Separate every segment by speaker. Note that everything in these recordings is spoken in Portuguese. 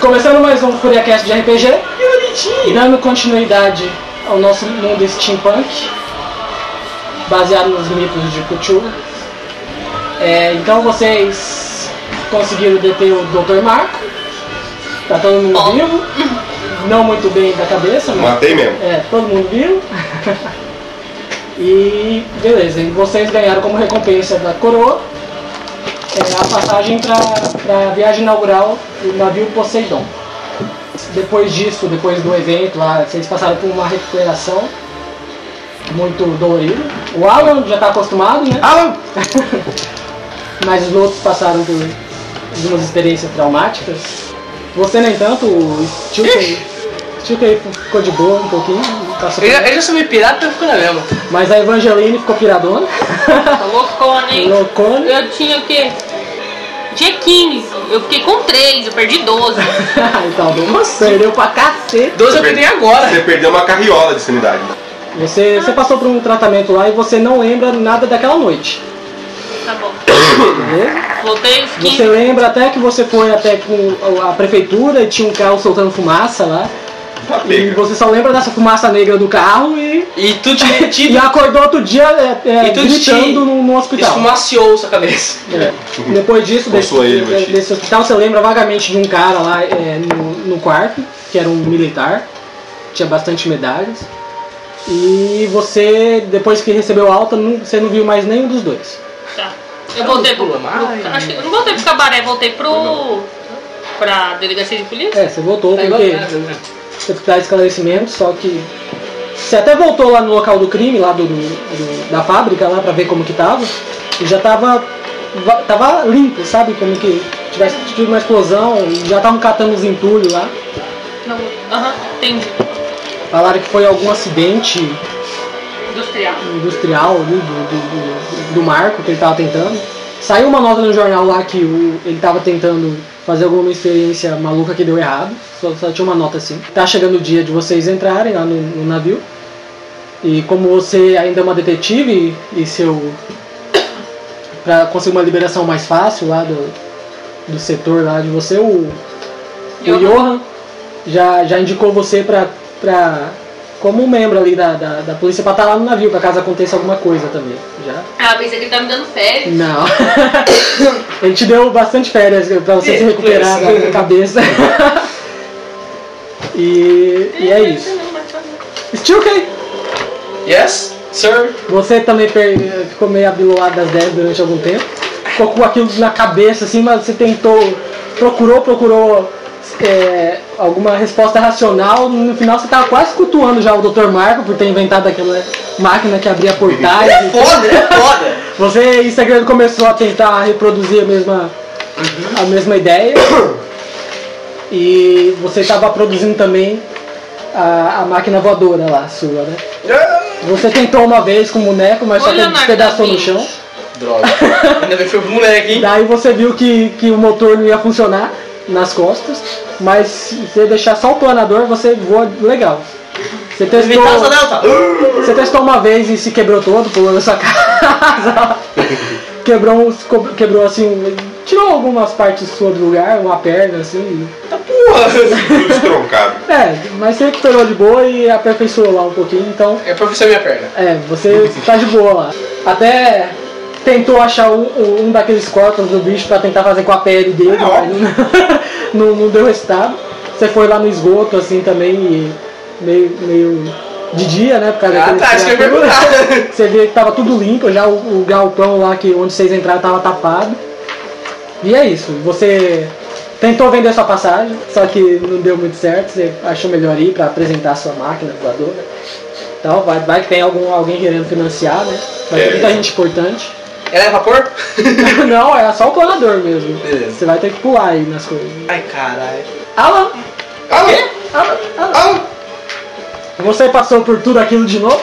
Speaker 1: Começando mais um Curiacast de RPG, dando continuidade ao nosso mundo steampunk, baseado nos mitos de Cthulhu. É, então vocês conseguiram deter o Dr. Marco, tá todo mundo
Speaker 2: Bom.
Speaker 1: vivo, não muito bem da cabeça, mas
Speaker 3: Matei mesmo.
Speaker 1: é, todo mundo viu. e beleza, e vocês ganharam como recompensa da coroa é, a passagem para a viagem inaugural do navio Poseidon. Depois disso, depois do evento lá, vocês passaram por uma recuperação muito dolorida. O Alan já está acostumado, né?
Speaker 3: Alan!
Speaker 1: Mas os outros passaram por algumas experiências traumáticas. Você, no entanto, o Stilkey, Stilkey ficou de boa um pouquinho. Passou
Speaker 4: Eu
Speaker 1: por-
Speaker 4: já, eu já sou meio pirata, eu fico na mesma.
Speaker 1: Mas a Evangeline ficou piradona.
Speaker 2: Tá loucona, hein?
Speaker 1: Loucona.
Speaker 2: Eu tinha o quê? Dia 15. Eu fiquei com 3, eu perdi 12.
Speaker 1: então, nossa, perdeu pra cacete.
Speaker 4: 12 eu ganhei agora.
Speaker 3: Você perdeu uma carriola de sanidade.
Speaker 1: Você, você passou por um tratamento lá e você não lembra nada daquela noite.
Speaker 2: Tá bom.
Speaker 1: Beleza?
Speaker 2: Voltei os
Speaker 1: Você
Speaker 2: 15.
Speaker 1: lembra até que você foi até com a prefeitura e tinha um carro soltando fumaça lá.
Speaker 3: Uma
Speaker 1: E
Speaker 3: pega.
Speaker 1: você só lembra dessa fumaça negra do carro e
Speaker 4: E tudo te, te
Speaker 1: E acordou outro dia é, é,
Speaker 4: E tudo te-
Speaker 1: gritando no, no
Speaker 4: Então.
Speaker 1: hospital.
Speaker 4: esfumaciou sua cabeça.
Speaker 1: É. Depois disso, desse,
Speaker 3: Consoei ele,
Speaker 1: de-
Speaker 3: Mati.
Speaker 1: desse hospital, você lembra vagamente de um cara lá é, no, no quarto, que era um militar, tinha bastante medalhas. E você, depois que recebeu alta, não- você não viu mais nenhum dos dois.
Speaker 2: Tá. Eu voltei pro.
Speaker 4: Pula mais.
Speaker 2: pro- acho que eu não voltei pro cabaré, voltei pro. pra delegacia de polícia.
Speaker 1: É, você voltou
Speaker 4: Tá igual
Speaker 1: porque
Speaker 4: nada, né?
Speaker 1: você dá esclarecimento, só que. Você até voltou lá no local do crime, lá do, do- da fábrica, lá pra ver como que tava. E já tava. va- Tava limpo, sabe? Como que tivesse tido uma explosão, e já estavam catando os entulhos lá. É.
Speaker 2: Não. Aham, entendi.
Speaker 1: Falaram que foi algum acidente
Speaker 2: Industrial.
Speaker 1: industrial ali do, do, do- do Marco que ele tava tentando. Saiu uma nota no jornal lá que o, ele tava tentando fazer alguma experiência maluca que deu errado. Só, só tinha uma nota assim. Tá chegando o dia de vocês entrarem lá no, no navio. E como você ainda é uma detetive e seu. pra conseguir uma liberação mais fácil lá do, do setor lá de você, o, o
Speaker 2: Johan.
Speaker 1: Johan já, já indicou você pra, pra, como um membro ali da, da, da polícia pra estar lá no navio, pra caso aconteça alguma coisa também. Já?
Speaker 2: Ah, pensei que ele tá me dando férias.
Speaker 1: Não. Ele te deu bastante férias pra você se recuperar da da cabeça. E, e é isso. Stilkey,
Speaker 4: Yes, sir.
Speaker 1: você também per- ficou meio abiloado das 10 durante algum tempo. Ficou com aquilo na cabeça, assim, mas você tentou, procurou, procurou é, alguma resposta racional. No final você tava quase cultuando já o Dr. Marco por ter inventado aquela máquina que abria portais. e-
Speaker 4: Foda, é foda.
Speaker 1: Você e Segredo começou a tentar reproduzir a mesma, a mesma ideia. E você estava produzindo também a, a máquina voadora lá, sua, né? Você tentou uma vez com o boneco, mas só
Speaker 2: Ô,
Speaker 1: que ele
Speaker 2: Leonardo
Speaker 1: despedaçou
Speaker 2: da
Speaker 1: no
Speaker 2: Vinci.
Speaker 1: chão.
Speaker 4: Droga. Ainda bem que foi pro moleque, hein?
Speaker 1: Daí você viu que, que o motor não ia funcionar nas costas, mas se você deixar só o planador, você voa legal. Você testou,
Speaker 4: Evitar essa delta.
Speaker 1: você testou uma vez e se quebrou todo, pulou na sua casa. quebrou, uns- co- quebrou assim, tirou algumas partes suas do lugar, uma perna assim.
Speaker 4: Porra.
Speaker 3: Tudo estroncado.
Speaker 1: É, mas você recuperou de boa e aperfeiçoou lá um pouquinho, então
Speaker 4: É professor minha perna.
Speaker 1: É, você tá de boa lá. Até tentou achar um, um daqueles corpos do bicho pra tentar fazer com a pele dele,
Speaker 4: é
Speaker 1: mas não, não deu resultado. Você foi lá no esgoto assim também e meio, meio de dia, né? Por causa
Speaker 4: Ah,
Speaker 1: daquele
Speaker 4: tá, isso que eu ia
Speaker 1: criatura.
Speaker 4: perguntar.
Speaker 1: Você vê que tava tudo limpo, já o, o galpão lá que, onde vocês entraram tava tapado. E é isso, você tentou vender sua passagem, só que não deu muito certo, você achou melhor ir pra apresentar sua máquina voadora. Então vai, vai que tem algum, alguém querendo financiar, né? Vai ter
Speaker 3: É.
Speaker 1: muita gente importante.
Speaker 4: Ela é vapor?
Speaker 1: não, é só o planador mesmo.
Speaker 4: Beleza.
Speaker 1: Você vai ter que pular aí nas coisas.
Speaker 4: Ai, caralho.
Speaker 1: Alan!
Speaker 2: Ah,
Speaker 3: Alan!
Speaker 1: Alan! Alan!
Speaker 3: Alan!
Speaker 1: Você passou por tudo aquilo de novo?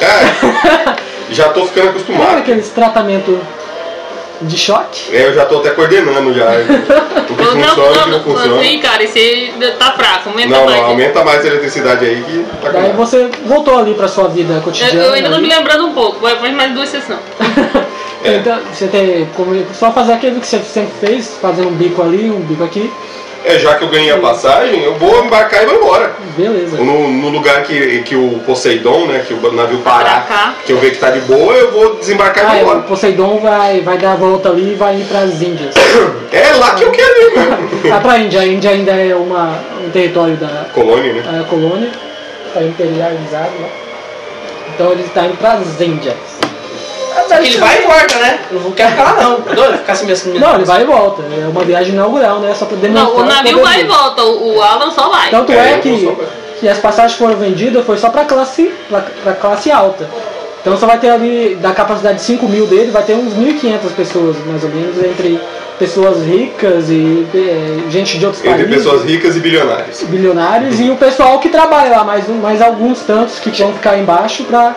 Speaker 3: Cara, já tô ficando
Speaker 1: É
Speaker 3: acostumado.
Speaker 1: aqueles tratamento de choque?
Speaker 3: É, eu já tô até coordenando já. O que
Speaker 2: Eu não,
Speaker 3: funciona, o que não
Speaker 2: não, não,
Speaker 3: funciona.
Speaker 2: assim, cara, esse tá fraco, aumenta
Speaker 3: Não,
Speaker 2: mais.
Speaker 3: não, aumenta mais a eletricidade aí que tá
Speaker 1: Daí
Speaker 3: com
Speaker 1: você voltou ali pra sua vida
Speaker 2: Eu,
Speaker 1: cotidiana.
Speaker 2: eu ainda tô
Speaker 1: ali.
Speaker 2: me lembrando um pouco, vai mais, mais duas sessões.
Speaker 1: Então, você tem como só fazer aquilo que você sempre fez, fazer um bico ali, um bico aqui.
Speaker 3: É, já que eu ganhei a passagem, eu vou embarcar e vou embora.
Speaker 1: Beleza.
Speaker 3: No, no lugar que, que o Poseidon, né, que o navio parar,
Speaker 2: Parar.
Speaker 3: que eu ver que tá de boa, eu vou desembarcar
Speaker 1: Ah, é,
Speaker 3: e vou
Speaker 1: o
Speaker 3: embora.
Speaker 1: Poseidon vai, vai dar a volta ali e vai ir pras Índias.
Speaker 3: É lá que eu quero ir né? mesmo.
Speaker 1: Vai pra Índia. A Índia ainda é uma, um território da,
Speaker 3: Colônia, né?
Speaker 1: a colônia, tá imperializado lá. Então ele está indo para as Índias.
Speaker 4: Ele vai e volta, né? Eu não quero ficar lá, não. Doido, ficar assim mesmo.
Speaker 1: Não, ele vai e volta. É uma viagem inaugural, né? Só para demonstrar.
Speaker 2: Não, o navio
Speaker 1: poder
Speaker 2: vai e
Speaker 1: dele.
Speaker 2: volta, o o Alan só vai.
Speaker 1: Tanto
Speaker 3: É,
Speaker 1: é,
Speaker 3: eu
Speaker 1: que,
Speaker 3: vou só pra-
Speaker 1: que as passagens foram vendidas foi só para classe pra, pra classe alta. Então só vai ter ali, da capacidade de 5 mil dele, vai ter uns 1.500 pessoas, mais ou menos, entre pessoas ricas e eh, gente de outros
Speaker 3: Entre
Speaker 1: países.
Speaker 3: pessoas ricas e bilionárias.
Speaker 1: bilionários e o pessoal que trabalha lá, mais, um- mais alguns tantos que vão ficar embaixo pra,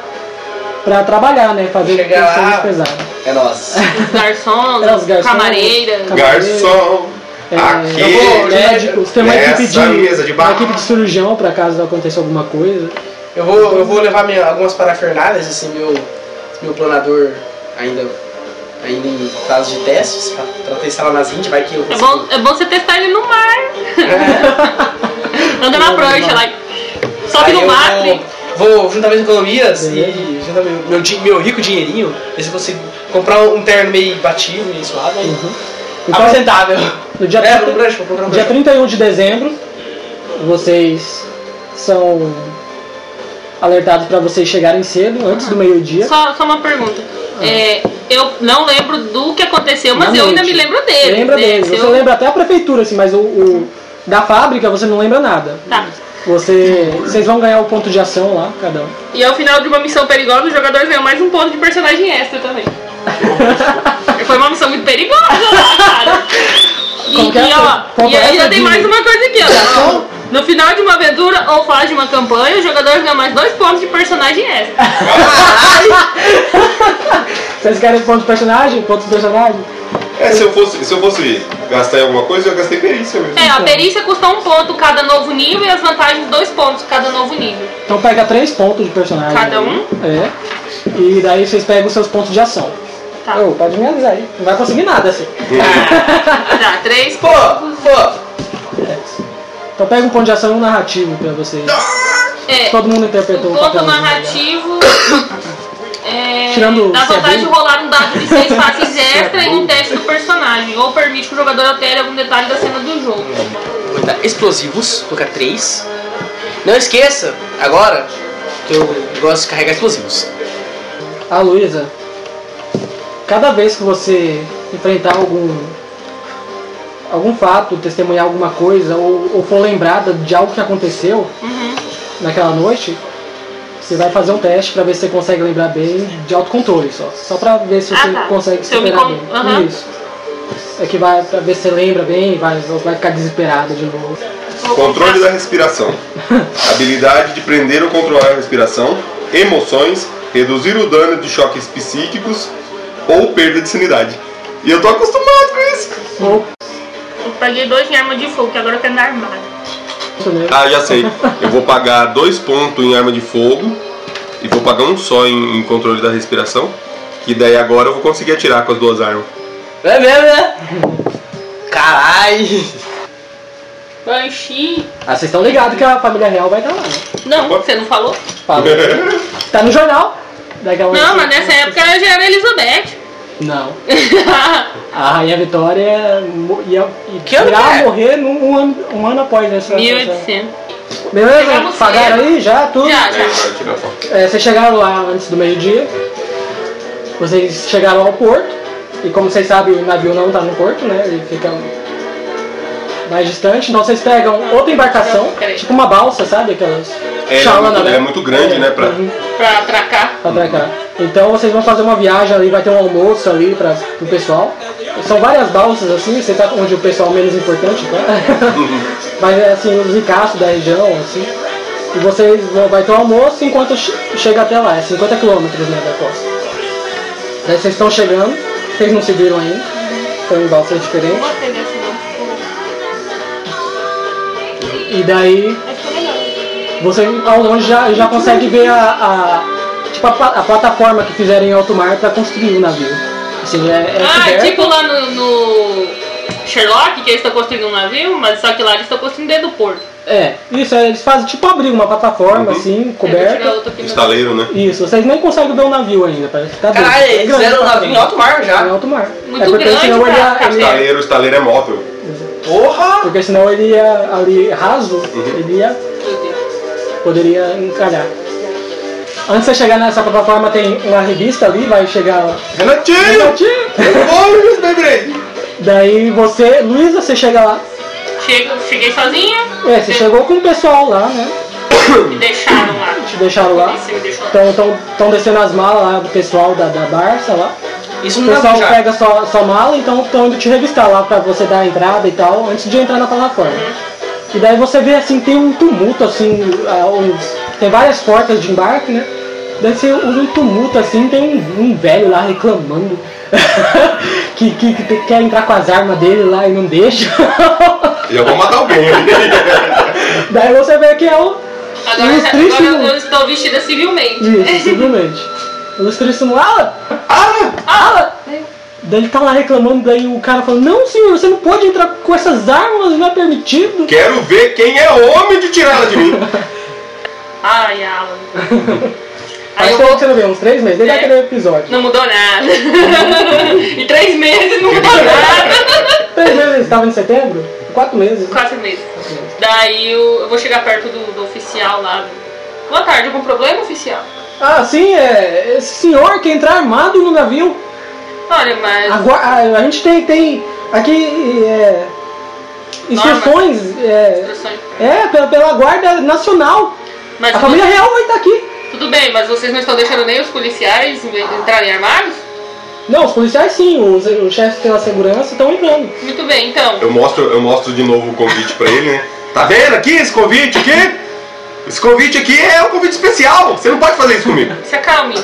Speaker 1: pra trabalhar, né? Fazer
Speaker 4: Chegar lá.
Speaker 1: funções pesadas.
Speaker 4: É nós.
Speaker 2: Os garçons,
Speaker 1: É, os garçons,
Speaker 2: camareiras.
Speaker 1: cam-
Speaker 3: Garçom,
Speaker 1: É,
Speaker 4: eu
Speaker 3: aqui.
Speaker 4: vou-
Speaker 1: Médicos, tem uma
Speaker 3: Nessa
Speaker 1: é equipe de,
Speaker 3: mesa de bar.
Speaker 1: uma equipe de cirurgião pra caso aconteça alguma coisa.
Speaker 4: Eu vou, eu vou levar minha- algumas parafernálias, esse meu, esse meu planador ainda, ainda em fase de testes, pra, pra testar lá nas Índias, vai que eu
Speaker 2: É
Speaker 4: consigo.
Speaker 2: bom, é bom você testar ele no mar. Anda na prancha lá. e Sobe
Speaker 4: Aí
Speaker 2: no
Speaker 4: eu
Speaker 2: mastro.
Speaker 4: Vou, vou juntar minhas economias
Speaker 1: Beleza.
Speaker 4: e juntar meu, meu, di- meu rico dinheirinho, ver se eu consigo comprar um terno meio batido, meio suave, aí
Speaker 1: Uhum. Então, tá-
Speaker 4: apresentável.
Speaker 1: no dia, 30
Speaker 4: é, vou comprar um vou comprar um
Speaker 1: dia
Speaker 4: prancha.
Speaker 1: 31 de dezembro, vocês são alertados pra vocês chegarem cedo, antes do meio-dia.
Speaker 2: Só, só uma pergunta. É, eu não lembro do que aconteceu, mas
Speaker 1: Ah. Na
Speaker 2: eu
Speaker 1: noite.
Speaker 2: ainda me lembro dele.
Speaker 1: Lembra
Speaker 2: né?
Speaker 1: deles,
Speaker 2: Se
Speaker 1: você
Speaker 2: eu-
Speaker 1: lembra até a prefeitura, assim, mas o- o da fábrica você não lembra nada.
Speaker 2: Tá.
Speaker 1: Você, vocês vão ganhar o ponto de ação lá, cada um.
Speaker 2: E ao final de uma missão perigosa, os jogadores ganham mais um ponto de personagem extra também. Foi uma missão muito perigosa lá, cara. E,
Speaker 1: Como que é
Speaker 2: e,
Speaker 1: a
Speaker 2: ó,
Speaker 1: coisa?
Speaker 2: e ainda tem
Speaker 1: Completadinho.
Speaker 2: mais uma coisa aqui, ó. No final de uma aventura ou fase de uma campanha, os jogadores ganham mais dois pontos de personagem extra.
Speaker 1: Vocês querem ponto de personagem? Ponto de personagem?
Speaker 3: É, se eu fosse, se eu fosse gastar em alguma coisa, eu gastei perícia mesmo.
Speaker 2: É, a
Speaker 1: Então.
Speaker 2: perícia custa um ponto cada novo nível e as vantagens dois pontos cada novo nível.
Speaker 1: Então pega três pontos de personagem.
Speaker 2: Cada um?
Speaker 1: É. E daí vocês pegam os seus pontos de ação.
Speaker 2: Tá.
Speaker 1: Ô, pode me avisar aí. Não vai conseguir nada assim.
Speaker 4: É.
Speaker 2: Tá, três
Speaker 4: Pô,
Speaker 2: pontos.
Speaker 4: pô,
Speaker 1: Então pega um ponto de ação e um narrativo pra vocês.
Speaker 2: É,
Speaker 1: Todo mundo interpretou
Speaker 2: o
Speaker 1: um
Speaker 2: ponto
Speaker 1: papel.
Speaker 2: narrativo. É,
Speaker 1: Tirando o
Speaker 2: dá vontade
Speaker 1: CRB.
Speaker 2: de rolar um dado de seis faces extra e um teste do personagem. Ou permite que o jogador altere algum detalhe da cena do jogo.
Speaker 4: vou botar explosivos, vou colocar três. Não esqueça, agora, que eu gosto de carregar explosivos.
Speaker 1: A Luísa, cada vez que você enfrentar algum algum fato, testemunhar alguma coisa ou, ou for lembrada de algo que aconteceu
Speaker 2: Uhum.
Speaker 1: naquela noite, você vai fazer um teste pra ver se você consegue lembrar bem de autocontrole só, só pra ver se
Speaker 2: Ah,
Speaker 1: você
Speaker 2: tá.
Speaker 1: consegue
Speaker 2: Se eu me
Speaker 1: superar
Speaker 2: con-
Speaker 1: bem.
Speaker 2: Aham.
Speaker 1: Isso. É que vai pra ver se você lembra bem, vai vai ficar desesperado de novo.
Speaker 2: Vou
Speaker 3: Controle né? da
Speaker 2: colocar-
Speaker 3: respiração. Habilidade de prender ou controlar a respiração, emoções, reduzir o dano de choques psíquicos ou perda de sanidade. E eu tô acostumado com isso.
Speaker 1: Ou
Speaker 2: Eu paguei dois em arma de fogo, que agora eu quero andar armado.
Speaker 1: isso, né?
Speaker 3: Ah, já sei. Eu vou pagar dois pontos em arma de fogo e vou pagar um só em, em controle da respiração. Que daí agora eu vou conseguir atirar com as duas armas.
Speaker 4: Não é mesmo, né? Carai!
Speaker 2: Banshee.
Speaker 1: Ah, vocês estão ligados que a família real vai estar lá, né?
Speaker 2: Não, você não falou?
Speaker 1: Fala.
Speaker 3: É,
Speaker 1: tá no jornal. Daquela
Speaker 2: Não, mas nessa época ela já era Elizabeth.
Speaker 1: Não. A Rainha Vitória mo- ia, ia
Speaker 4: Que ano
Speaker 1: irá
Speaker 4: que é?
Speaker 1: morrer num- um, ano, um ano após essa.
Speaker 2: 1800.
Speaker 1: essa- Beleza?
Speaker 2: Chegamos
Speaker 1: Pagaram
Speaker 2: cedo.
Speaker 1: aí já tudo?
Speaker 2: Já,
Speaker 3: É,
Speaker 2: já.
Speaker 3: vai atirar só.
Speaker 1: É, vocês chegaram lá antes do meio-dia. Vocês chegaram ao porto. E como vocês sabem, o navio não tá no porto, né? Ele fica mais distante. Então vocês pegam outra embarcação,
Speaker 2: Peraí.
Speaker 1: tipo uma balsa, sabe? Aquelas.
Speaker 3: É, ele é
Speaker 1: chalana,
Speaker 3: muito, ele é muito grande, né? Pra...
Speaker 1: Uhum.
Speaker 2: Pra atracar.
Speaker 1: pra atracar. Tá, Então vocês vão fazer uma viagem ali, vai ter um almoço ali pra, pro pessoal. São várias balsas assim, você tá onde o pessoal menos importante, tá? Mas é assim, os ricaços da região, assim. E vocês vão, vai ter um almoço enquanto che- chega até lá, é 50 quilômetros né, da costa. Daí vocês estão chegando, vocês não se viram ainda, estão em balsas
Speaker 2: Eu
Speaker 1: diferentes.
Speaker 2: gostei dessa não.
Speaker 1: E daí
Speaker 2: Mas ficou legal.
Speaker 1: Você ao longe já, já consegue ver a, a- tipo a, pla- a plataforma que
Speaker 4: tipo-
Speaker 1: fizeram em alto mar para construir o navio. Assim, é, é
Speaker 2: Ah,
Speaker 1: coberto.
Speaker 2: tipo lá no, no Sherlock, que eles estão construindo um navio, mas só que lá eles estão construindo dentro do porto.
Speaker 1: É, isso, é, eles fazem tipo abrir uma plataforma
Speaker 3: Uhum.
Speaker 4: É
Speaker 1: assim,
Speaker 2: Eu vou tirar
Speaker 1: coberta.
Speaker 2: outro aqui, mas-
Speaker 3: Estaleiro, né?
Speaker 1: Isso, vocês nem conseguem ver o navio ainda, parece que tá dentro.
Speaker 4: Caralho,
Speaker 1: É
Speaker 4: eles
Speaker 1: grande
Speaker 4: fizeram um
Speaker 1: pra
Speaker 4: navio em
Speaker 1: frente.
Speaker 4: alto mar
Speaker 1: Em
Speaker 4: já.
Speaker 1: alto mar.
Speaker 2: Muito
Speaker 1: é porque
Speaker 2: grande
Speaker 1: senão ele
Speaker 2: pra-
Speaker 1: ia, ele ia-
Speaker 3: Estaleiro, estaleiro é móvel.
Speaker 4: Porra!
Speaker 1: porque senão ele ia ali raso, ele ia
Speaker 2: Meu Deus.
Speaker 1: poderia encalhar. Antes de você chegar nessa plataforma tem uma revista ali, vai chegar. um
Speaker 3: Renatinho! Olha, lembrei!
Speaker 1: Daí você, Luísa, você chega lá.
Speaker 2: Chego, cheguei sozinha.
Speaker 1: É, você
Speaker 2: de-
Speaker 1: chegou com o pessoal lá, né?
Speaker 2: Me deixaram lá.
Speaker 1: Te deixaram lá.
Speaker 2: Você me deixou lá.
Speaker 1: Estão descendo as malas lá do pessoal da, da Barça lá.
Speaker 4: Isso
Speaker 1: O
Speaker 4: não
Speaker 1: pessoal
Speaker 4: é já.
Speaker 1: pega sua, sua mala, então estão indo te revistar lá pra você dar a entrada e tal, antes de entrar na plataforma.
Speaker 4: Uhum.
Speaker 1: E daí você vê assim, tem um tumulto assim, ah, uns- tem várias portas de embarque, né? Daí você ouve um tumulto assim, tem um, um velho lá reclamando que, que- que te- quer entrar com as armas dele lá e não deixa.
Speaker 3: Já vou matar alguém
Speaker 1: daí você vê que é o
Speaker 2: Agora,
Speaker 1: Ilustríssimo.
Speaker 2: agora eu estou vestida civilmente.
Speaker 1: Isso, simplesmente. Ilustríssimo Alan!
Speaker 3: Ah!
Speaker 1: Alan! Daí ele tá lá reclamando, daí o cara fala, não senhor, você não pode entrar com essas armas, não é permitido.
Speaker 3: Quero ver quem é homem de tirar ela de mim.
Speaker 2: Ai, Alan. Aí
Speaker 1: Aí
Speaker 2: eu
Speaker 1: foi
Speaker 2: vou-
Speaker 1: que você não vê, uns três meses, desde
Speaker 2: É.
Speaker 1: aquele episódio.
Speaker 2: Não mudou nada. em três meses não mudou nada.
Speaker 1: Três meses, estava em setembro? Quatro meses.
Speaker 2: Quatro meses. Daí eu, eu vou chegar perto do, do oficial lá. do- Boa tarde, algum problema, oficial?
Speaker 1: Ah, sim, é, esse senhor quer entrar armado no navio.
Speaker 2: Olha, mas.
Speaker 1: Agora, a, a gente tem, tem aqui é, instruções é, é, pela, pela Guarda Nacional.
Speaker 2: Mas
Speaker 1: A família real vai estar aqui.
Speaker 2: tudo bem, mas vocês não estão deixando nem os policiais entrarem armados?
Speaker 1: Não, os policiais sim, os, os chefes pela segurança estão entrando.
Speaker 2: Muito bem, então.
Speaker 3: Eu mostro, eu mostro de novo o convite pra ele, né? Tá vendo aqui esse convite aqui? Esse convite aqui é um convite especial. Você não pode fazer isso comigo.
Speaker 2: Se acalme.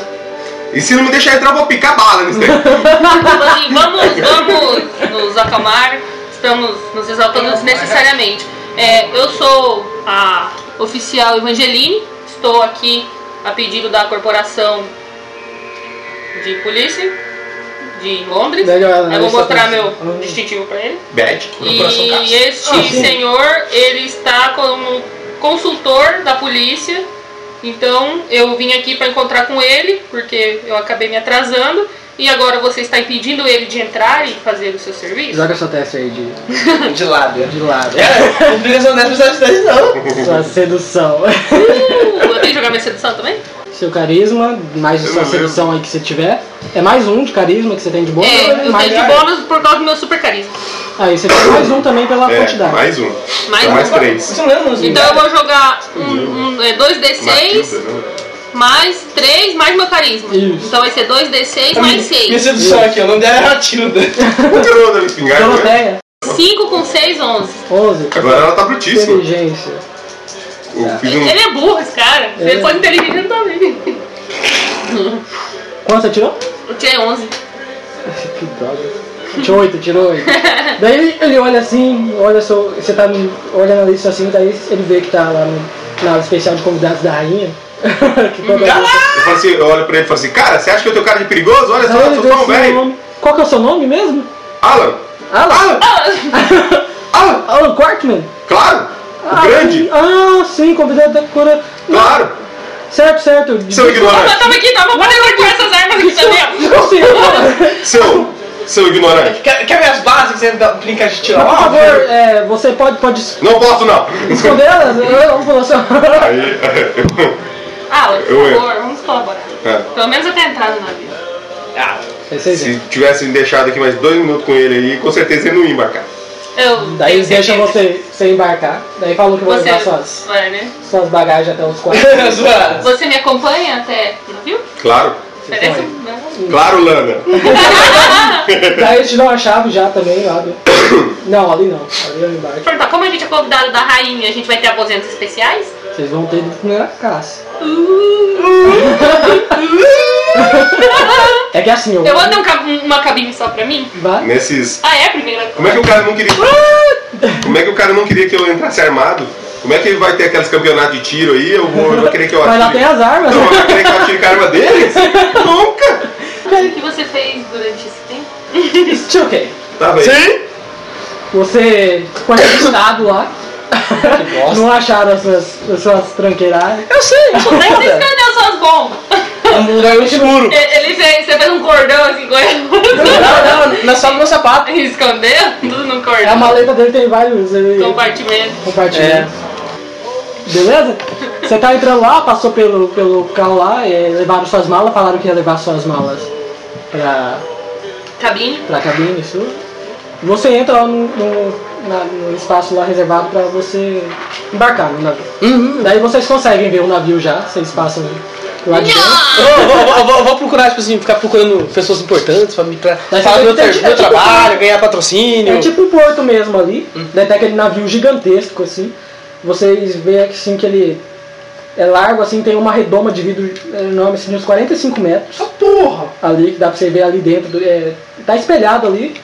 Speaker 3: E se não me deixar entrar, eu vou picar bala nisso daí.
Speaker 2: Tipo assim, vamos, vamos nos acalmar, estamos nos exaltando desnecessariamente. É, eu sou a oficial Evangeline, estou aqui a pedido da corporação de polícia de Londres.
Speaker 1: Daí, ó,
Speaker 2: Eu vou
Speaker 1: essa
Speaker 2: mostrar
Speaker 1: coisa.
Speaker 2: meu
Speaker 1: Ah.
Speaker 2: distintivo pra ele.
Speaker 3: Bad. Corporação
Speaker 2: E
Speaker 3: Castro.
Speaker 2: este
Speaker 1: Ah, sim.
Speaker 2: senhor, ele está como consultor da polícia. Então eu vim aqui para encontrar com ele, porque eu acabei me atrasando. E agora você está impedindo ele de entrar e fazer o seu serviço?
Speaker 1: Joga sua testa aí de,
Speaker 4: De lábio.
Speaker 1: de lado.
Speaker 4: É, obrigação dessa precisa de três, não.
Speaker 2: É?
Speaker 1: Sua sedução.
Speaker 2: Uh, eu tenho que jogar minha sedução também?
Speaker 1: Seu carisma, mais a
Speaker 3: Eu
Speaker 1: sua
Speaker 3: não lembro.
Speaker 1: sedução aí que você tiver. É mais um de carisma que você tem de bônus.
Speaker 2: é,
Speaker 1: né?
Speaker 2: eu
Speaker 1: mais...
Speaker 2: tenho de bônus por causa do meu super carisma.
Speaker 1: Aí você tem mais um também pela
Speaker 3: É,
Speaker 1: quantidade.
Speaker 3: mais um.
Speaker 2: Mais
Speaker 3: Então,
Speaker 2: um.
Speaker 3: mais três.
Speaker 4: Você não é lembra nos
Speaker 2: Então eu vou jogar um, um, é, dois
Speaker 3: Matilda,
Speaker 2: D6
Speaker 3: né?
Speaker 2: mais 3 mais meu carisma.
Speaker 1: Isso.
Speaker 2: Então vai ser dois D6 mais
Speaker 4: Minha
Speaker 2: 6.
Speaker 4: sedução aqui, o nome dela é Matilda.
Speaker 3: Não tirou da minha espingarda, né?
Speaker 1: Doroteia,
Speaker 2: 5 com 6, 11.
Speaker 1: 11.
Speaker 3: Agora ela tá
Speaker 2: é
Speaker 3: brutíssima.
Speaker 1: Inteligência.
Speaker 3: Eu fiz um
Speaker 2: Ele é burro, esse cara. Se ele fosse inteligente, eu não tava vendo.
Speaker 1: Quanto você tirou?
Speaker 2: Eu tirei 11.
Speaker 1: Que droga. Tirou 8, tirou 8. daí ele, ele olha assim, olha seu, você tá no- olha na lista assim, daí ele vê que tá lá no, na aula especial de convidados da rainha. que é toda
Speaker 3: Eu, falo assim, eu olho pra ele e falo assim, cara, você acha que eu tenho cara de perigoso? Olha só, eu sou tão velho.
Speaker 1: assim, Qual que é o seu nome mesmo?
Speaker 3: Alan,
Speaker 1: Alan!
Speaker 3: Alan,
Speaker 1: Alan Quartman?
Speaker 3: claro, o grande,
Speaker 1: Ah, sim, convidado da cura.
Speaker 3: claro.
Speaker 1: Certo, certo. De-
Speaker 3: Seu
Speaker 2: Eu
Speaker 3: ignorante,
Speaker 2: tava aqui, tava batendo com essas armas aqui tá também.
Speaker 1: Eu sei, eu sei.
Speaker 3: seu, seu ignorante.
Speaker 4: Quer, quer ver as bases que você aplica de Ah, tirar
Speaker 1: Por
Speaker 4: lá?
Speaker 1: favor, é, você pode, pode
Speaker 3: Não posso não.
Speaker 1: esconder elas? Eu vou falar assim.
Speaker 3: Aí,
Speaker 2: Ah, por
Speaker 3: Eu erro.
Speaker 2: favor, vamos colaborar.
Speaker 3: é,
Speaker 2: Pelo menos até entrar no navio.
Speaker 4: Ah,
Speaker 1: É
Speaker 3: se tivessem deixado aqui mais dois minutos com ele aí, com certeza ele não ia embarcar.
Speaker 2: Eu
Speaker 1: Daí
Speaker 2: tenho
Speaker 1: eles deixam
Speaker 2: certeza.
Speaker 1: você, você embarcar. Daí falam que vão levar suas,
Speaker 2: Você vai, né?
Speaker 1: suas bagagens até os quartos.
Speaker 4: zoado.
Speaker 2: Você me acompanha até o navio?
Speaker 3: Claro,
Speaker 2: Parece
Speaker 1: vai.
Speaker 2: um...
Speaker 3: claro, Lana.
Speaker 1: Daí eles te dão a chave já também lá do... Não, ali não. Ali é o embarque.
Speaker 2: Perguntar, como a gente é convidado da rainha, a gente vai ter aposentos especiais?
Speaker 1: Vocês vão ter de primeira classe. É que assim, eu...
Speaker 2: Eu vou ter um cab- uma cabine só pra mim?
Speaker 1: Vai-
Speaker 3: Nesses.
Speaker 2: Ah, é a primeira?
Speaker 3: Como é que o cara não queria. Como é que o cara não queria que eu entrasse armado? Como é que ele vai ter aqueles campeonatos de tiro aí? Eu vou, eu vou querer que eu
Speaker 1: Mas lá tem
Speaker 3: atire.
Speaker 1: as armas.
Speaker 3: Não, eu vou querer que eu atire com a arma deles? Nunca!
Speaker 1: é
Speaker 2: O que você fez durante esse tempo?
Speaker 1: Isso, ok.
Speaker 3: Tá bem.
Speaker 4: Sim?
Speaker 1: Você foi entrevistado lá.
Speaker 4: bosta.
Speaker 1: Não acharam as suas, as suas tranqueiras.
Speaker 4: Eu sei, eu sou
Speaker 2: Mas você
Speaker 4: foda.
Speaker 2: escondeu suas bombas.
Speaker 4: Um lugar escuro.
Speaker 2: E- Ele fez, você fez um cordão assim com ele.
Speaker 4: Não, não, na sala do meu sapato.
Speaker 2: Escondeu tudo no cordão.
Speaker 1: A maleta dele tem vários ele-
Speaker 2: Compartimento.
Speaker 1: compartimentos. É. Beleza? Você tá entrando lá, passou pelo, pelo carro lá, é, levaram suas malas, falaram que ia levar suas malas pra,
Speaker 2: Cabine.
Speaker 1: pra cabine, isso. Você entra lá no, no, na- no espaço lá reservado pra você embarcar no navio.
Speaker 4: Uhum.
Speaker 1: Daí vocês conseguem ver o navio já, vocês passam lá de dentro.
Speaker 4: Eu vou, vou- vou- vou- vou procurar, tipo assim, ficar procurando pessoas importantes pra me pra,
Speaker 1: Mas
Speaker 4: falar do meu,
Speaker 1: tem que
Speaker 4: tra-
Speaker 1: ter-
Speaker 4: meu
Speaker 1: é tipo-
Speaker 4: trabalho, ganhar patrocínio.
Speaker 1: É tipo um porto mesmo ali, daí tem aquele navio gigantesco assim. Vocês veem assim que ele é largo, assim, tem uma redoma de vidro enorme, assim, de uns 45 metros
Speaker 4: Essa porra!
Speaker 1: ali, que dá pra você ver ali dentro. do- é, tá espelhado ali.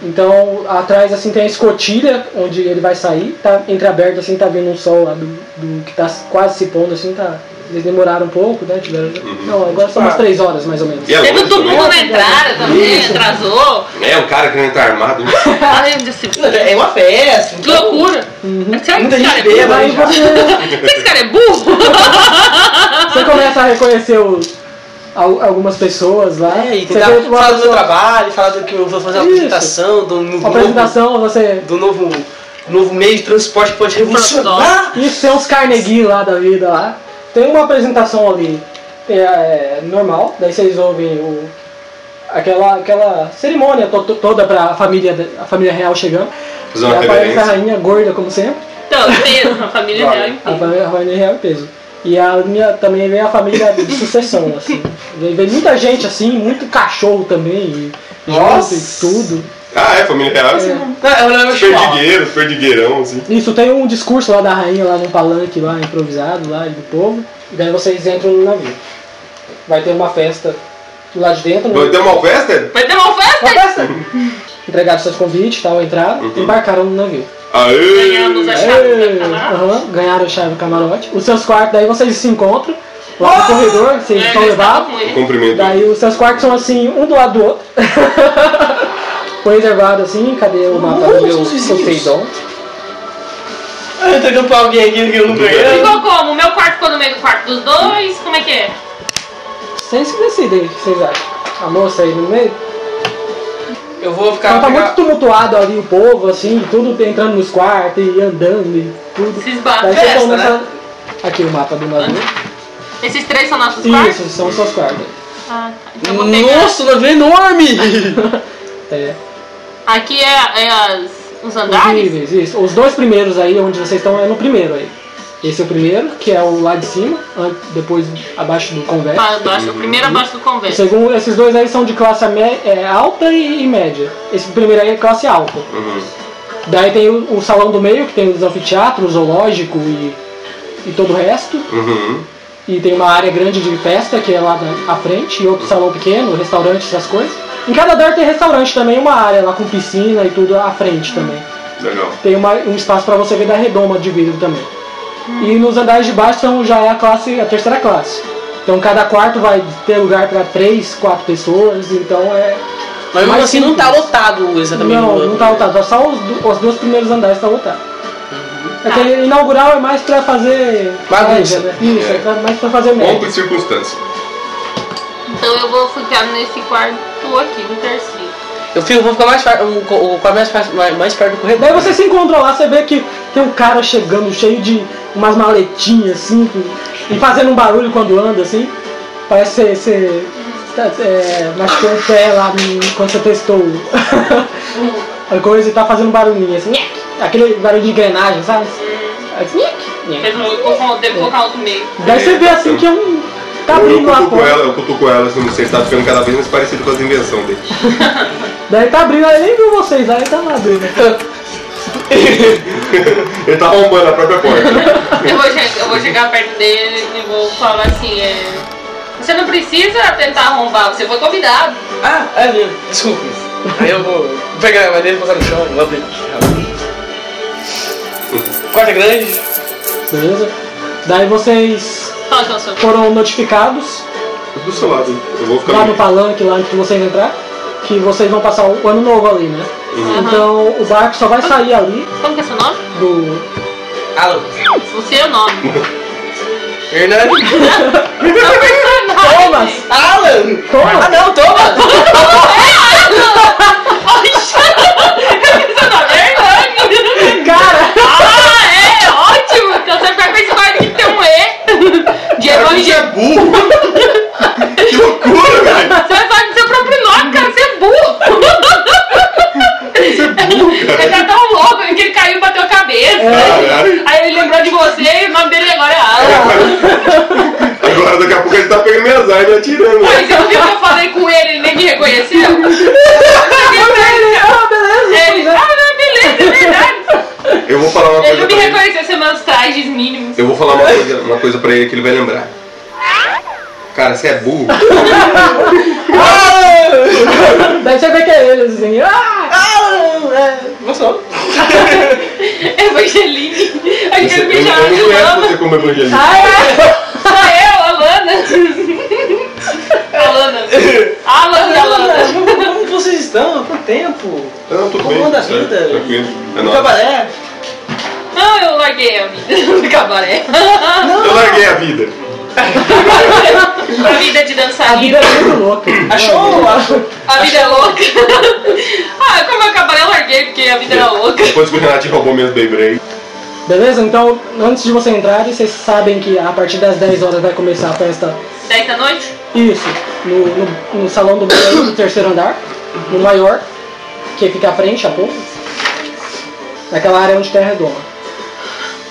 Speaker 1: Então atrás assim tem a escotilha onde ele vai sair, tá entreaberto assim, tá vendo um sol lá do, do que tá quase se pondo assim, tá. Eles demoraram um pouco, né? Tiveram. Não, agora são umas
Speaker 4: Ah.
Speaker 1: 3 horas mais ou menos.
Speaker 3: E é
Speaker 2: Teve um
Speaker 3: longe também.
Speaker 2: tumulto na entrada também,
Speaker 1: Isso.
Speaker 2: atrasou.
Speaker 3: É, um cara que não tá armado.
Speaker 2: Ai, meu Deus do céu.
Speaker 4: É uma festa.
Speaker 2: Que loucura. Será que
Speaker 4: Muita
Speaker 2: esse cara é
Speaker 4: gente bêbada.
Speaker 2: burro?
Speaker 1: Aí
Speaker 4: já.
Speaker 1: você.
Speaker 2: Será que esse cara é burro?
Speaker 1: Você começa a reconhecer os- al- algumas pessoas lá.
Speaker 4: É, e
Speaker 1: você
Speaker 4: tentar
Speaker 1: vê tipo, uma
Speaker 4: falar do meu
Speaker 1: pessoa-
Speaker 4: trabalho, falar do que eu vou fazer uma
Speaker 1: Isso.
Speaker 4: apresentação, do, do
Speaker 1: Uma apresentação, você.
Speaker 4: novo, do novo, novo meio de transporte que pode revolucionar.
Speaker 1: Isso tem uns Carnegie lá da vida lá. Tem uma apresentação ali é, é, normal, daí vocês ouvem o, aquela, aquela cerimônia to- to- toda pra família, da- a família real chegando.
Speaker 3: Fazer uma
Speaker 1: E aparece a
Speaker 3: reverência.
Speaker 1: rainha gorda, como sempre.
Speaker 2: Então, mesmo, a família real
Speaker 1: A
Speaker 2: inteira.
Speaker 1: família, a família real em peso. E a minha também vem a família de sucessão, assim. Vem vem muita gente assim, muito cachorro também. e junto
Speaker 4: Nossa.
Speaker 1: e tudo.
Speaker 3: Ah, é, família real, assim.
Speaker 4: Não, é eu não eu chihuahua.
Speaker 3: Perdigueiro, perdigueirão, assim.
Speaker 1: Isso, tem um discurso lá da rainha, lá no palanque, lá improvisado, lá e do povo. E daí vocês entram no navio. Vai ter uma festa lá de dentro. né?
Speaker 3: Vai
Speaker 1: No...
Speaker 3: ter uma festa?
Speaker 2: Vai ter uma
Speaker 1: Uma
Speaker 2: festa? né?
Speaker 1: festa! Entregaram seus convites e tal, entraram,
Speaker 3: Uhum.
Speaker 1: embarcaram no navio.
Speaker 3: Aê!
Speaker 2: Ganhamos a chave do
Speaker 1: Aê!
Speaker 2: camarote.
Speaker 1: Aham, ganharam a chave do camarote. Os seus quartos, daí vocês se encontram lá no corredor, vocês
Speaker 2: É,
Speaker 1: estão
Speaker 2: eles estavam
Speaker 1: levados.
Speaker 2: com ele.
Speaker 3: Um Cumprimento.
Speaker 1: Daí os seus quartos são assim, um do lado do outro. Foi reservado assim, cadê o mapa do
Speaker 4: Nossa,
Speaker 1: meu
Speaker 4: os vizinhos.
Speaker 1: Poseidon?
Speaker 4: Ah, Entregando pra alguém aqui que eu não ganhei.
Speaker 2: Ficou como? O meu quarto ficou no meio do quarto dos dois? Como é que é?
Speaker 1: Vocês que decidem o que vocês acham. A moça aí no meio?
Speaker 4: Eu vou
Speaker 1: Então
Speaker 4: ficar.
Speaker 1: tá
Speaker 4: pegar-
Speaker 1: muito tumultuado ali o povo, assim, tudo entrando nos quartos e andando e tudo.
Speaker 2: Se esbarra.
Speaker 1: Daí vocês
Speaker 4: festa,
Speaker 2: né?
Speaker 1: estão nessa. Aqui o mapa do navio.
Speaker 2: Esses três são nossos quartos?
Speaker 1: Isso, são seus quartos.
Speaker 2: Ah, tá. Então eu vou pegar.
Speaker 4: Nossa, ela veio enorme!
Speaker 1: É,
Speaker 2: Aqui é, é as, os
Speaker 1: os
Speaker 2: andares?
Speaker 1: níveis, isso. Os dois primeiros aí, onde vocês estão, é no primeiro aí. Esse é o primeiro, que é o lá de cima, an- depois abaixo do convés.
Speaker 2: Ah, é. Abaixo, o primeiro abaixo do
Speaker 1: O
Speaker 2: convento.
Speaker 1: segundo, esses dois aí são de classe mé- é, alta e, e média. Esse primeiro aí é classe alta.
Speaker 3: Uhum.
Speaker 1: Daí tem o, o salão do meio, que tem os anfiteatros, o zoológico e, e todo o resto.
Speaker 3: Uhum.
Speaker 1: E tem uma área grande de festa, que é lá na, à frente, e outro salão pequeno, restaurante, essas coisas. Em cada andar tem restaurante também, uma área lá com piscina e tudo à frente também.
Speaker 3: Legal.
Speaker 1: Tem uma- um espaço pra você ver da redoma de vidro também. E nos andares de baixo são, já é a classe, a terceira classe. Então cada quarto vai ter lugar pra três, quatro pessoas, então é.
Speaker 4: Mas mesmo
Speaker 1: Mais
Speaker 4: assim não tá
Speaker 1: simples.
Speaker 4: lotado exatamente.
Speaker 1: não,
Speaker 4: no-
Speaker 1: não tá lotado, só os, do- os dois primeiros andares estão lotados. Aquele inaugural é mais pra fazer.
Speaker 4: Bagunça.
Speaker 1: média, né? Isso,
Speaker 3: É.
Speaker 1: é pra- mais pra fazer média.
Speaker 3: Ponto e circunstância.
Speaker 2: Então eu vou ficar nesse quarto aqui, no terceiro.
Speaker 4: Eu fico, vou ficar mais, fa- um, co- o- com a mais, fa- mais, mais perto do corredor.
Speaker 1: Daí você se encontra lá, você vê que tem um cara chegando cheio de umas maletinhas assim, com- e fazendo um barulho quando anda assim. Parece que você- você tá- é, machucou o pé lá no- quando você testou a coisa e tá fazendo um barulhinho assim, nhec, aquele barulho de engrenagem, sabe? Assim, nhec, nhec.
Speaker 2: Mesmo eu colocar- devo colocar outro meio.
Speaker 1: Daí você vê assim que é um
Speaker 3: eu
Speaker 2: Tá
Speaker 1: cabrito lá
Speaker 3: cutuco
Speaker 1: fora.
Speaker 3: ela, eu cutuco ela, assim, você está ficando cada vez mais parecido com as invenções dele.
Speaker 1: Daí tá abrindo, ele nem viu vocês, daí tá lá dentro.
Speaker 3: Ele tá arrombando a própria porta.
Speaker 2: Eu vou, che- eu vou chegar perto dele e vou falar assim, é... Você não precisa tentar arrombar, você foi convidado.
Speaker 4: Ah, é mesmo. Desculpa. Aí eu vou pegar a madeira e colocar no chão, vou abrir. Quarta grande.
Speaker 1: Beleza? Daí vocês
Speaker 2: Fala "Então, que eu sou.
Speaker 1: foram notificados
Speaker 3: Do seu lado, eu vou ficar.
Speaker 1: lá no
Speaker 3: meio-
Speaker 1: palanque, lá antes de vocês entrar, que vocês vão passar o ano novo ali, né? Então o barco só vai sair ali
Speaker 2: Como que é seu nome?
Speaker 1: do.
Speaker 4: Alô,
Speaker 2: Você é o nome.
Speaker 4: Hernani?
Speaker 2: É o
Speaker 1: Ah,
Speaker 2: personagem.
Speaker 1: Thomas!
Speaker 4: Alan!
Speaker 1: Thomas!
Speaker 4: Ah não, Thomas!
Speaker 2: Seu nome é Hernani.
Speaker 1: Cara!
Speaker 2: Ah, é ótimo! Então você vai participar de ter um E. De
Speaker 3: Cara, você é
Speaker 2: evangelho.
Speaker 3: burro! que loucura, velho!
Speaker 2: Você vai falar do seu próprio nome, cara, você é burro!
Speaker 3: Você é burro,
Speaker 2: Ele
Speaker 3: cara! É.
Speaker 2: tá tão louco que ele caiu e bateu a cabeça.
Speaker 3: Caralho!
Speaker 2: Aí ele lembrou de você e o nome dele agora é Alan.
Speaker 3: Agora daqui a pouco ele tá pegando minhas armas e atirando.
Speaker 2: Aí você não viu que eu falei com ele, ele nem me reconheceu?
Speaker 1: Ah, beleza!
Speaker 2: Ele, ah, não, beleza, é verdade.
Speaker 3: Eu vou falar uma
Speaker 2: Ele
Speaker 3: coisa
Speaker 2: não me
Speaker 3: pra ele.
Speaker 2: reconheceu sem meus trajes mínimos.
Speaker 3: Eu vou falar uma coisa, uma coisa pra ele que ele vai lembrar. Cara, você é burro.
Speaker 1: Daí você vê que é ele assim. Ah!
Speaker 4: Alan! É, gostou?
Speaker 2: Evangeline. A gente
Speaker 3: Você-
Speaker 2: me
Speaker 3: eu,
Speaker 2: chamava
Speaker 3: eu
Speaker 2: de
Speaker 3: não conheço
Speaker 2: Lana.
Speaker 3: você como evangelista.
Speaker 1: Ah, é.
Speaker 2: Sou eu, Alana. Alana. Alan da Alana.
Speaker 4: Como, é. como vocês estão? Quanto tempo?
Speaker 3: Não, tudo
Speaker 4: Como
Speaker 3: bem.
Speaker 4: anda a
Speaker 3: certo,
Speaker 4: vida? né?
Speaker 3: Tranquilo. É
Speaker 4: No
Speaker 3: nóis.
Speaker 4: cabaré?
Speaker 2: Não, eu larguei a vida do cabaré.
Speaker 3: Eu larguei a vida.
Speaker 2: A vida de
Speaker 1: A vida
Speaker 2: dançarina.
Speaker 1: é muito louca.
Speaker 4: Achou? Achou?
Speaker 2: A vida é louca. Ah, como eu cabaré, eu larguei, porque a vida
Speaker 3: Tá
Speaker 2: era louca.
Speaker 3: Depois que o Renato roubou minhas Beyblade.
Speaker 1: Beleza? Então, antes de você entrar, vocês sabem que a partir das 10 horas vai começar a festa.
Speaker 2: 10 da noite?
Speaker 1: Isso, no, no, no salão do banheiro do terceiro andar, no maior, que fica à frente a pouco. Naquela área onde terra redonda.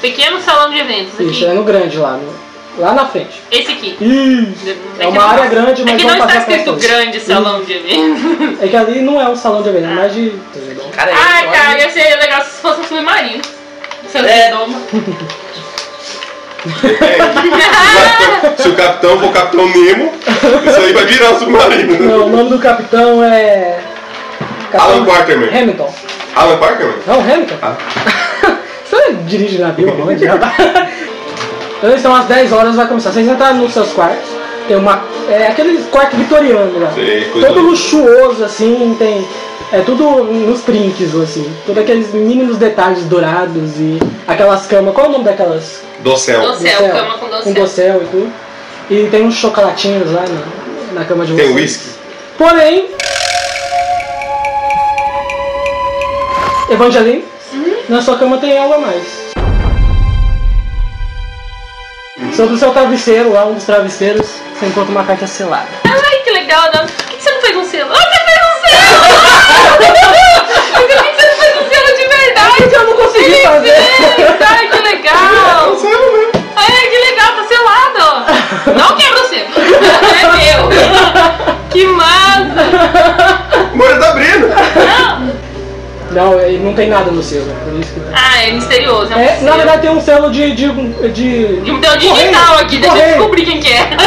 Speaker 2: Pequeno salão de eventos.
Speaker 1: Isso,
Speaker 2: Aqui.
Speaker 1: é no grande lá, no- lá na frente.
Speaker 2: Esse aqui.
Speaker 1: Isso. É uma
Speaker 2: Aqui
Speaker 1: área
Speaker 2: não-
Speaker 1: grande, mas vamos
Speaker 2: Aqui não está
Speaker 1: passar pra
Speaker 2: escrito
Speaker 1: frente. Hum.
Speaker 2: grande salão de eventos.
Speaker 1: É que ali não é um salão de evento, é mais de.
Speaker 4: Cara, é
Speaker 2: Ah,
Speaker 4: eu-
Speaker 2: cara, ia ser legal se fosse um submarino. Seu
Speaker 4: É.
Speaker 2: redoma.
Speaker 3: Se o capitão for o capitão Nemo, isso aí vai virar um submarino. né?
Speaker 1: Não, o nome do capitão é.
Speaker 3: Alan Quarterman.
Speaker 1: Hamilton.
Speaker 3: Alan Parker, mano?
Speaker 1: Não, Hamilton.
Speaker 3: Ah.
Speaker 1: Você dirige navio, não é diabo? Então, são às 10 horas, vai começar. Vocês entraram nos seus quartos. Tem uma. É aquele quarto vitoriano lá.
Speaker 3: Sei, coisa
Speaker 1: Todo
Speaker 3: linda.
Speaker 1: luxuoso, assim, tem. É tudo nos trinques, assim. Todos aqueles mínimos detalhes dourados e aquelas camas. Qual é o nome daquelas?
Speaker 3: Do céu.
Speaker 2: Dossel, cama com dossel.
Speaker 1: Com dossel e tudo. E tem uns chocolatinhos lá na, na cama de
Speaker 3: Tem
Speaker 1: vocês.
Speaker 3: uísque?
Speaker 1: Porém. Evangeline,
Speaker 2: Uhum.
Speaker 1: na sua cama tem algo a mais. Sobre o seu travesseiro, lá um dos travesseiros, você encontra uma carta selada.
Speaker 2: Ai, que legal, não. Por que você não fez um selo? Ah, você fez um selo! Por que você não fez um selo de verdade?
Speaker 1: Eu não consegui
Speaker 2: Ele
Speaker 1: fazer. É um
Speaker 2: fez! Ai, que legal!
Speaker 1: né?
Speaker 2: Ai, que legal, tá selado! Não quebra o selo! É meu! Que massa!
Speaker 3: Mora da Brina!
Speaker 1: Não, ele não tem nada no selo, por isso que. tá.
Speaker 2: Ah, é misterioso. É, um
Speaker 1: É, na
Speaker 2: selo.
Speaker 1: verdade tem um selo de. de. de.
Speaker 2: Tem um digital aqui, deixa eu
Speaker 1: correio. Ah.
Speaker 2: descobrir quem que é.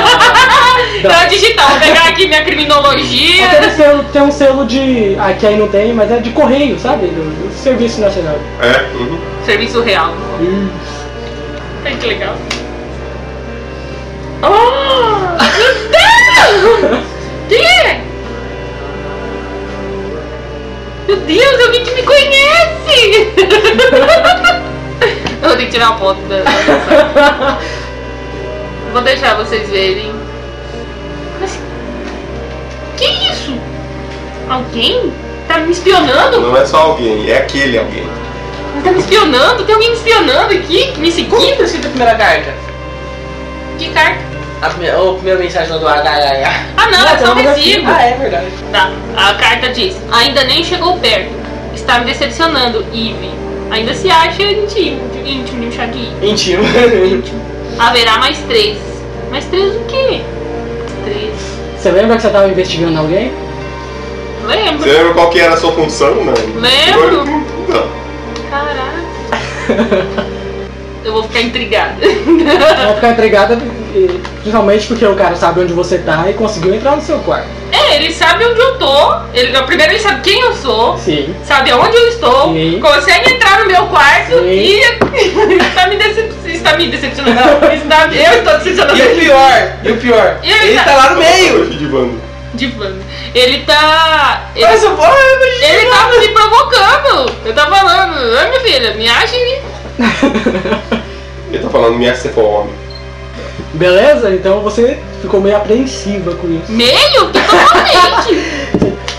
Speaker 2: Então é digital, vou pegar aqui minha criminologia.
Speaker 1: Aquele selo, tem um selo de. Aqui aí não tem, mas é de correio, sabe? Do, do Serviço Nacional.
Speaker 3: É, uhum.
Speaker 2: Serviço real. Ai, que legal. Oh! Meu Deus! Quem é? Meu Deus, alguém que me conhece! Eu vou ter que tirar uma foto da. Vou deixar vocês verem. Mas. Que isso? Alguém? Tá me espionando?
Speaker 3: Não é só alguém, é aquele alguém.
Speaker 2: Tá me espionando? Tem alguém me espionando aqui?
Speaker 4: Quem
Speaker 2: Me seguindo?
Speaker 4: tá escrito a primeira carta?
Speaker 2: Que carta?
Speaker 4: A primeira, ou a primeira mensagem lá do HHH.
Speaker 2: Ah não, é só um
Speaker 1: Não, tá
Speaker 2: recibo.
Speaker 4: Ah, é verdade.
Speaker 2: Tá, a carta diz: Ainda nem chegou perto. Está me decepcionando, Eve. Ainda se acha íntimo, íntimo de um chá de Eve.
Speaker 4: Íntimo.
Speaker 2: Íntimo. Haverá mais três. Mais três o quê? Três.
Speaker 1: Você lembra que você tava investigando alguém?
Speaker 2: Lembro.
Speaker 3: Você lembra qual que era a sua função? Não.
Speaker 2: Lembro.
Speaker 3: Não.
Speaker 2: Caraca. Eu vou ficar intrigada.
Speaker 1: Vai ficar entregada, e- principalmente porque o cara sabe onde você tá e conseguiu entrar no seu quarto.
Speaker 2: é, ele sabe onde eu tô. Ele, primeiro ele sabe quem eu sou.
Speaker 1: Sim.
Speaker 2: Sabe aonde eu estou,
Speaker 1: Sim.
Speaker 2: consegue entrar no meu quarto
Speaker 1: Sim.
Speaker 2: e está me, decep- está me decepcionando. Não, está- eu estou decepcionando.
Speaker 4: E o pior, e o pior,
Speaker 2: E aí,
Speaker 4: ele
Speaker 2: cara?
Speaker 4: tá lá no meio.
Speaker 3: Hoje de bando.
Speaker 2: de Flamengo. Ele tá. Ele,
Speaker 4: Mas eu vou.
Speaker 2: ele tava me provocando. Eu tava falando, ai minha filha, me acha em mim.
Speaker 3: Ele tá falando, me acha se você for homem.
Speaker 1: Beleza? Então você ficou meio apreensiva com isso.
Speaker 2: Meio? Totalmente.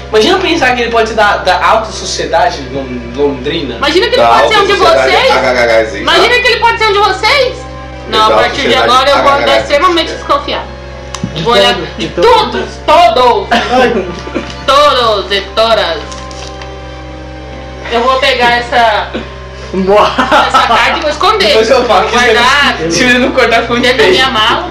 Speaker 4: Imagina pensar que ele pode ser da, da alta sociedade lon- londrina.
Speaker 2: Imagina que ele
Speaker 3: Da
Speaker 2: pode ser
Speaker 3: alta
Speaker 2: um de
Speaker 3: sociedade ah,
Speaker 2: vocês.
Speaker 3: HHHZ.
Speaker 2: Imagina que ele pode ser um de vocês. Não, a
Speaker 3: Exato,
Speaker 2: partir de
Speaker 3: verdade.
Speaker 2: agora eu vou
Speaker 3: Ah,
Speaker 2: andar
Speaker 3: verdade.
Speaker 2: extremamente desconfiado. Vou olhar
Speaker 1: todo,
Speaker 2: de
Speaker 1: todo.
Speaker 2: todos, todos, todos e todas. Eu vou pegar essa, essa carta e vou esconder.
Speaker 4: Depois eu falo que
Speaker 2: vou guardar
Speaker 4: se- se ele não cortar ficou de
Speaker 2: dentro da
Speaker 4: peixe.
Speaker 2: minha mala.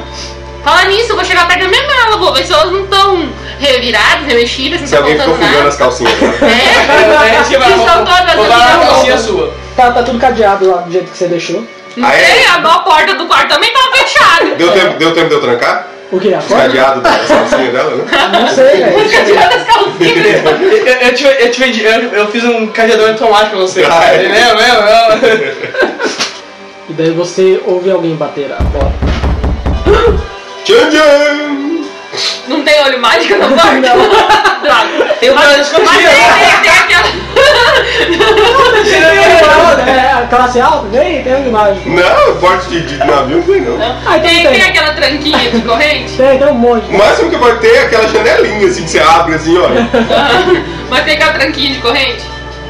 Speaker 2: Falar nisso, eu vou chegar perto da minha mala, vou ver se elas não estão reviradas, remexidas, não
Speaker 3: Se
Speaker 2: estão
Speaker 3: alguém ficou
Speaker 2: faltando
Speaker 3: fugando
Speaker 2: nada.
Speaker 3: as calcinhas.
Speaker 2: É,
Speaker 4: Aí a gente assim. vai-
Speaker 2: Que são
Speaker 4: vou-
Speaker 2: todas assim, né?
Speaker 4: Vou falar
Speaker 2: as
Speaker 4: na calcinha
Speaker 2: minhas.
Speaker 4: sua.
Speaker 1: Tá, tá tudo cadeado lá do jeito que você deixou.
Speaker 2: não
Speaker 3: Ah, é?
Speaker 2: sei, a maior porta do quarto também tava fechada.
Speaker 3: Deu tempo, deu tempo de eu trancar?
Speaker 1: O que? A
Speaker 3: Os
Speaker 1: porta?
Speaker 3: cadeados das calcinhas dela, né?
Speaker 1: Não sei, né? velho.
Speaker 2: Tirando as calcinhas.
Speaker 4: Eu, eu, te, eu, te vendi- eu, eu fiz um cadeador automático pra você.
Speaker 3: Ah, é?
Speaker 4: Não, não, não.
Speaker 1: E daí você ouve alguém bater a porta.
Speaker 3: Tchan, tchan!
Speaker 2: Não tem olho mágico na porta? Não.
Speaker 4: Tem um cadeador
Speaker 2: Mas tem,
Speaker 4: escondido.
Speaker 2: tem, tem aquela.
Speaker 1: É, a classe alta? Nem tem um mágico.
Speaker 3: Não, porte de, de navio não tem não.
Speaker 1: Ah, então
Speaker 2: Tem,
Speaker 1: tem.
Speaker 2: tem aquela tranquinha de corrente?
Speaker 1: Tem, tem um monte.
Speaker 3: O máximo que pode ter é aquela janelinha assim que você abre assim, olha.
Speaker 2: Mas tem aquela tranquinha de corrente?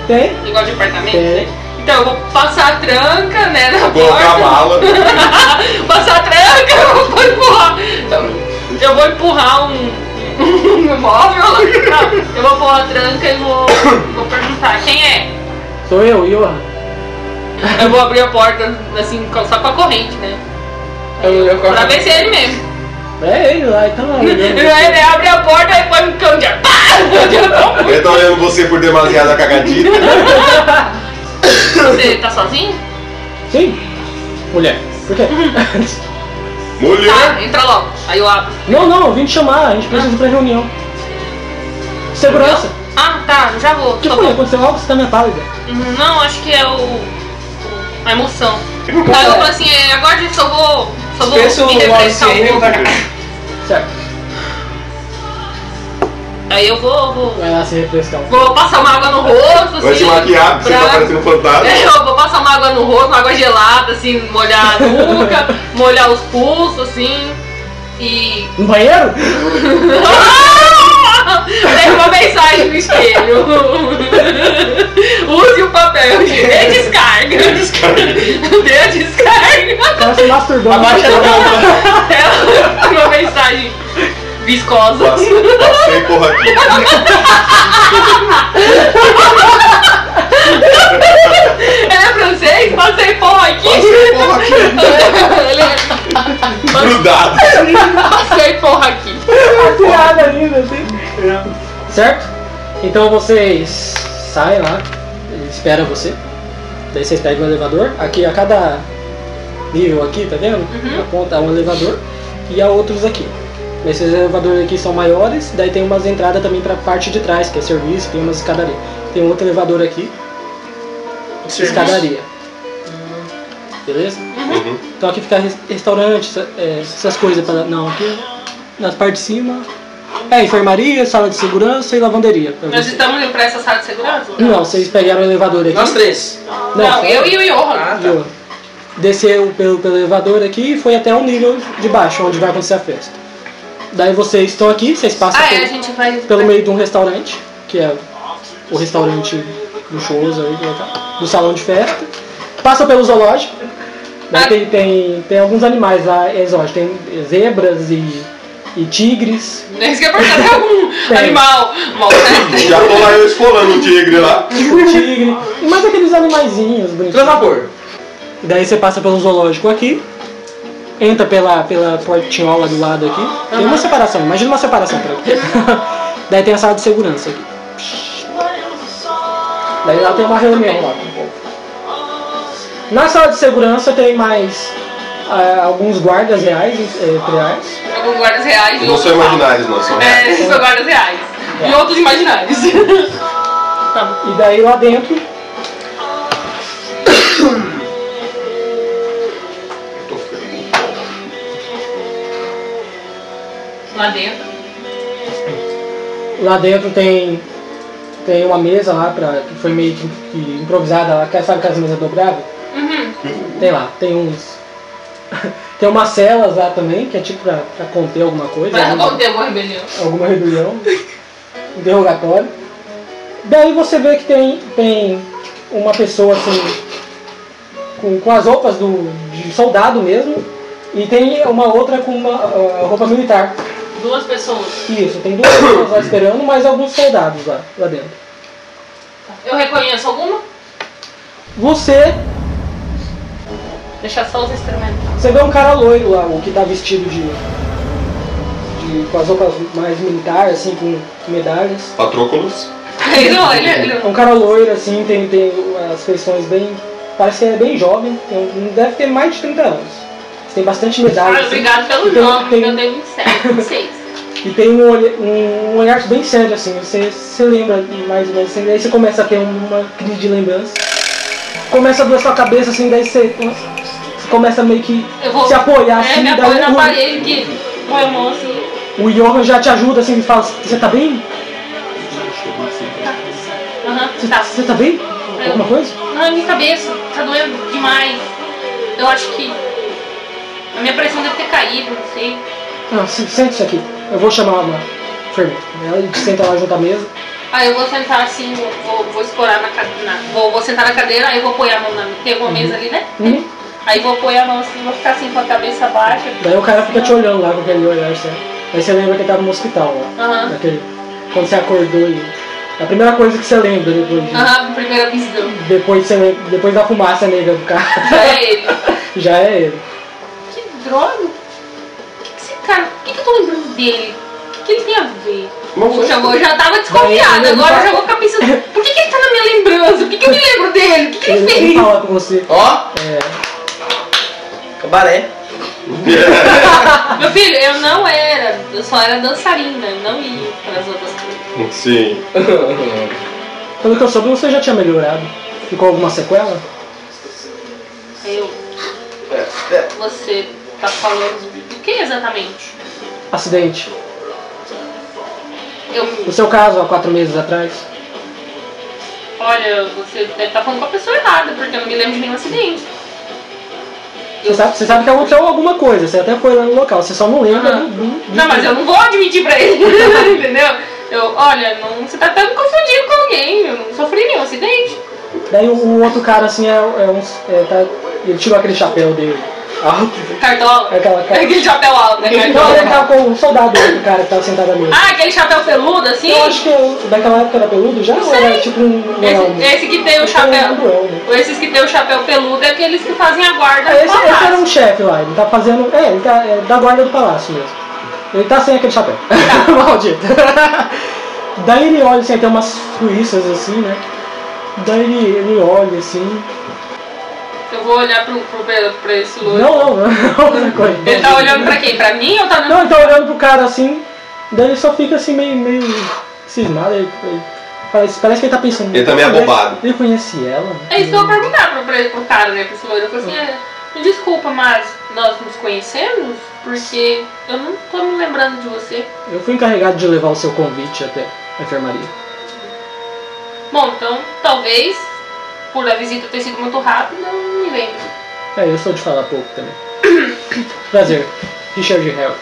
Speaker 1: Tem?
Speaker 2: Igual de apartamento?
Speaker 1: Tem.
Speaker 2: né? Então eu vou passar a tranca, né? Na
Speaker 3: Colocar a
Speaker 2: porta.
Speaker 3: mala.
Speaker 2: passar a tranca, eu vou empurrar. Então, Eu vou empurrar um, um móvel. Eu vou pôr a tranca e vou, vou perguntar quem é.
Speaker 1: Sou eu, Johan.
Speaker 2: Eu vou abrir a porta, assim, com- só com a corrente, né?
Speaker 4: Eu- eu corto.
Speaker 2: Pra ver se é ele mesmo.
Speaker 1: É ele lá, então.
Speaker 2: E aí Ele abre a porta e põe um cão de ar. Pá!
Speaker 3: Ele tá olhando você por demasiada cagadita.
Speaker 2: Você tá sozinho?
Speaker 1: Sim. Mulher. Por quê?
Speaker 3: Mulher.
Speaker 2: Tá, entra logo. Aí eu abro.
Speaker 1: não, não, eu vim te chamar, a gente precisa ir pra reunião. Segurança.
Speaker 2: Ah, tá, já vou.
Speaker 1: O que
Speaker 2: Tá
Speaker 1: foi?
Speaker 2: bom.
Speaker 1: Aconteceu algo? Você tá meio pálida.
Speaker 2: Não, acho que é o. o- a emoção. Aí eu falo assim, é, agora eu só vou. Só vou
Speaker 4: Pensa
Speaker 2: me
Speaker 4: o
Speaker 2: refrescar um
Speaker 4: Maurício
Speaker 2: pouco.
Speaker 4: aí,
Speaker 1: Certo.
Speaker 2: Aí eu vou, vou.
Speaker 1: Vai lá se refrescar.
Speaker 2: Vou passar uma água no rosto, assim.
Speaker 3: Vai se maquiar, porque você tá parecendo um fantasma.
Speaker 2: É, eu vou passar uma água no rosto, uma água gelada, assim, molhar a nuca, molhar os pulsos, assim. E
Speaker 1: No banheiro?
Speaker 2: Ah! Tem uma mensagem no espelho. Use o papel, gente. Dê descarga. Dê a
Speaker 1: O
Speaker 2: descarga.
Speaker 1: cara se masturbando.
Speaker 4: Abaixa a mão.
Speaker 2: É uma mensagem viscosa.
Speaker 3: Passei, passei porra aqui.
Speaker 2: Ele é francês? Passei porra aqui.
Speaker 3: Passei porra aqui.
Speaker 2: Ele é-
Speaker 3: Grudado.
Speaker 2: Passei porra aqui.
Speaker 1: piada ainda, assim. Certo? Então vocês saem lá, ele espera você. Daí vocês pegam o elevador. Aqui a cada nível aqui, tá vendo?
Speaker 2: Uhum.
Speaker 1: Aponta um elevador e há outros aqui. Esses elevadores aqui são maiores, daí tem umas entradas também pra parte de trás, que é serviço, tem umas escadarias. Tem outro elevador aqui, escadaria. Beleza?
Speaker 3: Uhum.
Speaker 1: Então aqui fica res- restaurante, essa- é, essas coisas pra, não, aqui na parte de cima. É, enfermaria, sala de segurança e lavanderia. pra
Speaker 2: Nós
Speaker 1: vocês.
Speaker 2: estamos indo pra essa sala de segurança?
Speaker 1: Não, vocês pegaram o elevador aqui.
Speaker 4: Nós três.
Speaker 1: não,
Speaker 2: então- Não,
Speaker 1: só-
Speaker 2: eu e o Johan.
Speaker 4: Ah, tá.
Speaker 1: eu- Desceu pelo, pelo elevador aqui e foi até o nível de baixo, onde vai acontecer a festa. Daí vocês estão aqui, vocês passam
Speaker 2: Ah, é, a
Speaker 1: pelo,
Speaker 2: gente vai.
Speaker 1: pelo meio de um restaurante, que é o restaurante luxuoso aí, do salão de festa. Passa pelo zoológico. Daí
Speaker 2: Ah.
Speaker 1: tem, tem, tem alguns animais lá exóticos. Tem zebras e, e tigres.
Speaker 2: Nem se quer perguntar, tem é algum
Speaker 1: Tem.
Speaker 2: animal maltrato?
Speaker 3: Já tô lá eu esfolando um tigre lá.
Speaker 1: tipo Tigre. E mais aqueles animaizinhos bonitinhos.
Speaker 4: Transvapor.
Speaker 1: Daí você passa pelo zoológico aqui. Entra pela, pela portinhola do lado aqui. Tem uma separação, imagina uma separação pra aqui. Daí tem a sala de segurança aqui. Daí lá tem uma reunião lá. com o povo. Na sala de segurança tem mais ah, alguns guardas reais, eh, imperiais.
Speaker 2: Alguns guardas reais. e
Speaker 3: Não são
Speaker 2: outros
Speaker 3: imaginários, não. São reais.
Speaker 2: É, são guardas reais.
Speaker 1: É.
Speaker 2: E outros imaginários. tá
Speaker 1: E daí lá dentro
Speaker 3: Tô feio.
Speaker 2: Lá dentro.
Speaker 1: Lá dentro tem, tem uma mesa lá pra, que foi meio que, que improvisada lá, que- sabe aquelas mesas dobráveis?
Speaker 2: Uhum.
Speaker 1: Tem lá, tem uns. tem umas celas lá também, que é tipo pra, pra conter alguma coisa,
Speaker 2: Vai
Speaker 1: alguma,
Speaker 2: acontecer alguma rebelião.
Speaker 1: alguma rebelião, interrogatório. Daí você vê que tem, tem uma pessoa assim, com, com as roupas do, de soldado mesmo, e tem uma outra com uma ah, roupa militar.
Speaker 2: Duas pessoas.
Speaker 1: Isso, tem duas pessoas lá esperando, mais alguns soldados lá, lá dentro.
Speaker 2: Eu reconheço alguma?
Speaker 1: Você,
Speaker 2: Deixa só os instrumentos.
Speaker 1: você vê um cara loiro lá, o que tá vestido de, de com as roupas mais militares, assim, com medalhas.
Speaker 3: Patróculos.
Speaker 2: Ele olha, ele
Speaker 1: É um cara loiro, assim, tem, tem as feições bem... Parece que é bem jovem, tem um- deve ter mais de 30 anos. Tem bastante medalhas.
Speaker 2: Ah,
Speaker 1: assim.
Speaker 2: obrigado pelo
Speaker 1: Então,
Speaker 2: nome,
Speaker 1: tem-
Speaker 2: eu dei 27, 26.
Speaker 1: E tem um, olhe- um, um olhar bem sério, assim, você se lembra mais ou menos, assim, daí você começa a ter uma crise de lembrança. Começa a doer sua cabeça, assim, daí você, você começa meio que
Speaker 2: Eu vou
Speaker 1: se apoiar,
Speaker 2: É,
Speaker 1: assim,
Speaker 2: me
Speaker 1: daí
Speaker 2: apoio na
Speaker 1: o-
Speaker 2: parede, que meu irmão assim.
Speaker 1: o Johan já te ajuda, assim, e fala, você tá bem?
Speaker 2: Aham,
Speaker 1: Você
Speaker 2: tá.
Speaker 1: você tá bem? Alguma coisa?
Speaker 2: Ai, minha cabeça tá doendo demais. Eu acho que a minha pressão deve ter caído, não sei.
Speaker 1: Não, "Ah, se- sente isso aqui. Eu vou chamar uma enfermeira. Ela senta lá junto à mesa.
Speaker 2: Aí eu vou sentar assim, eu vou, vou escorar na cadeira. Vou, vou sentar na cadeira, aí eu vou pôr a mão na. Tem alguma mesa ali, né?
Speaker 1: Uhum.
Speaker 2: Aí vou pôr a mão assim, vou ficar assim com a cabeça baixa.
Speaker 1: Daí o cara fica te olhando lá com aquele olhar, sério. Aí você lembra que ele tava no hospital, lá.
Speaker 2: Aham.
Speaker 1: Daquele- quando você acordou e. é A primeira coisa que você lembra depois de-
Speaker 2: Aham, primeira visão.
Speaker 1: Depois, você lembra- depois da fumaça negra do cara,
Speaker 2: Já é ele.
Speaker 1: já é ele.
Speaker 2: Que droga! O que, que esse cara. Por que, que eu tô lembrando dele? O que, que ele tem a ver?
Speaker 3: Não
Speaker 2: Puxa,
Speaker 3: sei.
Speaker 2: amor, eu já tava desconfiada,
Speaker 1: Ele não
Speaker 2: agora
Speaker 1: tá-
Speaker 2: eu já vou ficar pensando. Por que, que ele tá na minha lembrança? Por que, que eu me lembro dele? O que, que ele
Speaker 1: Ele, ele
Speaker 2: fez?
Speaker 1: fala com você.
Speaker 4: Ó,
Speaker 1: É,
Speaker 4: cabaré.
Speaker 3: É.
Speaker 2: Meu filho, eu não era, eu só era dançarina, eu não ia para as outras coisas.
Speaker 3: Sim.
Speaker 1: pelo que eu soube, você já tinha melhorado. Ficou alguma sequela?
Speaker 2: Aí eu, você tá falando do que exatamente?
Speaker 1: Acidente.
Speaker 2: Eu,
Speaker 1: No seu caso, há quatro meses atrás.
Speaker 2: olha, você deve estar falando com a pessoa errada, porque eu não me lembro de nenhum acidente.
Speaker 1: Você sabe, você sabe que aconteceu alguma coisa, você até foi lá no local, você só não lembra
Speaker 2: Aham.
Speaker 1: do, do- do-
Speaker 2: Ah. Não, mas eu não vou admitir pra ele, entendeu? Eu, olha, não, você tá até me confundindo com alguém, eu não sofri nenhum acidente.
Speaker 1: Daí o, o outro cara assim é, é um. é, tá- ele tirou aquele chapéu dele.
Speaker 4: Ah,
Speaker 1: alto.
Speaker 2: Cartola.
Speaker 1: É aquela cara.
Speaker 2: Aquele chapéu alto, né?
Speaker 1: Não, ele
Speaker 2: Cartola.
Speaker 1: tava com um soldado do cara que tava sentado à mesa.
Speaker 2: Ah, aquele chapéu peludo, assim?
Speaker 1: Eu acho que eu- daquela época era peludo já
Speaker 2: Não
Speaker 1: ou era
Speaker 2: sei.
Speaker 1: tipo um. um elmo?
Speaker 2: Esse, esse que tem o
Speaker 1: Acho que era
Speaker 2: chapéu.
Speaker 1: um elmo.
Speaker 2: Ou esses que tem o chapéu peludo é aqueles que fazem a guarda
Speaker 1: Ah,
Speaker 2: do
Speaker 1: Esse, esse era
Speaker 2: palácio.
Speaker 1: um chefe lá, ele tá fazendo. É, ele tá é, da guarda do palácio mesmo. Ele tá sem aquele chapéu. Maldito. Daí ele olha assim, tem umas suíças assim, né? Daí ele, ele olha assim.
Speaker 2: Eu vou olhar pro, pro, pra esse
Speaker 1: Não,
Speaker 2: loiro.
Speaker 1: não, não, não, outra coisa.
Speaker 2: Ele tá olhando pra quem? Pra mim ou tá olhando
Speaker 1: Não, ele tá olhando pro cara assim, daí ele só fica assim meio, meio cismado. Ele, ele- parece, parece que ele tá pensando.
Speaker 3: Ele tá meio
Speaker 1: "Conhece-
Speaker 3: abobado."
Speaker 1: Ele conhece ela? né?
Speaker 2: É isso que eu vou perguntar pro, pra- pro cara, né, pro senhor. Eu falei assim, é, me desculpa, mas nós nos conhecemos porque eu não tô me lembrando de você.
Speaker 1: Eu fui encarregado de levar o seu convite até a enfermaria.
Speaker 2: Bom, então, talvez, por a visita ter sido muito rápida, eu não me lembro.
Speaker 1: É, eu sou de falar pouco também. Prazer, Richard Harris.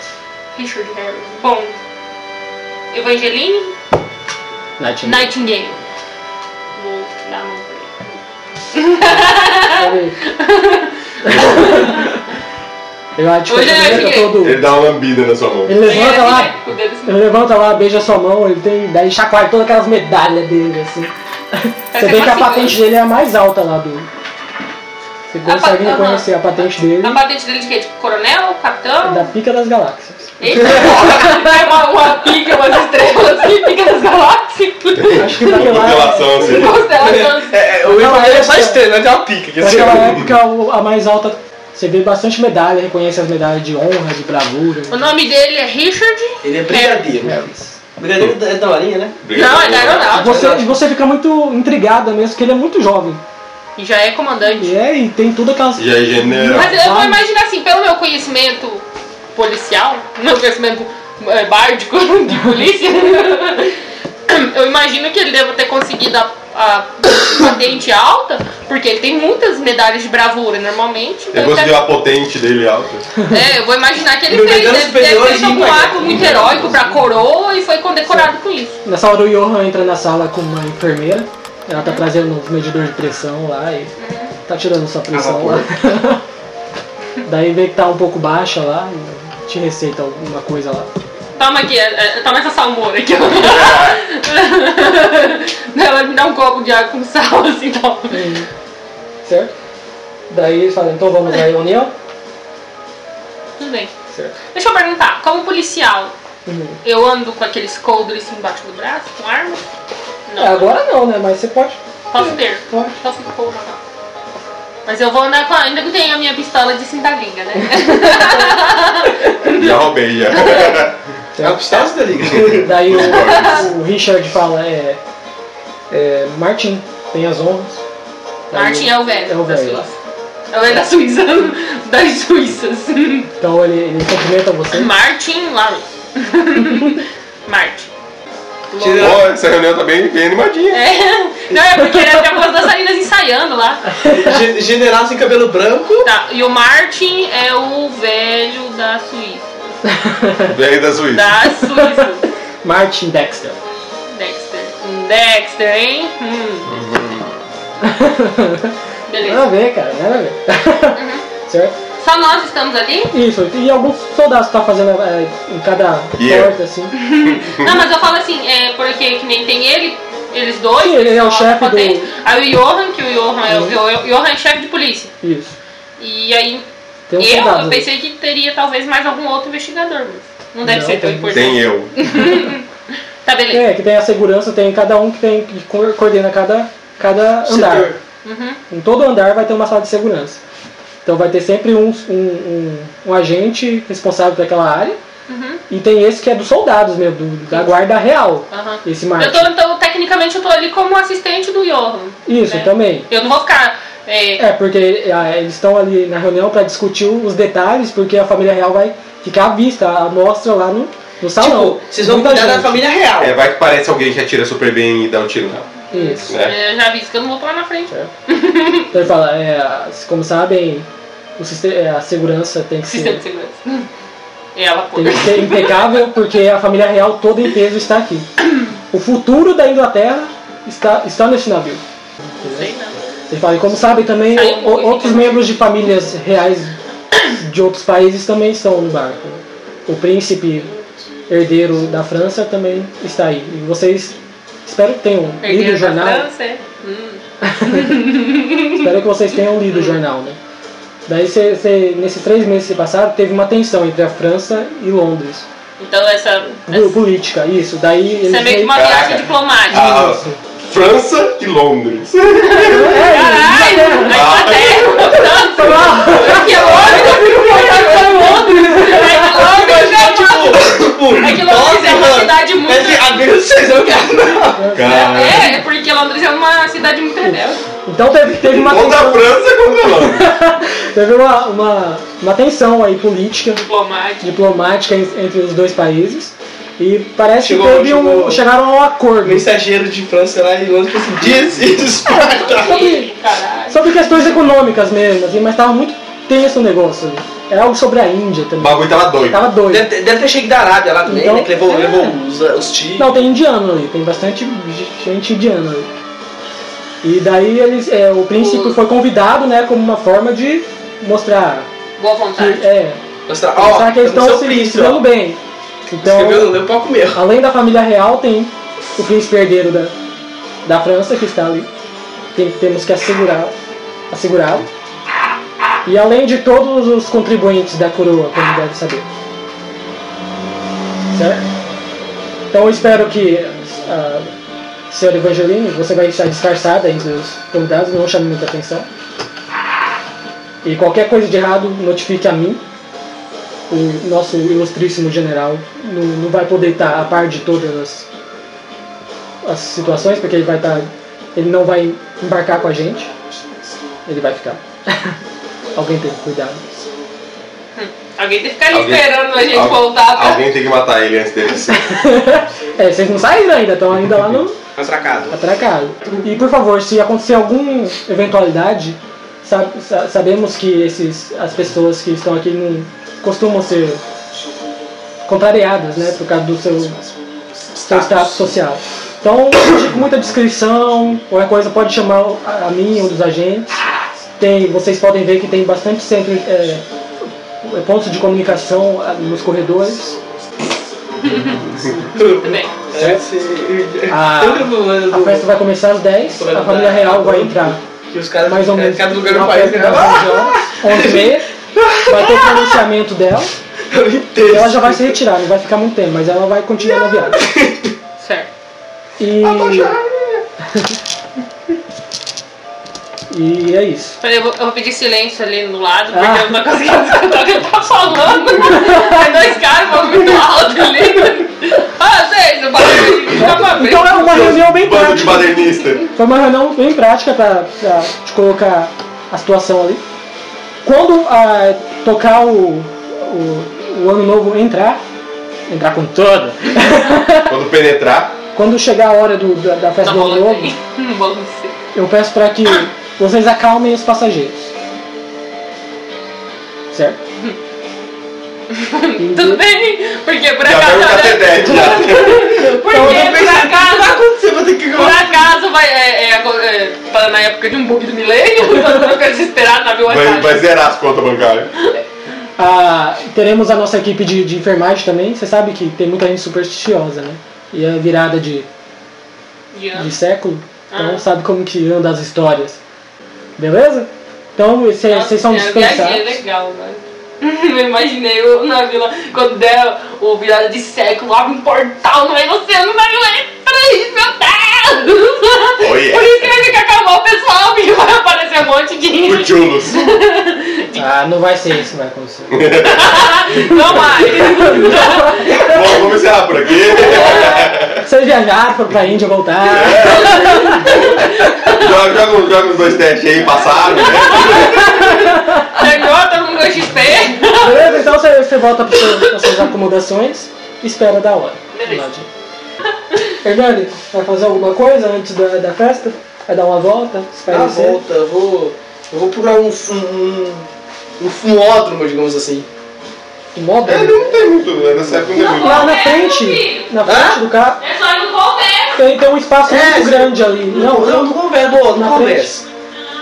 Speaker 2: Richard Harris. Bom, Evangeline
Speaker 1: Nightingale.
Speaker 2: Nightingale. Vou dar a mão pra ele.
Speaker 1: Ele- Ele é um vai te
Speaker 2: Olha,
Speaker 1: cumprimenta
Speaker 2: Nightingale.
Speaker 1: todo.
Speaker 3: Ele dá uma lambida na sua mão.
Speaker 1: Ele levanta lá,
Speaker 2: O dedo assim.
Speaker 1: ele levanta lá, beija sua mão, ele tem. Daí chacoalha todas aquelas medalhas dele, assim. Você
Speaker 2: ser
Speaker 1: vê que a
Speaker 2: classificante.
Speaker 1: patente dele é a mais alta lá do. Você
Speaker 2: A
Speaker 1: consegue
Speaker 2: pa-
Speaker 1: reconhecer a patente dele
Speaker 2: A patente dele de quê? De coronel?
Speaker 1: é
Speaker 2: Capitão?
Speaker 1: da pica das galáxias.
Speaker 2: Eita, é uma, uma pica, umas estrelas que pica das galáxias.
Speaker 1: Acho que naquela época,
Speaker 3: Constelação, assim.
Speaker 2: Constelação.
Speaker 4: É, é, o
Speaker 1: Não,
Speaker 4: Ivan
Speaker 1: é
Speaker 4: é só
Speaker 1: essa-
Speaker 4: estrela, não tem uma pica. assim. Que
Speaker 1: naquela época o- a mais alta. Você vê bastante medalha, reconhece as medalhas de honra, de bravura.
Speaker 2: O nome dele é Richard.
Speaker 4: Ele é brigadeiro.
Speaker 1: Harris.
Speaker 4: Brigadeiro é da horinha, né?
Speaker 3: Obrigado.
Speaker 2: Não, é da aeronáutica.
Speaker 1: Você, você fica muito intrigada mesmo, porque ele é muito jovem.
Speaker 2: E já é comandante.
Speaker 1: E é, e tem tudo aquelas.
Speaker 3: Já é general.
Speaker 2: Mas eu vou imaginar assim, pelo meu conhecimento eh, policial, meu conhecimento é, bárdico de polícia, Eu imagino que ele deva ter conseguido a, a patente alta, porque ele tem muitas medalhas de bravura normalmente.
Speaker 3: Ele
Speaker 2: Então ele
Speaker 3: conseguiu É, a potente dele alta.
Speaker 2: deve- é, eu vou imaginar que ele
Speaker 4: Meu
Speaker 1: tá
Speaker 2: fez, né?
Speaker 4: Deus,
Speaker 2: deve ter
Speaker 4: superiores
Speaker 2: feito algum
Speaker 4: demais.
Speaker 2: ato muito heróico pra coroa e foi condecorado com isso.
Speaker 1: Nessa hora o Johan entra na sala com uma enfermeira. Ela tá trazendo um medidor de pressão lá e tá tirando sua pressão lá. Daí vê que tá um pouco baixa lá e te receita alguma coisa lá.
Speaker 2: Toma aqui, é, é, toma essa salmoura aqui. Ela me dá um copo de água com sal, assim, então.
Speaker 1: Certo? Daí eles falam, então vamos à reunião?
Speaker 2: Tudo bem.
Speaker 1: Certo.
Speaker 2: Deixa eu perguntar, como policial,
Speaker 1: Uhum.
Speaker 2: eu ando com aqueles coldres assim embaixo do braço, com arma?
Speaker 1: É, agora não, né? Mas você pode.
Speaker 2: Posso ter?
Speaker 1: Pode.
Speaker 2: Só se for uma arma. Mas eu vou andar com a... Ainda que eu tenho a minha pistola de cintalinha, né?
Speaker 3: Já roubei, já.
Speaker 4: É o Gustavo da Liga.
Speaker 1: Daí o, o Richard fala, é. É. Martin, tem as honras. Daí
Speaker 2: Martin é o velho.
Speaker 1: É o
Speaker 2: da
Speaker 1: velho.
Speaker 2: Suíça. É o velho da Suíça. Das Suíças.
Speaker 1: Então ele, ele cumprimenta você.
Speaker 2: Martin Larry. Martin.
Speaker 4: Tira-
Speaker 3: Pô, essa reunião tá bem, bem animadinha.
Speaker 2: É, não, é porque ele tem algumas dançarinas ensaiando lá.
Speaker 4: Ge- General sem cabelo branco.
Speaker 2: Tá, e o Martin é o velho da Suíça. É.
Speaker 3: Velho da Suíça.
Speaker 2: Da Suíça.
Speaker 1: Martin Dexter.
Speaker 2: Dexter. Hum, Dexter, hein? Hum.
Speaker 1: Nada a
Speaker 2: Beleza.
Speaker 1: ver, cara, nada a ver.
Speaker 2: Uhum.
Speaker 1: certo?
Speaker 2: Só nós estamos ali?
Speaker 1: Isso, e alguns soldados tá fazendo é, em cada
Speaker 3: Yeah.
Speaker 1: porta, assim.
Speaker 2: Não, mas eu falo assim, é porque que nem tem ele, eles dois.
Speaker 1: Sim, ele é o
Speaker 2: só
Speaker 1: chefe do- Uhum.
Speaker 2: potente. Aí o Johan, que o Johan é o, o Johan é chefe de polícia.
Speaker 1: Isso.
Speaker 2: E aí
Speaker 1: Tem um
Speaker 2: eu,
Speaker 1: soldado.
Speaker 2: eu
Speaker 1: ali.
Speaker 2: pensei que teria talvez mais algum outro investigador, mas não deve
Speaker 1: Não,
Speaker 2: ser
Speaker 1: tem-
Speaker 2: tão
Speaker 1: um
Speaker 2: importante.
Speaker 3: Tem eu.
Speaker 2: Tá, beleza.
Speaker 1: É, que tem a segurança, tem cada um que tem que co- coordena cada, cada andar.
Speaker 4: Setor.
Speaker 2: Uhum.
Speaker 1: Em todo andar vai ter uma sala de segurança. Então vai ter sempre um, um, um, um agente responsável por aquela área.
Speaker 2: Uhum.
Speaker 1: E tem esse que é dos soldados mesmo, do- da guarda real.
Speaker 2: Aham.
Speaker 1: Esse
Speaker 2: Eu
Speaker 1: Martin.
Speaker 2: tô, então, tecnicamente, eu tô ali como assistente do Johan.
Speaker 1: Isso,
Speaker 2: né?
Speaker 1: também.
Speaker 2: Eu não vou ficar. é,
Speaker 1: É, porque ah, eles estão ali na reunião para discutir os detalhes, porque a família real vai ficar à vista, a mostra lá no, no salão.
Speaker 4: Tipo, vocês vão
Speaker 1: Muita
Speaker 4: cuidar da
Speaker 1: gente.
Speaker 4: família real.
Speaker 3: É, vai que parece alguém que atira super bem e dá um tiro nela.
Speaker 1: Isso.
Speaker 3: É.
Speaker 2: Eu já vi isso que eu não vou pra lá na frente.
Speaker 1: Então ele fala, é, como sabem, o siste- é, a segurança tem que
Speaker 2: Sistema
Speaker 1: ser,
Speaker 2: de segurança. E ela pô.
Speaker 1: tem que ser é impecável, porque a família real toda em peso está aqui. O futuro da Inglaterra está, está nesse navio.
Speaker 2: Sei não.
Speaker 1: Ele fala, e como sabem também,
Speaker 2: Aí,
Speaker 1: o- outros membros de famílias reais de outros países também estão no barco. O príncipe herdeiro da França também está aí. E vocês, espero que tenham lido o
Speaker 2: Herdeiro da
Speaker 1: jornal.
Speaker 2: França, é. Hum.
Speaker 1: Espero que vocês tenham
Speaker 2: Uhum.
Speaker 1: lido o jornal, né? Daí, cê- cê- nesses três meses que passaram, teve uma tensão entre a França e Londres.
Speaker 2: Então essa.
Speaker 1: Por-
Speaker 2: essa
Speaker 1: É Política, isso. Daí
Speaker 2: isso é
Speaker 1: eles
Speaker 2: meio que uma
Speaker 3: Caraca.
Speaker 2: viagem diplomática.
Speaker 3: Ah, França e Londres.
Speaker 2: É, Caralho! A tá Inglaterra, portanto,
Speaker 1: Tá
Speaker 2: aqui é Londres, portanto, Londres, é né?
Speaker 1: Tá
Speaker 4: Tipo,
Speaker 2: É que Londres é uma cidade muito.
Speaker 3: Cara.
Speaker 2: É, é porque Londres é uma cidade muito rebelde.
Speaker 1: Então teve, teve uma
Speaker 3: Ou da
Speaker 1: tensão,
Speaker 3: França contra a Londres.
Speaker 1: teve uma, uma, uma tensão aí política
Speaker 2: Diplomática.
Speaker 1: diplomática en- entre os dois países. E parece
Speaker 4: Chegou,
Speaker 1: que teve um-
Speaker 4: chegou.
Speaker 1: chegaram a um acordo
Speaker 4: Mensageiro de França lá e outro que assim, diz isso,
Speaker 2: Ih, Caralho.
Speaker 1: sobre questões econômicas mesmo, assim, mas tava muito tenso o negócio. É algo sobre a Índia
Speaker 3: O
Speaker 1: também.
Speaker 3: bagulho tava doido.
Speaker 1: Tava doido.
Speaker 4: Deve, ter- deve ter chego da Arábia lá também,
Speaker 1: Então,
Speaker 4: né? Que levou,
Speaker 1: é.
Speaker 4: levou os, os tios.
Speaker 1: Não, tem indiano ali, tem bastante gente indiana ali. E daí eles, é, o príncipe
Speaker 2: O-
Speaker 1: foi convidado, né, como uma forma de mostrar
Speaker 2: Boa
Speaker 1: que,
Speaker 2: vontade.
Speaker 1: é,
Speaker 4: Mostrar,
Speaker 1: mostrar
Speaker 4: ó,
Speaker 1: que eles
Speaker 4: eu não
Speaker 1: estão
Speaker 4: sou
Speaker 1: se, se
Speaker 4: príncipe,
Speaker 1: dando
Speaker 4: ó.
Speaker 1: bem. Então,
Speaker 4: Escreveu, não deu pra comer.
Speaker 1: Além da família real, tem o príncipe herdeiro da, da França que está ali. Tem- temos que assegurar, assegurá-lo. E além de todos os contribuintes da coroa, como deve saber. Certo? Então eu espero que, ah, senhor Evangelino, você vai estar disfarçada entre os convidados, não chame muita atenção. E qualquer coisa de errado, notifique a mim o nosso ilustríssimo general não, não vai poder estar a par de todas as, as situações, porque ele vai estar. Ele não vai embarcar com a gente. Ele vai ficar. Alguém tem que cuidado.
Speaker 2: Alguém tem que ficar ali
Speaker 3: Alguém-
Speaker 2: Tá esperando a gente
Speaker 3: al-
Speaker 2: voltar tá? pra.
Speaker 3: Alguém tem que matar ele antes dele.
Speaker 1: É, vocês não saíram ainda, estão ainda lá no
Speaker 4: Atracado.
Speaker 1: atracado. Tá E por favor, se acontecer alguma eventualidade, sa- sa- sabemos que esses, as pessoas que estão aqui não costumam ser contrariadas, né? Por causa do seu, seu status social. Então, com muita descrição, qualquer coisa pode chamar a a mim, um dos agentes. Tem, vocês podem ver que tem bastante centro, é, pontos de comunicação ah, nos corredores.
Speaker 2: Tudo bem.
Speaker 4: É.
Speaker 1: Ah, A festa vai começar às 10, a família real vai entrar
Speaker 4: Que os caras
Speaker 1: É mais ou menos
Speaker 4: É, Cada lugar
Speaker 1: uma
Speaker 4: no país
Speaker 1: festa das
Speaker 4: né?
Speaker 1: 11 horas, 11 e meia. Vai ter o pronunciamento dela.
Speaker 4: Eu entendo.
Speaker 1: Ela já vai se retirar, não vai ficar muito tempo, mas ela vai continuar na viagem.
Speaker 2: Certo.
Speaker 1: E.
Speaker 4: né?
Speaker 1: E é isso.
Speaker 2: Peraí, Então, eu vou, eu vou pedir silêncio ali no lado, porque
Speaker 1: Ah.
Speaker 2: eu não tô conseguindo escutar o que ele tá falando. Tem dois caras falando muito alto ali. Ah, sei, no barulho de cama
Speaker 1: Então é uma reunião bem
Speaker 3: Bando de
Speaker 1: prática.
Speaker 3: badernista.
Speaker 1: Foi uma reunião bem prática pra, pra te colocar a situação ali. Quando ah, tocar o, o, o ano novo entrar, entrar com toda.
Speaker 3: Quando penetrar,
Speaker 1: Quando chegar a hora do, da, da festa
Speaker 2: Tá
Speaker 1: do ano
Speaker 2: rolando
Speaker 1: novo,
Speaker 2: aí. Não vou conseguir.
Speaker 1: Eu peço para que vocês acalmem os passageiros. Certo?
Speaker 2: Tudo bem, porque por
Speaker 3: já vai
Speaker 2: acaso. né,
Speaker 3: ficar até 10 já.
Speaker 2: Porque por acaso.
Speaker 4: acontecer, vou ter que
Speaker 3: né?
Speaker 2: Por acaso vai. É, é, agora- é, tá na época de um bug do milênio, eu fica desesperado na minha
Speaker 3: Vai, vai zerar as contas bancárias.
Speaker 1: Ah, teremos a nossa equipe de, de enfermagem também. Você sabe que tem muita gente supersticiosa, né? E é virada de, de século. Então
Speaker 2: Ah.
Speaker 1: sabe como que anda as histórias. Beleza? Então vocês vocês são
Speaker 2: É
Speaker 1: dispensados.
Speaker 2: legal, né? Eu imaginei eu na vila, quando der o virada de século, abre um portal no meio do oceano, na vila, peraí, meu Deus!
Speaker 3: Oh, yeah.
Speaker 2: Por isso que vai ficar calmar o pessoal, porque vai aparecer um monte de.
Speaker 3: O Chulos.
Speaker 1: Ah, não vai ser isso que vai acontecer.
Speaker 2: Não mais!
Speaker 3: Bom, vamos encerrar por aqui.
Speaker 1: Vocês viajaram, foram pra Índia voltar.
Speaker 3: Joga, joga, uns- joga os dois testes aí, passaram, né?
Speaker 2: Chegou, todo mundo com XP.
Speaker 4: É
Speaker 1: Beleza? Então você, você volta para as suas acomodações e espera da hora.
Speaker 2: Beleza.
Speaker 1: Lodge. Hernani, vai fazer alguma coisa antes da, da festa? Vai dar uma volta?
Speaker 4: Na
Speaker 1: Espairecer?
Speaker 4: Tá, volta, eu vou. Eu vou procurar um. fu- um. um fumódromo, digamos assim.
Speaker 1: De modo?
Speaker 3: É, não tem muito, né? Nessa época não tem muito.
Speaker 1: Lá na
Speaker 2: É,
Speaker 1: frente,
Speaker 2: filho.
Speaker 1: na frente
Speaker 4: Hã?
Speaker 1: do carro,
Speaker 2: É só ir no conversa.
Speaker 1: tem, tem um espaço
Speaker 4: É,
Speaker 1: muito
Speaker 4: sim.
Speaker 1: grande ali. Não,
Speaker 4: eu
Speaker 1: não.
Speaker 4: não converso, não,
Speaker 1: Na
Speaker 4: não converso.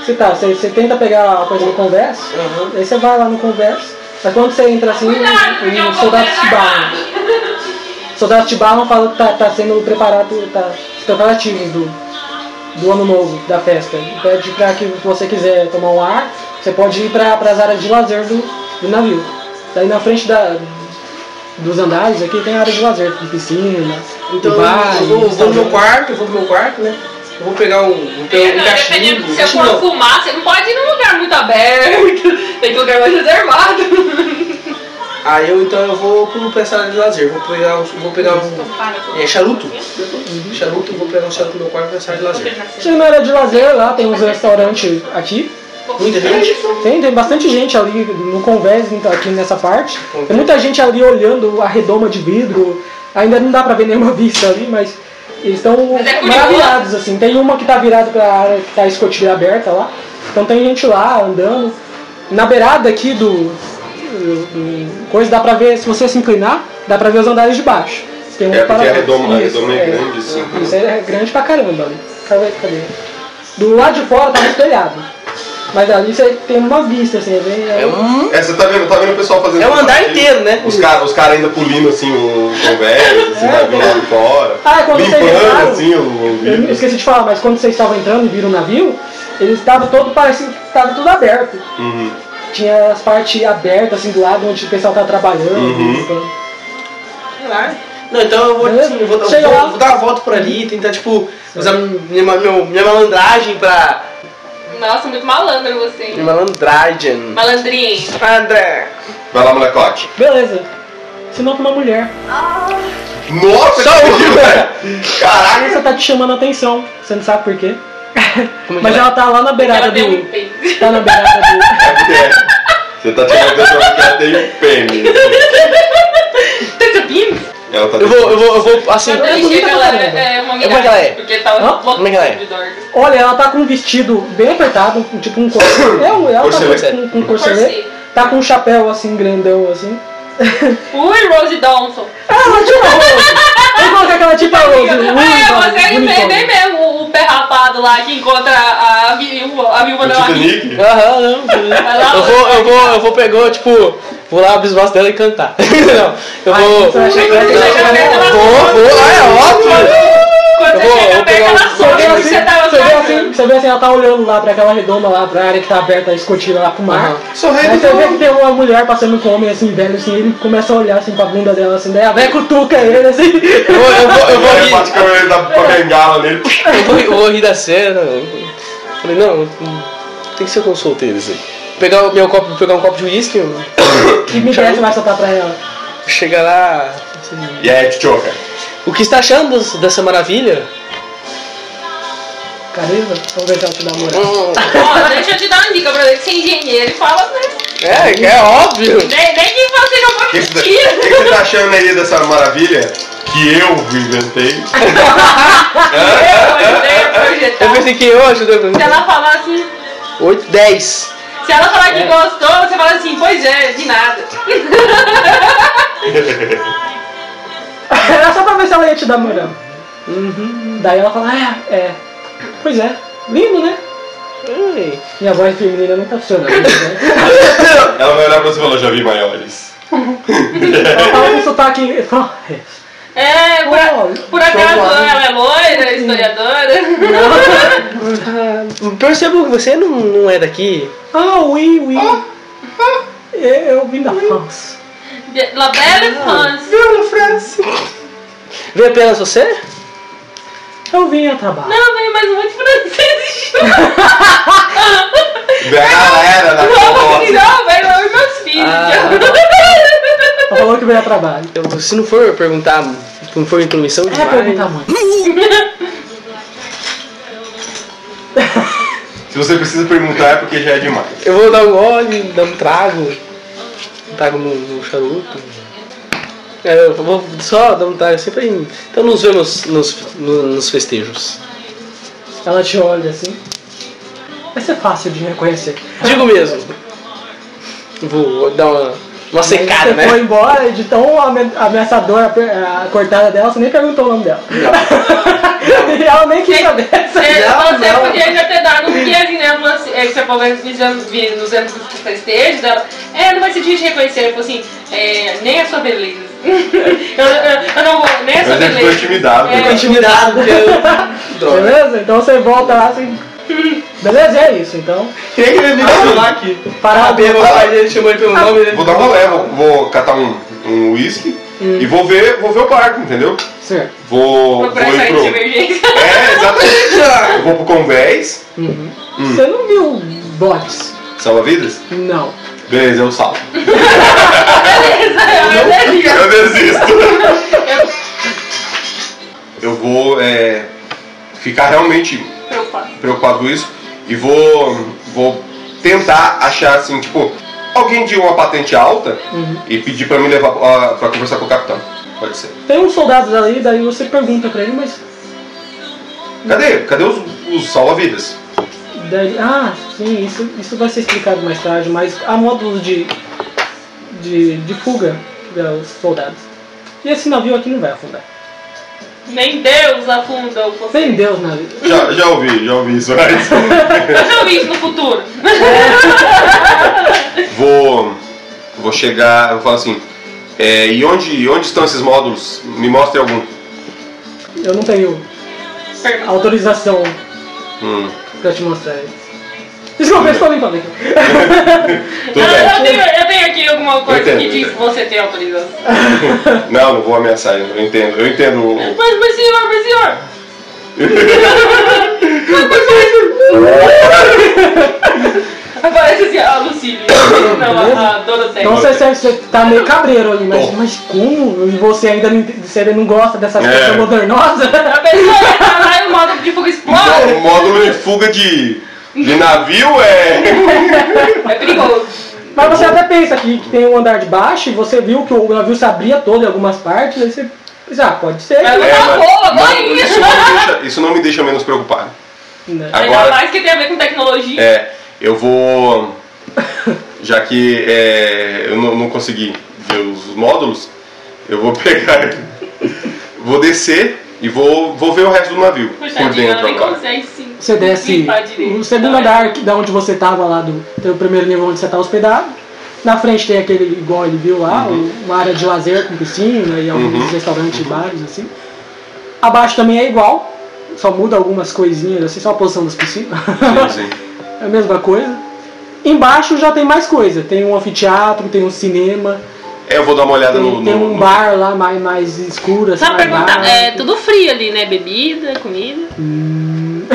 Speaker 1: Você tá, você, você tenta pegar a coisa no converso,
Speaker 4: Aham.
Speaker 1: aí você vai lá no converso, mas quando você entra assim,
Speaker 2: Cuidado, porque
Speaker 1: os
Speaker 2: eu
Speaker 1: os
Speaker 2: vou
Speaker 1: soldados te barram.
Speaker 2: armado.
Speaker 1: Soldados de Barman falam que tá, tá sendo preparado, tá, os preparativos do, do ano novo, da festa. Pede pra que se você quiser tomar um ar, você pode ir pra, pras áreas de lazer do, do navio. Daí na frente da, dos andares aqui tem área de lazer, com piscina,
Speaker 4: Então
Speaker 1: e bar,
Speaker 4: eu vou, eu vou no meu
Speaker 1: restaurante.
Speaker 4: quarto, eu vou pro meu quarto, né? Eu vou pegar um, um, um
Speaker 2: É, não,
Speaker 4: cachimbo.
Speaker 2: dependendo do seu
Speaker 4: cachimbo
Speaker 2: for
Speaker 4: não.
Speaker 2: fumar, você não pode ir num lugar muito aberto, tem que ir num lugar mais reservado.
Speaker 4: Aí eu então eu vou pro pra essa área de lazer, vou pegar um. Vou pegar um é, charuto. Charuto, eu vou pegar um charuto no meu quarto pra essa área de lazer.
Speaker 1: Chega na área de lazer lá, tem uns restaurantes aqui.
Speaker 4: Muita gente?
Speaker 1: Tem, tem bastante gente ali no convés, então, aqui nessa parte. Tem muita gente ali olhando a redoma de vidro. Ainda não dá pra ver nenhuma vista ali, mas eles estão
Speaker 2: Mas é curioso.
Speaker 1: maravilhados, assim. Tem uma que tá virada pra área que tá a escotilha aberta lá. Então tem gente lá andando. Na beirada aqui do, do- do coisa dá pra ver, se você se inclinar, dá pra ver os andares de baixo. Tem um
Speaker 3: É, porque a
Speaker 1: para-
Speaker 3: redoma, a
Speaker 1: Isso,
Speaker 3: redoma é
Speaker 1: é.
Speaker 3: grande, sim.
Speaker 1: Isso é grande pra caramba ali. Cadê? cadê? Do lado de fora tava espelhado. Mas ali você tem uma vista, assim, é bem.
Speaker 4: É um.
Speaker 3: É, você tá vendo, tá vendo o pessoal fazendo.
Speaker 4: É um andar
Speaker 3: compartilho?
Speaker 4: inteiro, né?
Speaker 3: Os caras os cara ainda pulindo assim o conversa, assim, na vila de fora.
Speaker 1: Ah, quando vocês
Speaker 3: limpando
Speaker 1: entraram-
Speaker 3: assim o, o
Speaker 1: Eu
Speaker 3: vidro.
Speaker 1: esqueci de falar, mas quando vocês estavam entrando e viram o navio, eles estavam todo parecido que tava tudo aberto.
Speaker 3: Uhum.
Speaker 1: Tinha as partes abertas assim do lado onde o pessoal tá trabalhando.
Speaker 3: Uhum.
Speaker 1: então.
Speaker 4: Caralho. Não, então eu vou,
Speaker 1: Beleza?
Speaker 4: assim, eu vou, eu
Speaker 1: Chega
Speaker 4: vou-
Speaker 1: lá.
Speaker 4: vou dar uma volta por ali, tentar, tipo, usar minha, ma- meu- minha malandragem pra.
Speaker 2: Nossa, muito malandro você.
Speaker 4: Minha
Speaker 2: hein?
Speaker 4: malandragem.
Speaker 2: Malandrinho.
Speaker 4: Malandra.
Speaker 3: Vai lá, molecote.
Speaker 1: Beleza. Se não pra uma mulher.
Speaker 3: Nossa,
Speaker 4: Só
Speaker 3: que
Speaker 4: um.
Speaker 3: pariu, velho. Caraca!
Speaker 1: Essa tá te chamando a atenção, você não sabe por quê.
Speaker 4: Como é que
Speaker 1: Mas
Speaker 4: ela-
Speaker 1: ela tá lá na beirada
Speaker 2: Ela deu um
Speaker 1: do.
Speaker 2: peito.
Speaker 1: Tá na beirada do.
Speaker 3: É porque é. Você tá tirando atenção porque ela tem um pênis.
Speaker 2: Tecabim?
Speaker 3: Ela tá
Speaker 4: Eu vou, eu vou, eu vou, assim.
Speaker 1: Eu não duvido
Speaker 2: ela
Speaker 1: nada.
Speaker 2: é, é uma
Speaker 4: como é que ela é?
Speaker 2: miragem, porque tava
Speaker 1: Hã?
Speaker 2: louco
Speaker 4: Como é que ela é?
Speaker 2: de dorga.
Speaker 1: Olha, ela tá com um vestido bem apertado, um- tipo um corset. É, um- ela tá
Speaker 3: Corselet.
Speaker 1: com- com um corselet.
Speaker 2: Corsi.
Speaker 1: Tá com um chapéu assim, grandão, assim.
Speaker 2: Ui, Rose Dawson.
Speaker 1: Ah, ela é tipo a Rose. Vamos colocar aquela tipo a
Speaker 2: É,
Speaker 1: Rose.
Speaker 2: você é
Speaker 1: uniforme,
Speaker 2: bem, bem
Speaker 1: uniforme.
Speaker 2: mesmo o- o pé rapado lá que encontra a viúva, a viúva
Speaker 3: O
Speaker 2: não a
Speaker 3: Titanic?
Speaker 4: Aham, não.
Speaker 2: Vai lá,
Speaker 4: Eu vou, eu vou, eu vou pegar, tipo, vou lá abrir os braços dela e cantar. Não, eu
Speaker 1: Ai,
Speaker 4: vou.
Speaker 1: você vai chegar perto, vai chegar perto, ela-
Speaker 4: Vou, vou, ah, é ótimo!
Speaker 2: Quando
Speaker 4: Eu
Speaker 2: você
Speaker 4: vou-
Speaker 2: chega
Speaker 4: eu
Speaker 2: perto,
Speaker 4: vou-
Speaker 2: ela
Speaker 1: Você
Speaker 2: sobe
Speaker 1: vê,
Speaker 2: que você tá
Speaker 1: assim,
Speaker 2: tava
Speaker 1: você, vê assim,
Speaker 2: saindo.
Speaker 1: você vê assim, ela tá olhando lá pra aquela redonda lá, pra área que tá aberta, escotilha lá pro mar.
Speaker 4: Aham.
Speaker 3: Sou rei
Speaker 1: Aí
Speaker 3: do
Speaker 1: você vê que
Speaker 3: mundo.
Speaker 1: tem uma mulher passando com um homem assim, velho, assim, ele começa a olhar assim pra bunda dela assim, daí a velha cutuca ele assim.
Speaker 4: Eu vou, eu vou, eu vou
Speaker 3: Agora
Speaker 4: rir,
Speaker 3: ele bate com a câmera da- com a bengala nele.
Speaker 4: eu vou, eu vou rir da cena. Falei, não, tem que ser com os solteiros aí. Pegar o meu copo, pegar um copo de uísque,
Speaker 1: Que me interessa mais soltar pra ela.
Speaker 4: chegar lá. assim,
Speaker 3: E aí, Tchoca?
Speaker 4: O que está achando des- dessa maravilha?
Speaker 1: Carisma? Vamos ver se ela te dá moral.
Speaker 4: Hum,
Speaker 2: Ó, deixa eu te dar uma dica pra ver que você é engenheiro e fala, né?
Speaker 4: É, é óbvio.
Speaker 2: Nem, nem que você não
Speaker 3: O que, que,
Speaker 2: pode
Speaker 3: você- o
Speaker 2: mentir.
Speaker 3: que que você tá achando aí dessa maravilha que eu inventei?
Speaker 2: Eu ajudei a
Speaker 4: Eu
Speaker 2: projetar.
Speaker 4: pensei que eu ajudei.
Speaker 2: Se ela falar assim,
Speaker 4: 8, 10.
Speaker 2: se ela falar que gostou, você fala assim, pois é, de nada.
Speaker 1: Era só pra ver se ela ia te dar moral. Daí ela fala, ah, é. Pois é, lindo, né?
Speaker 4: Ai.
Speaker 1: Minha voz feminina nunca funciona. Né?
Speaker 3: Ela vai olhar pra você e falar, já vi maiores.
Speaker 1: ela fala com sotaque.
Speaker 2: É, por, a- por acaso ela é loira, historiadora.
Speaker 4: Percebo que você não, não é daqui.
Speaker 1: Ah, oui, oui. É, Eu vim da França.
Speaker 2: De- La Belle France.
Speaker 4: Vem apenas você?
Speaker 1: Eu vim a trabalho.
Speaker 2: Não, veio mais um monte de franceses.
Speaker 3: Vê a galera da
Speaker 2: Não,
Speaker 3: foto.
Speaker 2: não, veio lá os meus filhos.
Speaker 1: Ela falou que veio a trabalho.
Speaker 4: Eu- se não for perguntar, se não for intromissão
Speaker 1: É
Speaker 4: demais.
Speaker 1: perguntar muito.
Speaker 3: Se você precisa perguntar é porque já é demais.
Speaker 4: Eu vou dar um gole, dar um trago. Um trago no, no charuto. É, eu vou só dar um trago sempre aí. Então nos vemos nos, no- nos festejos.
Speaker 1: Ela te olha assim. Vai ser fácil de reconhecer.
Speaker 4: Digo mesmo. Vou dar uma, uma secada,
Speaker 1: você
Speaker 4: né?
Speaker 1: foi embora e de tão ame- ameaçadora a a cortada dela, você nem perguntou o nome dela. e ela nem quis saber.
Speaker 2: Você,
Speaker 1: Não,
Speaker 2: você
Speaker 1: não.
Speaker 2: podia já ter dado um uns 15 exemplos assim, é, que você falou nos anos, vi- nos anos dos festejos dela. É, não vai ser difícil de reconhecer. Ele falou assim, é, nem a sua beleza. eu, eu- eu não vou, nem a sua
Speaker 3: Mas eu tô
Speaker 2: beleza.
Speaker 3: intimidado. né?
Speaker 2: É.
Speaker 4: Tô intimidado porque eu. Droga.
Speaker 1: Beleza? Então você volta lá assim. Beleza, é isso. Então,
Speaker 4: Queria que ele me chamar aqui. Ah,
Speaker 1: parado.
Speaker 4: Parabéns, meu pai, ele chamou ele pelo nome né? dele.
Speaker 3: Vou dar um rolê, vou, vou catar um, um whisky e vou ver, vou ver o barco, entendeu?
Speaker 1: Certo.
Speaker 3: Vou, vou
Speaker 2: Procurar
Speaker 3: ir
Speaker 2: sair de
Speaker 3: pro...
Speaker 2: emergência.
Speaker 3: É, exatamente. Eu vou pro convés,
Speaker 1: Você não viu bots?
Speaker 3: salva vidas.
Speaker 1: Não.
Speaker 3: Beleza, eu salvo.
Speaker 2: Beleza,
Speaker 3: Eu desisto. Eu vou é, ficar realmente
Speaker 2: preocupado.
Speaker 3: preocupado com isso e vou, vou tentar achar assim, tipo, alguém de uma patente alta e pedir pra me levar ah, pra conversar com o capitão. Pode ser.
Speaker 1: Tem uns soldados ali, daí você pergunta pra ele, mas.
Speaker 3: Cadê? Cadê os, os salva-vidas?
Speaker 1: Daí, ah, sim, isso, isso vai ser explicado mais tarde, mas há módulos de, de, de fuga dos soldados. E esse navio aqui não vai afundar.
Speaker 2: Nem Deus afunda o
Speaker 1: Sem
Speaker 2: você.
Speaker 1: Deus, navio.
Speaker 3: Já, já ouvi, já ouvi isso antes.
Speaker 2: Eu já ouvi isso no futuro.
Speaker 3: Vou. Vou chegar. Eu falo assim. é, e onde, onde estão esses módulos? Me mostre algum.
Speaker 1: Eu não tenho
Speaker 2: Pergunta.
Speaker 1: autorização
Speaker 3: Hum,
Speaker 1: pra te mostrar isso. Desculpa, eu estou limpando aqui.
Speaker 3: tudo bem.
Speaker 2: Ah, Eu, eu, tenho, eu tenho aqui alguma coisa que
Speaker 3: entendo,
Speaker 2: diz
Speaker 3: eu
Speaker 2: que você tem autorização.
Speaker 3: Não, não vou ameaçar, eu entendo. Eu entendo. o-
Speaker 2: Mas, mas senhor, mas senhor! Mas, mas, mas- Aparece assim, a Lucília. Não, a, a Doroteia.
Speaker 1: Então você, você, você tá meio cabreiro ali, mas,
Speaker 3: Bom.
Speaker 1: mas como? E você ainda não, ent- você não gosta dessas
Speaker 3: É.
Speaker 1: coisas modernosas?
Speaker 2: A pessoa vai pra lá e o modo de fogo explode.
Speaker 3: Não, o módulo de fuga de, de navio é.
Speaker 2: É perigoso.
Speaker 1: Mas você até pensa que, que tem um andar de baixo e você viu que o navio se abria todo em algumas partes, aí você pensa, ah, pode ser.
Speaker 3: É,
Speaker 2: Mas-
Speaker 3: né?
Speaker 1: que-
Speaker 2: Tá bom,
Speaker 3: mas-
Speaker 2: agora
Speaker 3: mas
Speaker 2: isso.
Speaker 3: isso, não me deixa, isso não me deixa menos preocupado.
Speaker 1: né?
Speaker 2: Ainda
Speaker 3: Agora-
Speaker 2: mais que tem a ver com tecnologia.
Speaker 3: É, eu vou. Já que é, eu não, não consegui ver os módulos, eu vou pegar. vou descer e vou, vou ver o resto do navio por
Speaker 2: Puxadinho, ela
Speaker 3: dentro
Speaker 2: nem
Speaker 3: agora.
Speaker 2: consegue sim.
Speaker 1: Você desce
Speaker 2: Limpar direito.
Speaker 1: o
Speaker 3: Tá.
Speaker 1: segundo andar que- da onde você tava lá do tem o primeiro nível onde você tá hospedado. Na frente tem aquele igual ele viu lá, o- uma área de lazer com piscina e alguns
Speaker 3: Uhum.
Speaker 1: restaurantes e bares assim. Abaixo também é igual, só muda algumas coisinhas assim, só a posição das piscinas.
Speaker 3: Sim, sim.
Speaker 1: É a mesma coisa. Embaixo já tem mais coisa. Tem um anfiteatro, tem um cinema,
Speaker 3: É, eu vou dar uma olhada
Speaker 1: tem,
Speaker 3: no.
Speaker 1: tem
Speaker 3: no-
Speaker 1: um
Speaker 3: no-
Speaker 1: bar lá mais, mais escuro, assim.
Speaker 2: Só
Speaker 1: mais
Speaker 2: perguntar,
Speaker 1: baixo.
Speaker 2: é tudo frio ali, né? Bebida, comida.
Speaker 1: Hum,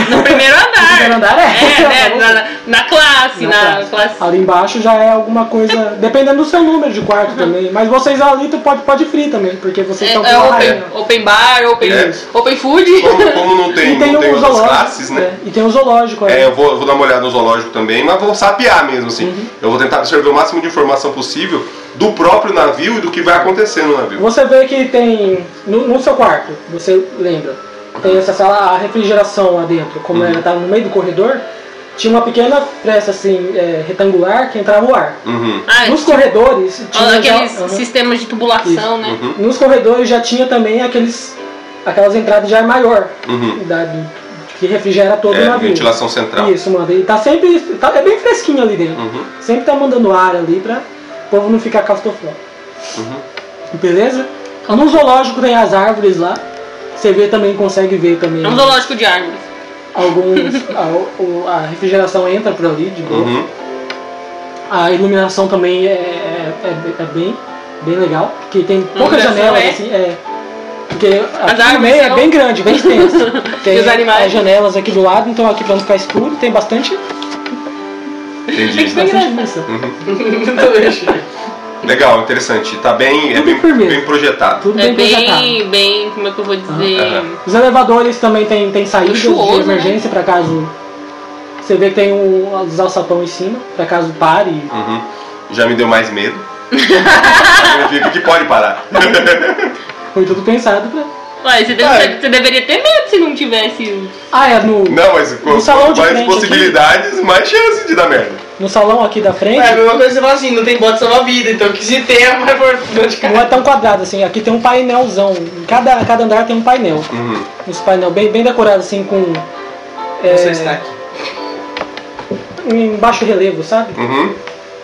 Speaker 2: No
Speaker 1: o
Speaker 2: primeiro andar.
Speaker 1: primeiro andar é.
Speaker 2: É, né? Na, na classe,
Speaker 1: Na Ah,
Speaker 2: na, classe.
Speaker 1: tá. Ali embaixo já é alguma coisa. Dependendo do seu número de quarto também. Mas vocês ali tu pode, pode free também, porque vocês
Speaker 2: Uhum. É,
Speaker 1: estão
Speaker 2: é
Speaker 1: com uma
Speaker 2: open,
Speaker 1: rainha.
Speaker 2: open bar, open,
Speaker 3: É.
Speaker 2: open food.
Speaker 3: Como, como não tem, não tem outras classes, né?
Speaker 1: um é, e tem o zoológico, é.
Speaker 3: É, eu vou, eu vou dar uma olhada no zoológico também, mas vou sapear mesmo, assim.
Speaker 1: Uhum.
Speaker 3: Eu vou tentar absorver o máximo de informação possível do próprio navio e do que vai acontecer no navio.
Speaker 1: Você vê que tem. No, no seu quarto, você lembra, tem essa sala, a refrigeração lá dentro,
Speaker 3: Uhum.
Speaker 1: como ela estava no meio do corredor, tinha uma pequena pressa assim, é, retangular que entrava o ar.
Speaker 3: Uhum,
Speaker 2: Ah,
Speaker 1: Nos corredores
Speaker 2: ah,
Speaker 1: tinha. já-
Speaker 2: aqueles
Speaker 1: Aham.
Speaker 2: sistemas de tubulação, né?
Speaker 3: uhum,
Speaker 1: Nos corredores já tinha também aqueles. aquelas entradas de ar maior.
Speaker 3: uhum.
Speaker 1: da- do- que refrigera todo o
Speaker 3: É,
Speaker 1: navio.
Speaker 3: ventilação central.
Speaker 1: Isso, mano. E tá sempre. tá- é bem fresquinho ali dentro.
Speaker 3: Uhum.
Speaker 1: Sempre tá mandando ar ali pra o povo não ficar claustrofóbico.
Speaker 3: Uhum.
Speaker 1: Beleza? Então, No zoológico tem as árvores lá. Você vê também, consegue ver também
Speaker 2: É um zoológico de árvores.
Speaker 1: alguns. a, o- a refrigeração entra por ali, de boa.
Speaker 3: Uhum.
Speaker 1: A iluminação também é, é, é- é bem, bem legal, porque tem poucas
Speaker 2: iluminação
Speaker 1: janelas,
Speaker 2: é?
Speaker 1: assim, é. Porque aqui
Speaker 2: árvores
Speaker 1: no meio é
Speaker 2: são-
Speaker 1: bem grande, bem extenso. Tem
Speaker 2: E os animais?
Speaker 1: as janelas aqui do lado, então aqui pra não ficar escuro, tem bastante,
Speaker 3: Entendi.
Speaker 1: bastante dimensão.
Speaker 3: Legal, interessante. Tá bem, é
Speaker 1: Tudo
Speaker 3: bem,
Speaker 1: firmeza.
Speaker 3: bem projetado.
Speaker 1: Tudo
Speaker 2: É
Speaker 1: bem projetado.
Speaker 2: bem, bem, como é que eu vou dizer?
Speaker 3: Aham.
Speaker 1: Os elevadores também tem, tem saídas
Speaker 2: Luxuoso, né?
Speaker 1: de emergência pra caso. Você vê que tem um, os alçapão em cima, pra caso pare.
Speaker 3: Uhum. Já me deu mais medo. Significa que pode parar.
Speaker 1: Foi tudo pensado pra.
Speaker 2: Ué, você, deve-
Speaker 3: Ah.
Speaker 2: você deveria ter medo se não tivesse.
Speaker 1: Ah, é, no,
Speaker 3: Não, mas com
Speaker 1: No salão de
Speaker 3: mais
Speaker 1: frente
Speaker 3: possibilidades, mais chance de dar merda.
Speaker 1: no salão aqui da frente.
Speaker 4: É a mesma coisa que você fala assim, não tem bota salva-vida, então que se tem, vai por dor de
Speaker 1: Não
Speaker 4: cara.
Speaker 1: é tão quadrado assim, aqui tem um painelzão. Em cada, cada andar tem um painel.
Speaker 3: Uhum.
Speaker 1: Uns painel bem, bem decorado assim com. é,
Speaker 4: Você está aqui.
Speaker 1: em um baixo relevo, sabe?
Speaker 3: Uhum.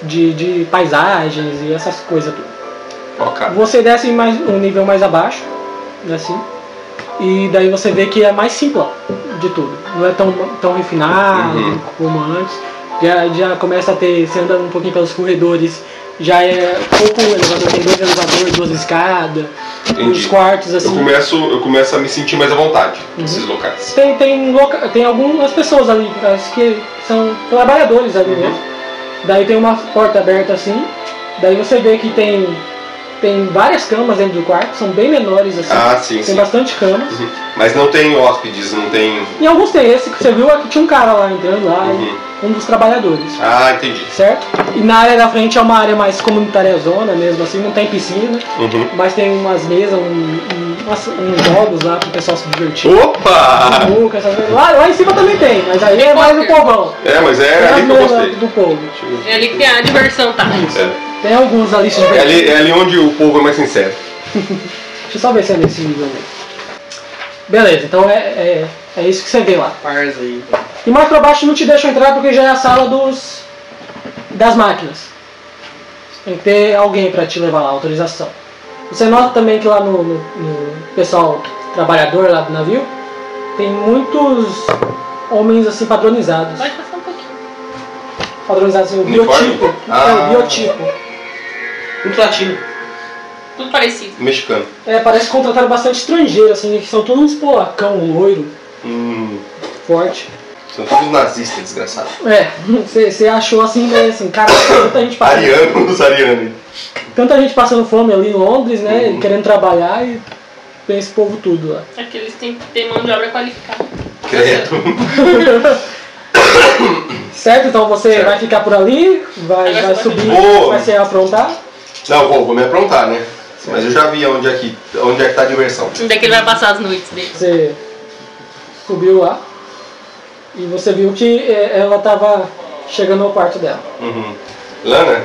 Speaker 1: De, de paisagens e essas coisas. tudo.
Speaker 3: Focado.
Speaker 1: Você desce mais, um nível mais abaixo, assim. E daí você vê que é mais simples de tudo. Não é tão, tão refinado
Speaker 3: Uhum.
Speaker 1: como antes. Já, já começa a ter. Você anda um pouquinho pelos corredores. Já é pouco elevador, tem dois elevadores, duas escadas,
Speaker 3: Entendi.
Speaker 1: os quartos assim.
Speaker 3: Eu começo, eu começo a me sentir mais à vontade
Speaker 1: Uhum.
Speaker 3: nesses locais.
Speaker 1: Tem, tem, loca- tem algumas pessoas ali, acho que são trabalhadores ali
Speaker 3: Uhum.
Speaker 1: mesmo. Daí tem uma porta aberta assim, daí você vê que tem, tem várias camas dentro do quarto, são bem menores assim.
Speaker 3: Ah, sim,
Speaker 1: tem
Speaker 3: sim.
Speaker 1: bastante camas.
Speaker 3: Uhum. Mas não tem hóspedes, não tem.
Speaker 1: E alguns tem esse que você viu, aqui tinha um cara lá entrando lá,
Speaker 3: Uhum.
Speaker 1: um dos trabalhadores.
Speaker 3: Ah, entendi.
Speaker 1: Certo? E na área da frente é uma área mais comunitária zona mesmo, assim, não tem piscina,
Speaker 3: Uhum.
Speaker 1: mas tem umas mesas, um, um- umas- uns jogos lá pro pessoal se divertir.
Speaker 3: Opa!
Speaker 1: Sinuca, essas coisas. Lá, lá em cima também tem, mas aí é mais o povão.
Speaker 3: É, mas
Speaker 1: É,
Speaker 3: é
Speaker 1: a
Speaker 3: ali que eu
Speaker 1: mesa
Speaker 3: gostei.
Speaker 1: do povo.
Speaker 2: É ali que tem a diversão, tá?
Speaker 3: É.
Speaker 1: Tem alguns ali se
Speaker 3: É
Speaker 1: divertindo.
Speaker 3: ali, é ali onde o povo é mais sincero.
Speaker 1: Deixa eu só ver se é nesse nível ali. Beleza, então é, é, é isso que você vê lá.
Speaker 4: Parza aí. então.
Speaker 1: E mais pra baixo não te deixam entrar porque já é a sala dos. das máquinas. Tem que ter alguém pra te levar lá, autorização. Você nota também que lá no, no- no pessoal trabalhador lá do navio, tem muitos homens assim padronizados.
Speaker 2: Pode passar um pouquinho.
Speaker 1: Padronizados assim, o
Speaker 3: Uniforme?
Speaker 1: biotipo. É,
Speaker 3: Ah.
Speaker 1: o biotipo.
Speaker 4: Muito latino.
Speaker 2: Tudo parecido.
Speaker 3: Mexicano.
Speaker 1: É, parece que contrataram bastante estrangeiro, assim, que são todos uns polacão um loiro,
Speaker 3: Hum.
Speaker 1: forte.
Speaker 3: São todos nazistas, um desgraçado.
Speaker 1: É, você achou assim, né, assim, cara, tanta gente passando,
Speaker 3: Arianos, arianos.
Speaker 1: tanta gente passando fome ali em Londres, né, querendo trabalhar e tem esse povo tudo lá.
Speaker 3: é
Speaker 2: É que eles têm que ter mão de obra qualificada.
Speaker 3: Credo.
Speaker 1: Certo? Então você
Speaker 3: Certo.
Speaker 1: vai ficar por ali, vai, vai subir,
Speaker 3: Vou.
Speaker 1: vai se aprontar.
Speaker 3: Não, vou, vou me aprontar, né? Mas eu já vi onde é que, onde é que tá a diversão.
Speaker 2: Onde é que ele vai passar as noites dele?
Speaker 1: Você subiu lá e você viu que eh, ela tava chegando ao quarto dela.
Speaker 3: Uhum. Lana,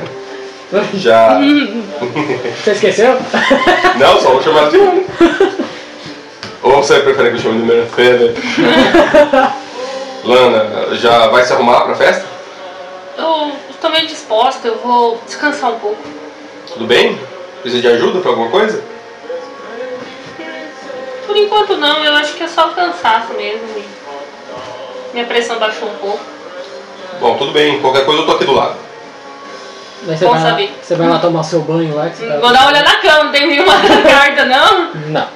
Speaker 3: já.
Speaker 1: Você esqueceu?
Speaker 3: Não, só vou chamar ela de Ana. Ou você prefere que eu chame de Merfé, né? Lana, já vai se arrumar pra festa?
Speaker 2: Eu estou meio disposta, eu vou descansar um pouco.
Speaker 3: Tudo bem? Precisa de ajuda pra alguma coisa?
Speaker 2: Por enquanto não, eu acho que é só cansaço mesmo. e Minha pressão baixou um pouco.
Speaker 3: Bom, tudo bem, qualquer coisa eu tô aqui do lado.
Speaker 1: Daí você
Speaker 2: Bom
Speaker 1: vai, lá,
Speaker 2: saber. Hum,
Speaker 1: você vai lá tomar seu banho lá. Que você tá-
Speaker 2: Vou dar uma olhada na cama, não tem nenhuma carta não.
Speaker 1: Não.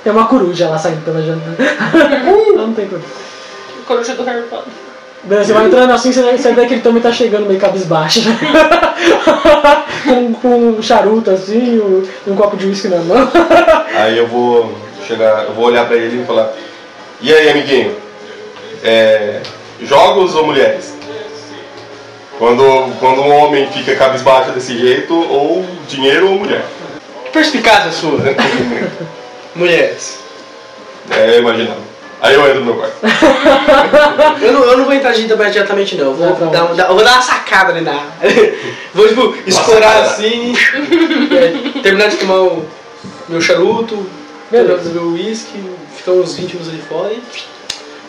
Speaker 1: Tem uma coruja lá saindo pela janela.
Speaker 2: Hum.
Speaker 1: Não tem coruja.
Speaker 2: Coruja do Harry Potter.
Speaker 1: Daí Você vai entrando assim, você você vê que ele também tá chegando meio cabisbaixo. com, com um charuto assim, um- e um copo de uísque na mão.
Speaker 3: Aí eu vou chegar, eu vou olhar pra ele e falar: E aí, amiguinho? É, jogos ou mulheres? Quando, quando um homem fica cabisbaixo desse jeito, ou dinheiro ou mulher.
Speaker 4: Perspicácia é sua. Mulheres.
Speaker 3: É, eu imaginava. Aí eu entro no meu quarto.
Speaker 4: Eu não, eu não vou entrar de- imediatamente, não. Eu
Speaker 1: Não, tá
Speaker 4: vou,
Speaker 1: bom.
Speaker 4: dar, um- dar- eu vou dar uma sacada ali na área. Vou, tipo, explorar
Speaker 3: sacada.
Speaker 4: assim. é, terminar de tomar o meu charuto.
Speaker 1: Beleza.
Speaker 4: Beleza. Meu uísque. Ficar uns 20 minutos ali fora e.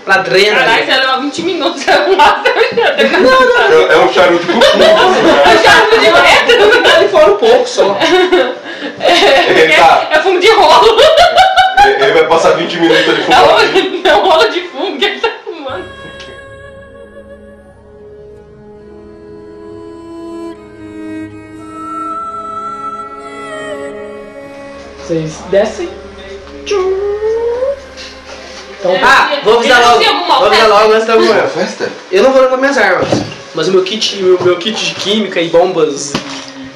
Speaker 4: Pra drena.
Speaker 2: Caralho, você vai levar 20 é minutos um pra arrumar seu
Speaker 3: É, é um charuto com assim, né? fumo.
Speaker 2: chato de reto.
Speaker 4: ali fora um pouco só.
Speaker 3: Ele, tá,
Speaker 2: É fumo de rolo.
Speaker 3: ele vai passar 20 minutos ali
Speaker 2: É
Speaker 3: fumando.
Speaker 2: um, é um rolo de fumo que ele tá fumando.
Speaker 1: Vocês descem. Tchum. Então,
Speaker 2: É.
Speaker 4: Ah, vou avisar
Speaker 2: Ele não
Speaker 4: logo.
Speaker 2: tem alguma
Speaker 4: Vou avisar
Speaker 2: oferta?
Speaker 4: logo antes da
Speaker 3: Não
Speaker 4: manhã.
Speaker 3: é festa?
Speaker 4: Eu não vou levar minhas armas. Mas o meu kit, meu, meu kit de química e bombas.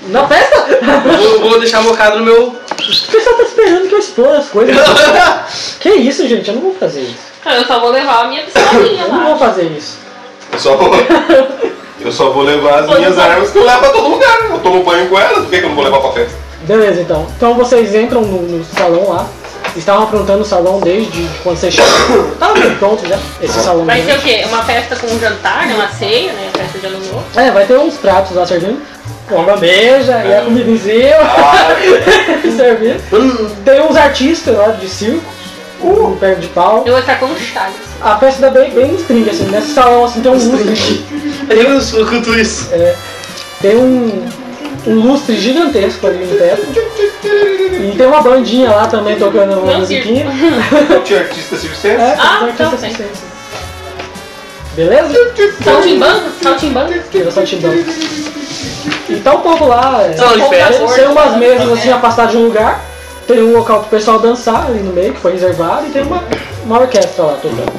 Speaker 1: na festa?
Speaker 4: Eu vou- vou deixar mocado no meu.
Speaker 1: O pessoal tá esperando que eu explore as coisas. que isso, gente? Eu não vou fazer isso.
Speaker 2: Ah, Eu só vou levar a minha pistolinha
Speaker 1: Eu não vou
Speaker 2: lá.
Speaker 1: fazer isso.
Speaker 3: Eu só vou, eu só vou levar as minhas armas que eu levo pra todo lugar. né? Eu tomo banho com elas, por que que eu não vou levar pra festa?
Speaker 1: Beleza, então. Então vocês entram no, no salão lá. Estavam aprontando o salão desde quando vocês chegaram. Tava meio pronto já, esse salão.
Speaker 2: Vai
Speaker 1: grande.
Speaker 2: ser o quê? Uma festa com um jantar, né? Uma ceia, né? Festa de ano novo.
Speaker 1: É, vai ter uns pratos lá servindo. Com uma beija e a comidazinha
Speaker 3: Ah,
Speaker 1: servindo. Tem uns artistas lá de circo, um perna de pau.
Speaker 2: Eu vou estar com o Chaves.
Speaker 1: A festa dá bem, bem string, assim. Nesse salão assim tem um lustre.
Speaker 4: Eu não sou culturista.
Speaker 1: Tem um, um lustre gigantesco ali no teto. E tem uma bandinha lá também tocando uma
Speaker 2: Não,
Speaker 1: musiquinha.
Speaker 3: eu tinha artista circense.
Speaker 1: É,
Speaker 2: Ah,
Speaker 1: são
Speaker 2: então
Speaker 1: artistas
Speaker 2: tem.
Speaker 1: circenses. Beleza?
Speaker 2: Saltimbanco? Saltimbanco?
Speaker 1: Eu só te dou. E tá um pouco lá. é,
Speaker 4: Salão de festas.
Speaker 1: tem, tem umas mesas assim afastadas de um lugar. Tem um local pro pessoal dançar ali no meio, que foi reservado, e tem uma, uma orquestra lá tocando.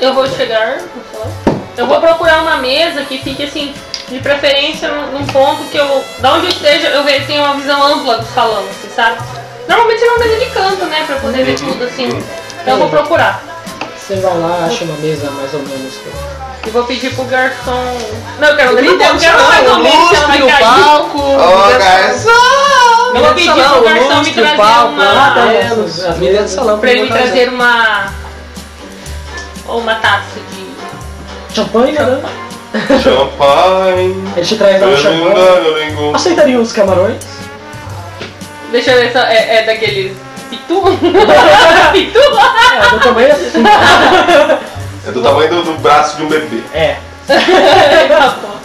Speaker 2: Eu vou chegar. vou falar. Eu vou procurar uma mesa que fique assim, de preferência num num ponto que eu. Da onde eu esteja, eu vejo tenho uma visão ampla do salão, assim, sabe? Normalmente é uma mesa de canto, né? Pra poder ver tudo assim. Então eu vou procurar.
Speaker 1: Você vai lá, acha uma mesa mais ou menos.
Speaker 2: E vou pedir pro garçom. Não, eu quero
Speaker 4: Eu não
Speaker 2: gritar, eu
Speaker 4: quero
Speaker 2: quero mais ou menos que
Speaker 4: lustre
Speaker 2: ela vai
Speaker 4: no
Speaker 2: cair.
Speaker 4: palco.
Speaker 3: Ô, garçom!
Speaker 2: Eu vou pedir pro garçom me
Speaker 4: lustre,
Speaker 2: trazer
Speaker 1: lá
Speaker 4: Ah,
Speaker 2: uma.
Speaker 1: tá. essas- as meninas do salão
Speaker 2: Pra ele me trazer uma. Ou uma taça de.
Speaker 1: Champanhe, né?
Speaker 3: Champanhe.
Speaker 1: Ele te traz lá um champanhe. Aceitaria uns camarões?
Speaker 2: Deixa eu ver se é, é daqueles. Pitu? Pitu?
Speaker 1: É, do tamanho assim.
Speaker 3: É do tamanho do, do braço de um bebê.
Speaker 1: É.
Speaker 2: Tá bom.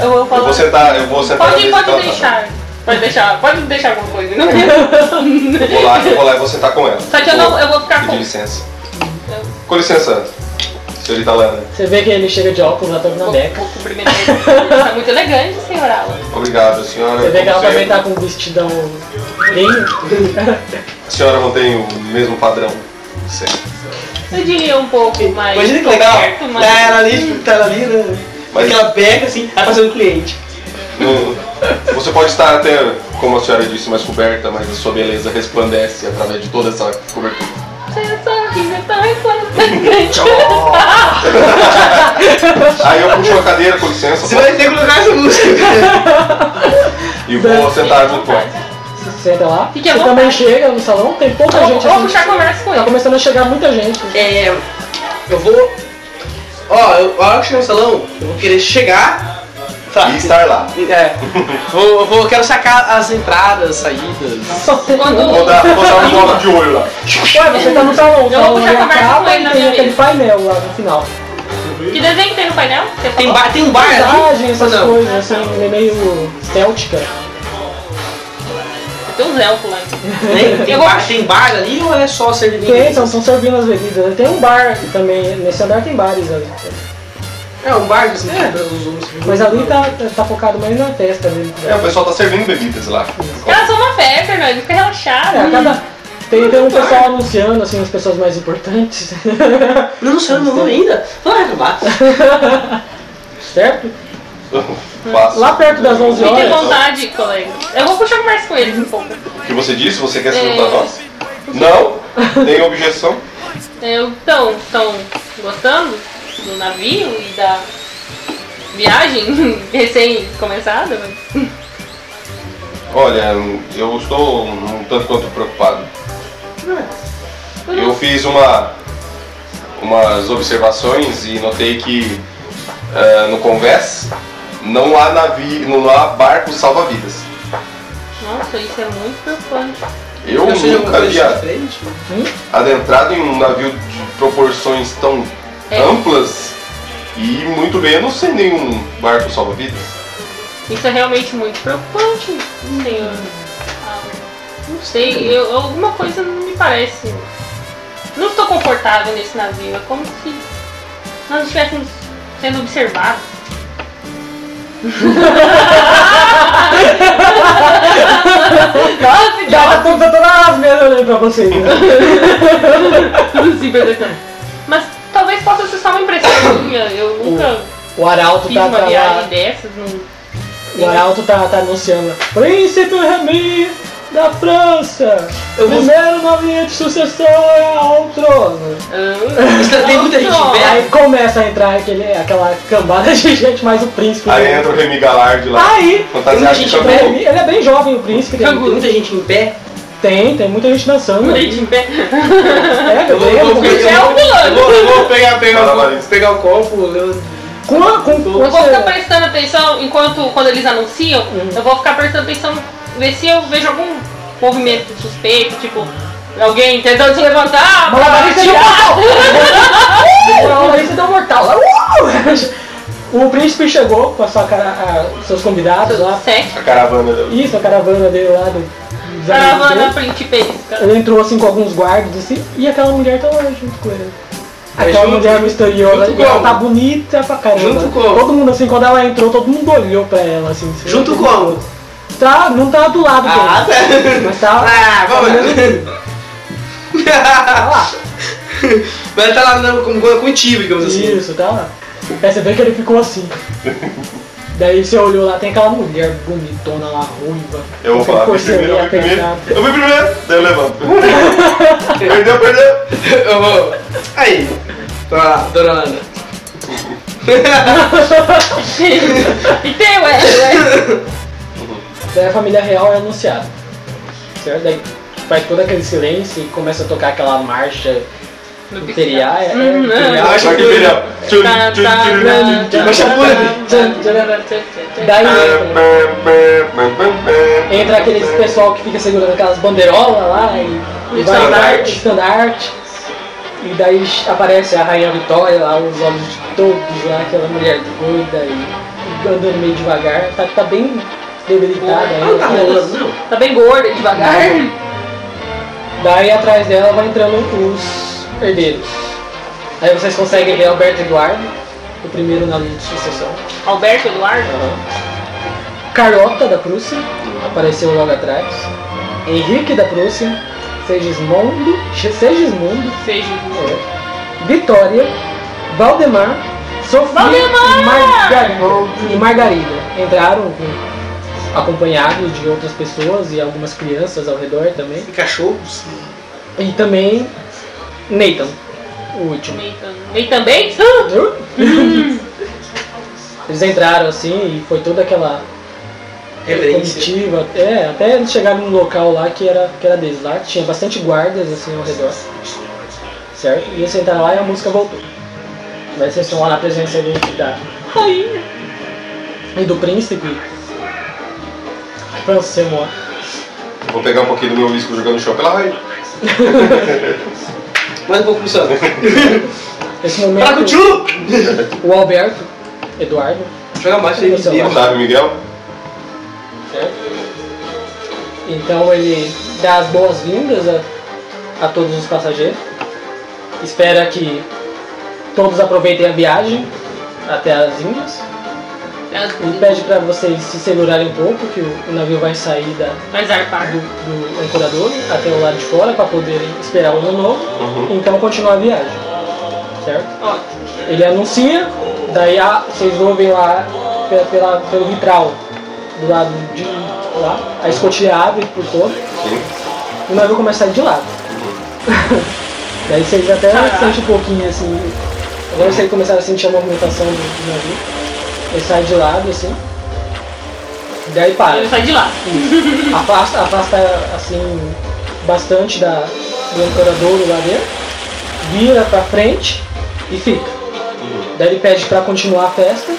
Speaker 2: Eu vou
Speaker 3: Eu
Speaker 2: falar.
Speaker 3: vou sentar, eu vou sentar na
Speaker 2: Pode,
Speaker 3: mesa
Speaker 2: pode
Speaker 3: que ela tá.
Speaker 2: deixar. Pode deixar, pode deixar alguma coisa. Não.
Speaker 3: Eu vou lá, eu vou lá e vou sentar com ela.
Speaker 2: Só que eu não, eu vou ficar
Speaker 3: Pedir
Speaker 2: com.
Speaker 3: licença. Com licença, senhorita Lana.
Speaker 1: Você vê que ele chega de óculos lá todo na
Speaker 2: Vou,
Speaker 1: beca.
Speaker 2: vou cumprimentar. ele. Tá muito elegante, senhora Alan.
Speaker 3: Obrigado, senhora.
Speaker 1: Você vê que ela
Speaker 3: Como
Speaker 1: também
Speaker 3: sempre,
Speaker 1: tá com um vestidão lindo.
Speaker 3: A senhora mantém o mesmo padrão. Certo.
Speaker 2: Eu diria um pouco mais.
Speaker 4: Imagina que legal.
Speaker 2: coberto, mas-
Speaker 4: Tá ela ali, tipo, tá ela ali, né?
Speaker 3: Mas-
Speaker 4: Aquela beca assim, vai fazendo cliente.
Speaker 3: Não- Você pode estar até, como a senhora disse, mais coberta, mas a sua beleza resplandece através de toda essa cobertura.
Speaker 2: Seu sorriso é tão refletido.
Speaker 3: Aí eu puxo a cadeira, com licença,
Speaker 4: Você vai ter que colocar essa música.
Speaker 3: e vou sentar no ponto.
Speaker 1: Você senta lá.
Speaker 2: Fique à
Speaker 1: você
Speaker 2: vontade.
Speaker 1: também chega no salão, tem pouca
Speaker 2: é né? Vou,
Speaker 1: gente
Speaker 2: vou
Speaker 1: assim.
Speaker 2: puxar conversa com
Speaker 1: Tá
Speaker 2: ele.
Speaker 1: começando a chegar muita gente.
Speaker 4: É, eu vou. Ó, eu, a hora que chegar no salão, eu vou querer chegar. falar,
Speaker 3: E estar lá.
Speaker 4: É, vou, vou, quero sacar as entradas, saídas.
Speaker 1: Só tem
Speaker 2: Quando-
Speaker 1: um.
Speaker 3: Vou dar, vou dar um golpe de olho lá.
Speaker 1: Ué, você tá no salão, o
Speaker 2: vou
Speaker 1: salão
Speaker 2: puxar
Speaker 1: já
Speaker 2: conversa com
Speaker 1: acaba e
Speaker 2: ele né, na
Speaker 1: tem
Speaker 2: minha
Speaker 1: aquele
Speaker 2: mesa.
Speaker 1: painel lá no final.
Speaker 2: Que desenho que tem no painel? Você
Speaker 4: Tem,
Speaker 2: falou?
Speaker 4: bar, tem um
Speaker 2: Ah,
Speaker 4: bar
Speaker 2: é?
Speaker 4: ali?
Speaker 1: Paisagem, essas
Speaker 4: Não.
Speaker 1: coisas, assim, é meio céltica.
Speaker 2: Tem uns elfos lá.
Speaker 4: Tem, tem,
Speaker 2: Eu
Speaker 4: bar,
Speaker 2: acho.
Speaker 4: tem bar ali ou é só servir?
Speaker 1: Tem, então estão servindo as bebidas. Tem um bar aqui também, nesse andar tem bares ali.
Speaker 4: É, um bar assim,
Speaker 1: É.
Speaker 4: que os homens.
Speaker 1: Mas ali tá, tá focado mais na festa mesmo.
Speaker 3: É, o pessoal tá servindo bebidas lá.
Speaker 2: Ela só uma fé, Fernando, fica
Speaker 1: É, a
Speaker 2: relaxada.
Speaker 1: cada... Tem, tem um pessoal anunciando, assim, as pessoas mais importantes.
Speaker 4: Não, sei o meu nome ainda. Vai acabar.
Speaker 1: certo?
Speaker 3: Faço.
Speaker 1: Lá perto das 11
Speaker 2: Fique à
Speaker 1: horas...
Speaker 2: vontade, colega. Eu vou puxar conversa com eles um pouco.
Speaker 3: O que você disse? Você quer se
Speaker 2: É.
Speaker 3: juntar a nós? Não? Tem objeção?
Speaker 2: Eu, então, estão gostando do navio e da viagem recém-começada?
Speaker 3: Olha, eu estou um tanto quanto preocupado. Eu fiz uma, umas observações e notei que ah, no Convés não há navi, não há barco salva-vidas.
Speaker 2: Nossa, isso é muito preocupante.
Speaker 3: Eu
Speaker 4: Não seja uma
Speaker 3: nunca
Speaker 4: coisa
Speaker 3: havia
Speaker 4: diferente.
Speaker 3: adentrado em um navio de proporções tão
Speaker 2: É.
Speaker 3: amplas e muito menos sem nenhum barco salva-vidas.
Speaker 2: Isso é realmente muito preocupante. Não tenho. ah, Não sei, eu- alguma coisa não me parece. Não estou confortável nesse navio. É como se nós estivéssemos sendo observados. Nossa,
Speaker 1: Dava
Speaker 2: idiota!
Speaker 1: todas todas as mesas ali pra vocês. né?
Speaker 2: Mas talvez possa ser só uma impressão minha. Eu nunca
Speaker 1: O Arauto
Speaker 2: fiz
Speaker 1: tá,
Speaker 2: uma
Speaker 1: tá lá
Speaker 2: viagem dessas. Não...
Speaker 1: O Arauto tá, tá anunciando. Príncipe Remy da França!
Speaker 4: Eu vou-
Speaker 1: Primeiro na linha de sucessão ao trono.
Speaker 2: Ah,
Speaker 4: Isso tem muita gente
Speaker 2: não.
Speaker 4: velha.
Speaker 1: Aí começa a entrar aquele, aquela cambada de gente, mas o príncipe. né?
Speaker 3: Aí entra o Remy Galard lá.
Speaker 1: Aí,
Speaker 2: Ah,
Speaker 3: Fantasiado de
Speaker 4: tem
Speaker 1: ele,
Speaker 3: cabelo.
Speaker 1: ele é bem jovem, o príncipe.
Speaker 4: Tem
Speaker 1: Tem,
Speaker 4: muita gente em pé.
Speaker 1: tem, tem muita gente dançando.
Speaker 2: Gente em pé.
Speaker 1: É, eu lembro.
Speaker 2: né? ver.
Speaker 4: eu vou- um eu vou- eu vou pegar, um pegar,
Speaker 3: Fala,
Speaker 4: o-
Speaker 3: Larissa.
Speaker 4: pegar o copo, eu-
Speaker 1: Com, a- com, com
Speaker 2: Eu vou ficar
Speaker 1: você,
Speaker 2: prestando atenção enquanto quando eles anunciam,
Speaker 1: Uhum.
Speaker 2: eu vou ficar prestando atenção ver se eu vejo algum movimento suspeito, tipo, alguém tentando se levantar. pra
Speaker 1: Malabarista de
Speaker 4: um
Speaker 2: tirar.
Speaker 1: Malabarista deu um mortal. Uh! O príncipe chegou com a sua cara, a- seus convidados lá.
Speaker 2: Sete.
Speaker 3: A caravana da-
Speaker 1: Isso, a caravana dele lá do. dos amigos
Speaker 2: Caravana
Speaker 1: dele.
Speaker 2: principesca.
Speaker 1: Ele entrou assim com alguns guardas assim, e aquela mulher tá lá junto com ele.
Speaker 4: Aí
Speaker 1: Aquela
Speaker 4: junto-
Speaker 1: mulher misteriosa,
Speaker 4: junto
Speaker 1: e ela
Speaker 4: como?
Speaker 1: tá bonita pra caramba.
Speaker 4: Junto como?
Speaker 1: Todo mundo assim, quando ela entrou, todo mundo olhou pra ela assim. assim,
Speaker 4: Junto
Speaker 1: assim,
Speaker 4: como?
Speaker 1: Tá, não tá do lado
Speaker 4: Ah,
Speaker 1: dele.
Speaker 4: tá.
Speaker 1: Mas tá.
Speaker 4: Ah, vamos
Speaker 1: tá mesmo- tá
Speaker 4: Ah,
Speaker 1: lá.
Speaker 4: Mas tá lá no- com, com, contigo, digamos assim.
Speaker 1: Isso, tá lá. Aí você vê que ele ficou assim. Daí você olhou lá, tem aquela mulher bonitona lá, ruiva.
Speaker 3: Eu vou
Speaker 1: com
Speaker 3: falar, eu vi primeiro,
Speaker 1: Porcelana
Speaker 3: eu vi primeiro.
Speaker 1: apertada.
Speaker 3: Eu vi primeiro, daí eu levanto. perdeu, perdeu.
Speaker 4: Eu vou. Aí. Vai lá, dona Ana.
Speaker 2: E tem, ué, ué.
Speaker 1: Daí a família real é anunciada. Certo? Daí faz todo aquele silêncio e começa a tocar aquela marcha
Speaker 2: No
Speaker 1: imperial. É,
Speaker 2: Hum,
Speaker 1: imperial.
Speaker 4: acho
Speaker 3: Só que
Speaker 4: que-
Speaker 3: perdeu. Tchum, tchum,
Speaker 2: Tá, tá,
Speaker 3: tchum,
Speaker 2: tá,
Speaker 3: tchum,
Speaker 2: tá,
Speaker 3: tchum,
Speaker 4: Baixa a
Speaker 3: tchum.
Speaker 4: folha.
Speaker 1: Daí entra, né?
Speaker 3: Daí
Speaker 1: entra aqueles pessoal que fica segurando aquelas bandeirolas lá e, e vai andar,
Speaker 3: Estandarte.
Speaker 1: estandarte. E daí aparece a Rainha Vitória lá, os olhos de todos lá, aquela mulher doida e e andando meio devagar. Tá, tá bem debilitada assim,
Speaker 4: Ela não tá
Speaker 1: ainda.
Speaker 4: rolando, não.
Speaker 2: Tá bem gorda, devagar.
Speaker 1: Daí atrás dela vai entrando os herdeiros. Aí vocês conseguem ver Alberto Eduardo, o primeiro na linha de sucessão.
Speaker 2: Alberto Eduardo.
Speaker 1: Carlota da Prússia, apareceu logo atrás. Henrique da Prússia, Segismundo, Segismundo,
Speaker 2: Seja. um
Speaker 1: é. Vitória, Valdemar, Sofia
Speaker 2: Valdemar!
Speaker 1: E, Margarida, e Margarida. Entraram com- acompanhados de outras pessoas e algumas crianças ao redor também.
Speaker 4: Cachorros?
Speaker 1: E também Nathan. O último.
Speaker 2: E também?
Speaker 3: Hum.
Speaker 2: Ah,
Speaker 1: Eles entraram assim e foi toda aquela
Speaker 4: Reverência.
Speaker 1: comitiva. É, até eles chegaram num local lá que era, que era deles lá, que tinha bastante guardas assim ao redor. Certo? E eles entraram lá e a música voltou. Mas vocês estão lá na presença do, da rainha e do príncipe Francemo.
Speaker 3: Vou pegar um pouquinho do meu uísque jogando no chão pela raia.
Speaker 4: Mais um pouco pro Sandro.
Speaker 1: Nesse momento,
Speaker 4: Traga o Tá tchu!
Speaker 1: o Alberto, Eduardo,
Speaker 4: Joga mais aí,
Speaker 1: Você é
Speaker 4: Diego.
Speaker 3: Otávio Miguel,
Speaker 1: Então ele dá as boas-vindas a, a todos os passageiros. Espera que todos aproveitem a viagem até as Índias.
Speaker 2: Tá.
Speaker 1: Ele pede para vocês se segurarem um pouco, que o, o navio vai sair da,
Speaker 2: Mas é, arpar.
Speaker 1: do, do ancorador até o lado de fora para poderem esperar o ano novo. Então continuar a viagem. Certo?
Speaker 2: Ótimo.
Speaker 1: Ele anuncia, daí a- vocês ouvem lá pela, pela- pelo vitral do lado de lá. A escotilha abre por todo
Speaker 3: sim.
Speaker 1: o navio começa a sair de lado. Daí vocês até
Speaker 2: Caraca.
Speaker 1: sentem um pouquinho assim. Agora vocês começaram a sentir a movimentação do, do navio. Ele sai de lado assim. Daí para.
Speaker 2: Ele sai de lá.
Speaker 1: Afasta, afasta assim bastante da, do ancoradouro lá dentro. Vira pra frente e fica. Daí ele pede pra continuar a festa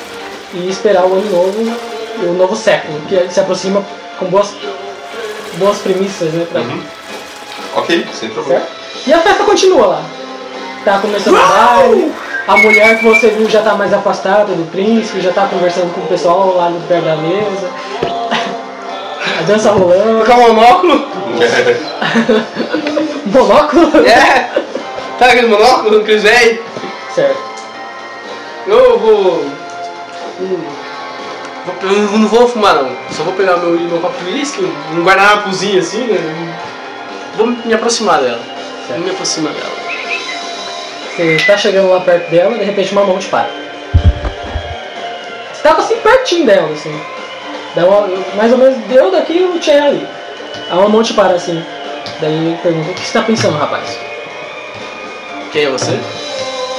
Speaker 1: e esperar o ano novo, o novo século, que se aproxima com boas, boas premissas, né? Pra,
Speaker 3: Ok, sem problema.
Speaker 1: Certo? E a festa continua lá. Tá começando o baile, a mulher que você viu já tá mais afastada do príncipe, já tá conversando com o pessoal lá no perto da mesa. A dança rolando,
Speaker 4: Colocar um monóculo?
Speaker 1: monóculo.
Speaker 4: É! Tá aquele monóculo, Cris Véi?
Speaker 1: Certo.
Speaker 4: Eu vou. hum, vou- Eu não vou fumar, não. Só vou pegar meu, meu copo de uísque, um guardanapozinho assim, né? Vou me aproximar dela. Vou me aproximar dela.
Speaker 1: Você tá chegando lá perto dela, de repente uma mão te para. Você tava assim pertinho dela, assim. Dá uma- mais ou menos deu daqui e eu tinha ali. Aí uma mão te para assim. Daí ele pergunta, o que você tá pensando, rapaz?
Speaker 4: Quem é você?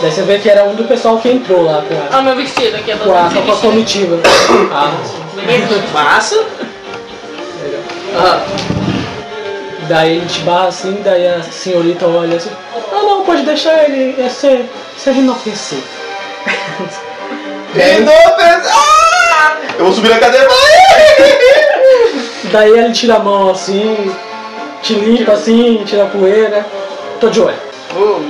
Speaker 1: Daí você vê que era um do pessoal que entrou lá pra,
Speaker 2: Olha o meu vestido aqui.
Speaker 1: com a,
Speaker 3: tá
Speaker 1: com a comitiva. Ah,
Speaker 2: Beleza?
Speaker 4: Massa?
Speaker 1: legal.
Speaker 4: Ah,
Speaker 1: Daí ele te barra assim, daí a senhorita olha assim, ah não, pode deixar ele, é ser, ser inofensivo.
Speaker 3: Quem não fez- Ah! Eu vou subir na cadeira. Vai!
Speaker 1: Daí ele tira a mão assim, te limpa assim, tira a poeira. Tô de olho.
Speaker 4: vou.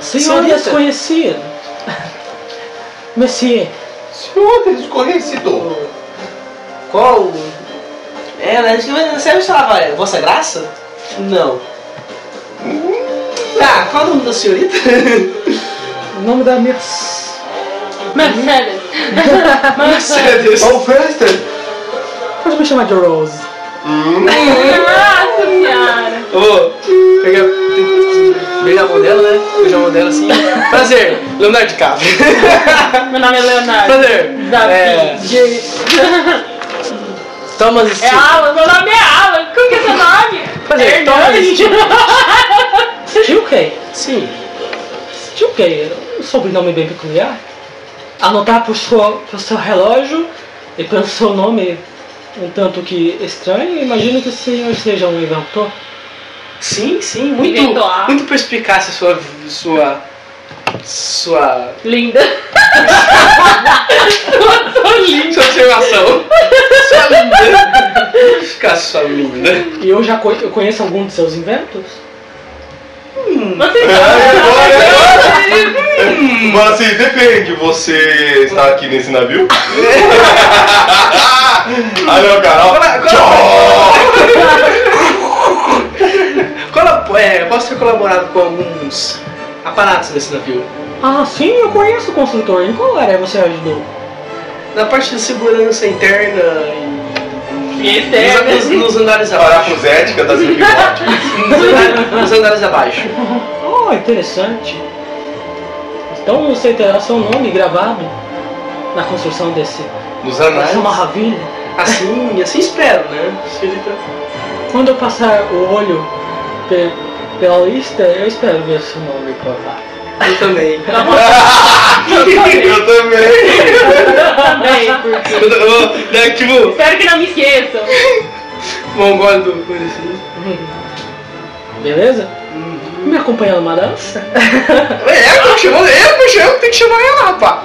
Speaker 1: Senhor
Speaker 4: Senhorita.
Speaker 1: desconhecido. Monsieur,
Speaker 3: Senhor desconhecido.
Speaker 4: Qual? É, né? Acho que vai- Você vai falar, vai, Vossa Graça? Não. Tá, qual é o nome da senhorita?
Speaker 1: o nome da minha... Pode
Speaker 2: Mercedes.
Speaker 4: Mercedes.
Speaker 3: Qual festa?
Speaker 1: me chamar de Rose.
Speaker 3: Hum,
Speaker 2: Nossa senhora.
Speaker 4: Ô, pega. Beijar a mão dela, né? Beijar a mão dela assim. Prazer, Leonardo DiCaprio.
Speaker 2: Meu nome é Leonardo.
Speaker 4: Prazer.
Speaker 2: Da
Speaker 4: É,
Speaker 1: Jay.
Speaker 4: Thomas
Speaker 2: É
Speaker 4: Stewart.
Speaker 2: Alan. Meu nome é Alan. Como que é seu nome?
Speaker 4: Prazer,
Speaker 2: Hernandes.
Speaker 1: Tio Kay.
Speaker 4: Sim.
Speaker 1: Tio Kay, um sobrenome bem peculiar. Anotar pro seu, pro seu relógio e pelo seu nome um tanto que estranho, imagino que o senhor seja um inventor.
Speaker 4: Sim, sim. Muito,
Speaker 2: Inventou a-
Speaker 4: muito perspicaz a sua. sua. sua.
Speaker 2: Linda.
Speaker 4: sua observação. Sua linda. Ficar sua linda.
Speaker 1: E eu já co- eu conheço algum dos seus inventos?
Speaker 2: Você
Speaker 3: é,
Speaker 2: né?
Speaker 3: Mas assim, depende. Você está aqui nesse navio? ah, não,
Speaker 4: Agora-
Speaker 3: cara.
Speaker 4: agora-
Speaker 3: Tchau!
Speaker 4: Colab é, posso ter colaborado com alguns aparatos nesse navio.
Speaker 1: Ah, sim, eu conheço o construtor. Em qual área você ajudou?
Speaker 4: Na parte de segurança interna e.
Speaker 2: E externa.
Speaker 4: Nos, nos andares abaixo.
Speaker 3: Parafusética das hipnóticas.
Speaker 4: Nos andares, nos andares abaixo.
Speaker 1: Oh, interessante. Então você terá seu nome gravado na construção desse,
Speaker 3: Nos
Speaker 1: dessa
Speaker 3: anais.
Speaker 1: maravilha.
Speaker 4: Assim, assim espero, né? Senhorita.
Speaker 1: Quando eu passar o olho pe- pela lista, eu espero ver seu nome colar.
Speaker 4: Eu também.
Speaker 3: Eu também.
Speaker 2: Eu também, porque.
Speaker 4: Eu- eu- né, tipo,
Speaker 2: Espero que não me esqueçam.
Speaker 4: mongol do coisa assim.
Speaker 1: Beleza? Me acompanhando uma dança?
Speaker 4: Uhum. É, eu tô chamando, eu que chamo, tem que chamar ela, rapá.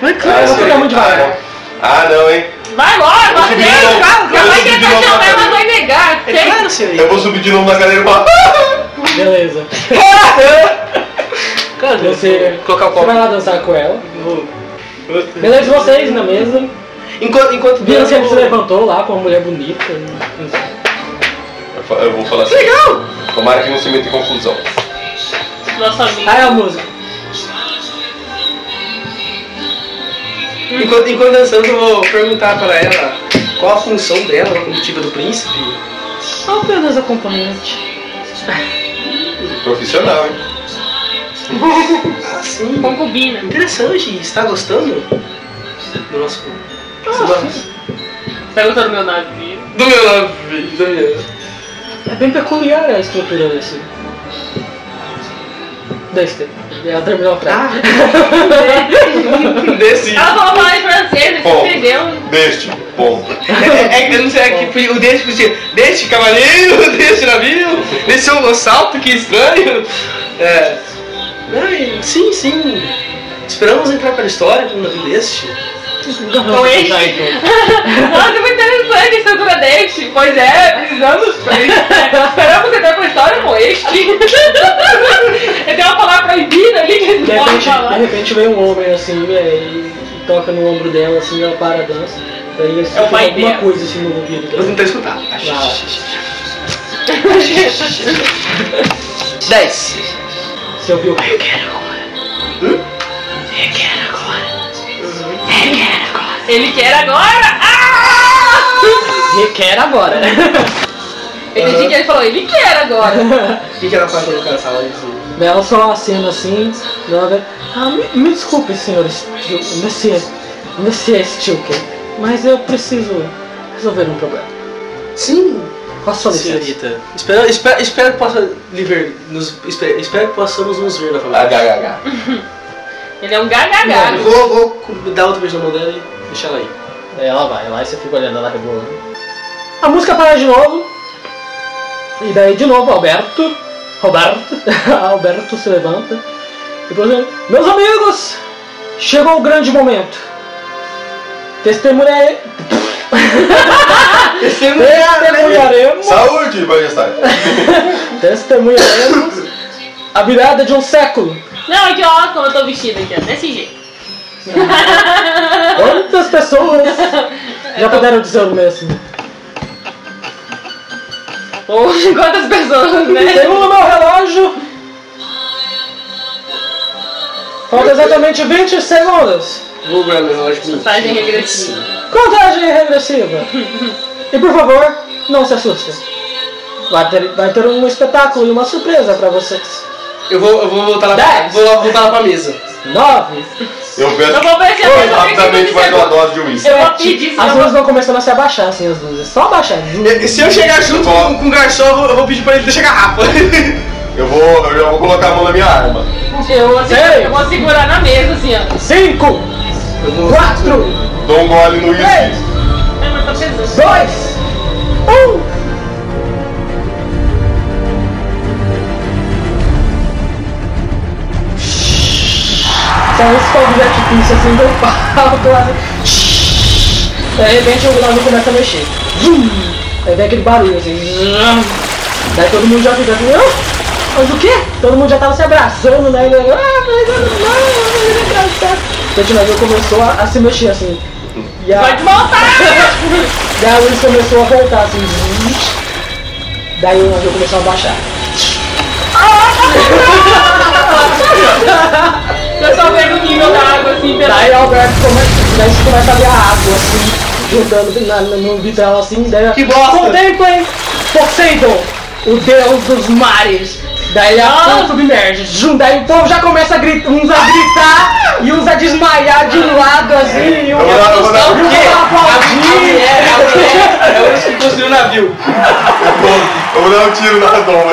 Speaker 1: Mas claro, você tá muito devagar.
Speaker 3: Ah, não, hein?
Speaker 2: Vai logo, vai
Speaker 3: subi de
Speaker 2: dentro,
Speaker 3: novo.
Speaker 2: cara.
Speaker 3: Eu
Speaker 2: Vai
Speaker 3: subi de
Speaker 2: tentar
Speaker 3: novo
Speaker 2: chamar,
Speaker 3: agora.
Speaker 2: ela vai negar.
Speaker 4: É
Speaker 2: Tem-
Speaker 4: claro, seria.
Speaker 3: Eu vou subir de novo na cadeira e falar.
Speaker 1: Beleza.
Speaker 4: Cara,
Speaker 1: Você-
Speaker 4: vou colocar o
Speaker 1: Você
Speaker 4: copo.
Speaker 1: vai lá dançar com ela.
Speaker 4: Vou.
Speaker 1: Beleza, vocês né? assim, na mesa.
Speaker 4: Enquanto, enquanto
Speaker 1: Viram que
Speaker 4: eu
Speaker 1: ele se
Speaker 4: vou-
Speaker 1: levantou lá com uma mulher bonita. né?
Speaker 3: Eu fa- Eu vou falar assim.
Speaker 4: Legal!
Speaker 3: Tomara que não se meta em confusão.
Speaker 2: Nossa amiga.
Speaker 1: Aí a música.
Speaker 4: Enquanto, enquanto dançando, eu vou perguntar pra ela qual a função dela, a comitiva do príncipe.
Speaker 1: Só apenas acompanhante.
Speaker 3: Profissional, hein?
Speaker 4: Ah, sim.
Speaker 2: Concubina.
Speaker 4: Interessante, está gostando? Do nosso. Do
Speaker 2: Você gostou do meu navio?
Speaker 4: meu nome, do meu.
Speaker 1: É bem peculiar a estrutura desse. Desse. Ela terminou a
Speaker 4: Tá. Ah,
Speaker 1: frase.
Speaker 4: Desse.
Speaker 2: Ela falou falar em francês,
Speaker 3: Bom.
Speaker 2: você entendeu?
Speaker 3: Deste. Bom.
Speaker 4: É, é que eu não sei, é que o desse podia. Deste cavaleiro, deste navio, desse um assalto, que estranho. É. Ai, sim, sim. Esperamos entrar para a história com um navio deste.
Speaker 2: Com este. Nossa, é muito interessante a estrutura deste. Pois é, precisamos. Esperamos entrar pra história com este. é? Eu tenho uma palavra proibida ali que eles
Speaker 1: De
Speaker 2: não podem
Speaker 1: repente, de
Speaker 2: falar.
Speaker 1: repente vem um homem assim, é, e toca no ombro dela, assim, ela para a dança. Daí assim,
Speaker 2: É o
Speaker 1: tem
Speaker 2: pai
Speaker 1: alguma
Speaker 2: dela.
Speaker 1: coisa assim no ouvido
Speaker 4: Eu
Speaker 1: dela.
Speaker 4: não tô escutar.
Speaker 1: Ah.
Speaker 4: Dez.
Speaker 1: Você ouviu? Eu quero
Speaker 2: Ele quer agora. Ah!
Speaker 1: Requer agora.
Speaker 2: Eu entendi que ele falou, ele quer agora.
Speaker 4: O que, que ela faz quando cansada disso?
Speaker 1: Daí ela só acena assim, ela vai. Ah, me, me desculpe, senhor Stilker, Monsieur, Monsieur Stilker, mas eu preciso resolver um problema.
Speaker 4: Sim,
Speaker 1: Com a sua licença.
Speaker 4: senhorita. Espero, espero, espero que possa lhe ver. Nos, espero, espero que possamos nos ver novamente.
Speaker 3: HHH.
Speaker 2: Ele é um
Speaker 4: Eu
Speaker 2: gagagago.
Speaker 4: Ah, vou, vou dar outro beijo na mão dela e deixar ela aí.
Speaker 1: Daí ela vai É, lá e você fica olhando ela rebolando. né? A música para de novo. E daí de novo Alberto. Roberto. Alberto se levanta. E proclama, Meus amigos! Chegou o grande momento. Testemunhare... Testemunharemos.
Speaker 3: Saúde, majestade.
Speaker 1: Testemunharemos a virada de um século.
Speaker 2: Não, aqui ó, como eu tô vestida aqui, ó. Desse jeito.
Speaker 1: Quantas pessoas já puderam dizer o assim? mesmo?
Speaker 2: Ou quantas pessoas, né?
Speaker 1: Segundo meu relógio. Falta exatamente 20 segundos.
Speaker 4: Vou guardar meu relógio comigo.
Speaker 2: Passagem regressiva.
Speaker 1: Contagem regressiva. E por favor, não se assustem. Vai ter, vai ter um espetáculo e uma surpresa pra vocês.
Speaker 4: Eu vou, eu vou voltar lá pra,
Speaker 1: Dez.
Speaker 4: vou lá- voltar lá pra mesa.
Speaker 1: 9.
Speaker 3: Eu peço
Speaker 2: Eu vou ver se é eu
Speaker 3: Oi,
Speaker 2: vou
Speaker 3: rapidamente
Speaker 2: ver se
Speaker 3: mais
Speaker 2: eu
Speaker 3: uma
Speaker 2: vou-
Speaker 3: dose de uísque.
Speaker 2: Eu vou pedir se
Speaker 1: As
Speaker 2: eu vou-
Speaker 1: luzes vão começando a se abaixar, assim, as luzes. Só abaixar.
Speaker 4: Se eu chegar junto com, com o garçom, eu vou, eu vou pedir pra ele deixar a garrafa.
Speaker 3: Eu vou, eu já vou colocar a mão na minha arma.
Speaker 2: Eu vou, assim,
Speaker 1: Seis.
Speaker 2: eu vou segurar na mesa assim, ó.
Speaker 1: 5,
Speaker 4: Eu vou.
Speaker 1: 4,
Speaker 3: Dou um gole no uísque.
Speaker 1: 3,
Speaker 2: Ai, mas tá pesando.
Speaker 1: 2, 1. São esses fogos de artifício assim do pau, quase. De repente o gnomo começa a mexer. Zum! Aí vem aquele barulho assim. Zum! Daí todo mundo já fica assim, "Ah, mas o quê? Todo mundo já tava se abraçando, né? E, ah, mas eu não, eu não quero ficar." Então o navio começou a, a se mexer assim. E a-
Speaker 2: Pode voltar!
Speaker 1: Daí a luz começou a voltar assim. Daí o navio começou a baixar.
Speaker 2: Eu só pego o nível da água assim pela.
Speaker 1: Daí o Alberto começa, daí você começa a ver a água assim, juntando na, no- no vitral assim. Daí,
Speaker 4: Que bosta!
Speaker 1: Contemplem Poseidon, o deus dos mares. Daí a ação submerge. Zum, Daí o povo já começa a gritar, uns a gritar e uns a desmaiar de um lado assim. E um
Speaker 3: Eu vou dar, eu vou
Speaker 1: um a
Speaker 3: dar,
Speaker 4: A
Speaker 1: aplaudir.
Speaker 4: É, mulher, a mulher, ela que construiu o um navio.
Speaker 3: eu vou, eu vou dar um tiro na doma.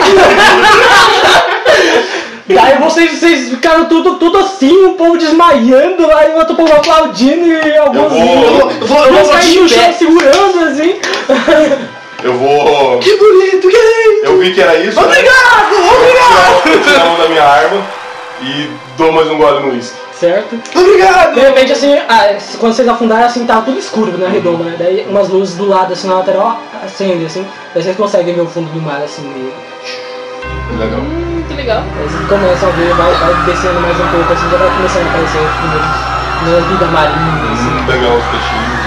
Speaker 1: Daí vocês, vocês ficaram tudo, tudo assim, o povo desmaiando, aí o outro povo aplaudindo e alguns.
Speaker 3: vou- eu vou-
Speaker 4: eu vou
Speaker 1: alguns
Speaker 4: aplaudir
Speaker 1: caindo no
Speaker 4: de pé.
Speaker 1: chão segurando assim.
Speaker 3: Eu vou.
Speaker 1: Que bonito, que lindo!
Speaker 3: Eu vi que era isso. Obrigado!
Speaker 1: Obrigado, obrigado!
Speaker 3: Eu tiro a mão da minha arma e dou mais um gole no uísque.
Speaker 1: Certo? De
Speaker 4: Obrigado!
Speaker 1: repente, assim, ah, quando vocês afundarem, assim, tava tudo escuro, né, redoma, né? Daí umas luzes do lado, assim, na lateral, acende, assim. Daí vocês conseguem ver o fundo do mar, assim, meio.
Speaker 3: Legal.
Speaker 2: Hum, que legal.
Speaker 1: Aí vocês começam a ver, vai, vai descendo mais um pouco, assim, já vai começando a aparecer os primeiros. Vida marinha, assim.
Speaker 3: Hum, Legal os peixinhos.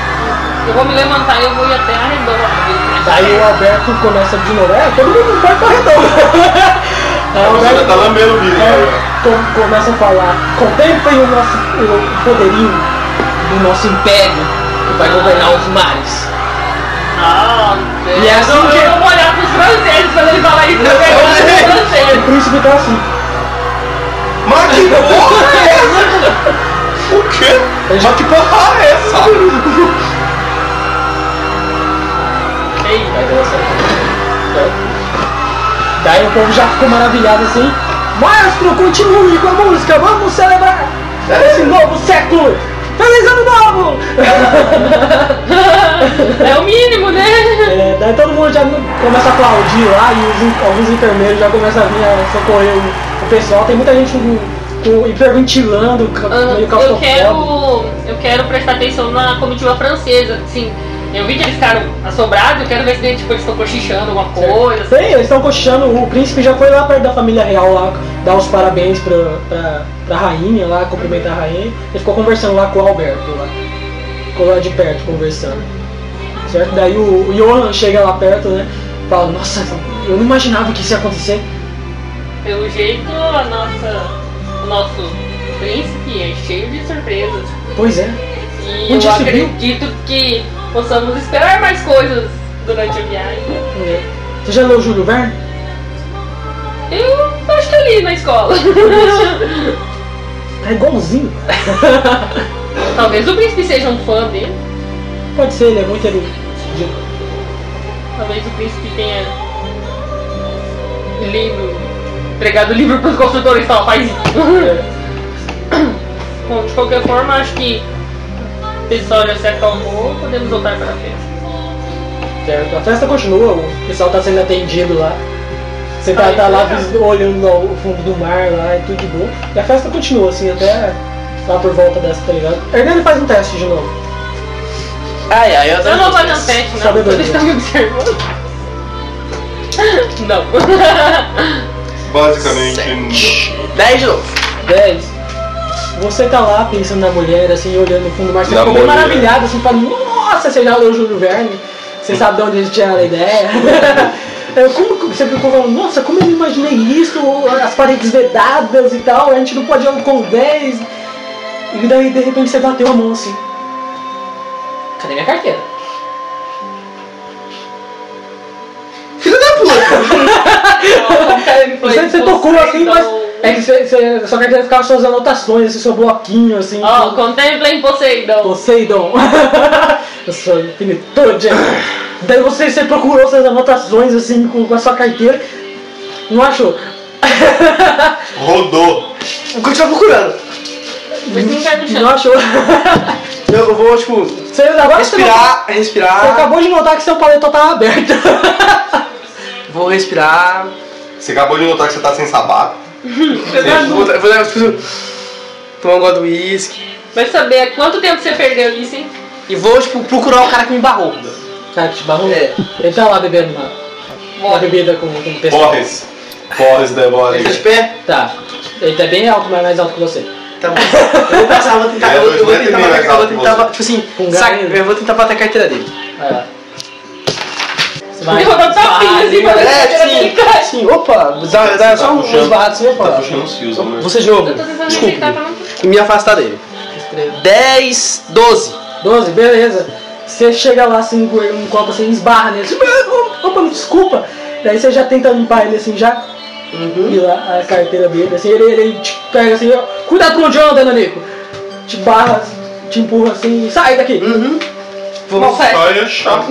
Speaker 2: Eu vou me levantar e eu vou ir até a redoma.
Speaker 1: Daí o Alberto começa de novo. É, todo mundo vai pra redoma. Aí o
Speaker 3: Você já tá
Speaker 1: Alberto
Speaker 3: lambendo o bicho.
Speaker 1: é,
Speaker 3: né?
Speaker 1: com- começa a falar, contemplem o nosso o poderio do nosso império que vai governar os mares.
Speaker 2: Ah,
Speaker 1: E é assim
Speaker 2: eu,
Speaker 1: que-
Speaker 2: eu vou olhar pros franceses quando ele falar isso. Eu vou olhar pros
Speaker 1: E o
Speaker 2: franceses.
Speaker 1: príncipe tá assim.
Speaker 3: Mas que porra é essa? O quê? Mas que porra é essa?
Speaker 2: Ei,
Speaker 1: Daí começa a- Daí o povo já ficou maravilhado assim. Maestro, continue com a música, vamos celebrar esse novo século! Feliz ano novo!
Speaker 2: é o mínimo, né?
Speaker 1: É, daí todo mundo já começa a aplaudir lá e os in- alguns enfermeiros já começam a vir a socorrer o, o pessoal. Tem muita gente com, com, hiperventilando, ca-
Speaker 2: Ah,
Speaker 1: meio
Speaker 2: eu
Speaker 1: claustrofóbico.
Speaker 2: quero, eu quero prestar atenção na comitiva francesa, assim. Eu vi que eles ficaram assobrados, eu quero ver se tipo, eles estão cochichando alguma coisa. assim.
Speaker 1: Tem, eles estão coxando, o príncipe já foi lá perto da família real lá, dar os parabéns pra, pra, pra rainha lá, cumprimentar a rainha. Ele ficou conversando lá com o Alberto lá. Ficou lá de perto conversando. Certo? Daí o, o Johan chega lá perto, né? Fala, nossa, eu não imaginava que isso ia acontecer.
Speaker 2: Pelo jeito, a nossa, o nosso príncipe é cheio de surpresas.
Speaker 1: Pois é.
Speaker 2: E
Speaker 1: Onde
Speaker 2: eu
Speaker 1: isso viu?
Speaker 2: acredito que possamos esperar mais coisas durante a viagem.
Speaker 1: É. Você já leu o Júlio Verne?
Speaker 2: Eu acho que eu li na escola.
Speaker 1: É igualzinho.
Speaker 2: Talvez o príncipe seja um fã dele.
Speaker 1: Pode ser, ele é muito erudito.
Speaker 2: Talvez o príncipe tenha livro. Entregado o livro pros construtores e falar, faz isso.
Speaker 1: É.
Speaker 2: Bom, de qualquer forma, acho que é o pessoal já se acalmou, podemos voltar para a festa.
Speaker 1: Certo. A festa continua, o pessoal tá sendo atendido lá. Você tá,
Speaker 2: Ai,
Speaker 1: tá lá
Speaker 2: que legal.
Speaker 1: vis- olhando ao- o fundo do mar lá e tudo de boa. E a festa continua assim até lá por volta dessa, tá ligado? Hernani faz um teste de novo.
Speaker 4: Ai, ai, eu
Speaker 2: Eu não vou fazer um teste, não.
Speaker 1: Sabedoria.
Speaker 2: Vocês estão me observando? Não.
Speaker 3: Basicamente.
Speaker 4: 10 de novo.
Speaker 1: 10. Você tá lá pensando na mulher, assim, olhando no fundo do mar, você
Speaker 3: Na
Speaker 1: ficou bem
Speaker 3: mulher.
Speaker 1: maravilhado, assim, fala, nossa, você já leu o Júlio Verne? Você sabe de onde eles tiraram a ideia? É, como que- você ficou falando, nossa, como eu não imaginei isso, as paredes vedadas e tal, a gente não pode ir ao convés. E daí, de repente, você bateu a mão assim. Cadê minha carteira?
Speaker 4: Filho da puta!
Speaker 1: Você, você tocou assim, mas. É que você, você, sua carteira ficava suas anotações, assim, seu bloquinho, assim.
Speaker 2: Ó, oh, contemplem Poseidon.
Speaker 1: Poseidon. Eu sou infinitude. Daí você, você procurou suas anotações assim com, com a sua carteira. Não achou?
Speaker 3: Rodou.
Speaker 4: Vou continuar procurando.
Speaker 2: Mas não cai no
Speaker 1: Não achou?
Speaker 2: chão.
Speaker 4: Eu, eu vou, tipo,
Speaker 1: Você, agora Você,
Speaker 4: respirar,
Speaker 1: não- você
Speaker 4: respirar.
Speaker 1: acabou de notar que seu paletó tava aberto.
Speaker 4: Vou respirar.
Speaker 3: Você acabou de notar que você tá sem sapato. Tá
Speaker 4: Eu Vou, eu vou dar, tipo, tomar um gole do uísque.
Speaker 2: Vai saber há quanto tempo você perdeu isso, hein?
Speaker 4: E vou, tipo, procurar o cara que me
Speaker 3: É
Speaker 4: barrou.
Speaker 1: Cara, te barrou?
Speaker 4: É.
Speaker 1: Ele tá lá bebendo uma, uma
Speaker 2: Morre.
Speaker 1: bebida com, com o pessoal.
Speaker 3: Forres. Forres demora.
Speaker 4: Ele tá de pé?
Speaker 1: Tá. Ele tá bem alto, mas mais alto que você.
Speaker 4: Tá bom. Eu vou passar, vou tentar.
Speaker 3: É,
Speaker 4: Eu, eu vou
Speaker 3: dois metros e
Speaker 4: tentar
Speaker 3: meio
Speaker 4: bater,
Speaker 3: mais
Speaker 4: eu vou
Speaker 3: alto que
Speaker 4: tentar.
Speaker 3: você.
Speaker 4: ba- Tipo
Speaker 1: Com
Speaker 4: assim, saca,
Speaker 1: ganho.
Speaker 4: eu vou tentar bater a carteira dele.
Speaker 1: Vai lá. Você vai.
Speaker 2: Eu vou dar um tapinha assim pra ver se a
Speaker 4: É,
Speaker 2: cara dele
Speaker 4: sim,
Speaker 2: cai.
Speaker 4: sim, opa, dá, dá só um
Speaker 3: Tá puxando.
Speaker 4: esbarrado assim,
Speaker 3: Tá
Speaker 4: opa.
Speaker 3: puxando os fios, amor.
Speaker 4: Você de novo,
Speaker 2: Eu tô tentando tá? me
Speaker 4: desculpe,
Speaker 2: ajeitar pra não puxar.
Speaker 4: e me afastar dele. 10, 12.
Speaker 1: 12, beleza. Você chega lá assim com um copo assim, esbarra nele. Assim, "Ah, opa, me desculpa. Daí você já tenta limpar ele assim já. E lá a carteira dele, assim, ele, ele te pega assim, ó, cuidado com onde anda, Nanico. Te barra, te empurra assim, sai daqui.
Speaker 4: Uhum. Vamos.
Speaker 2: Nossa,
Speaker 3: Olha, chato.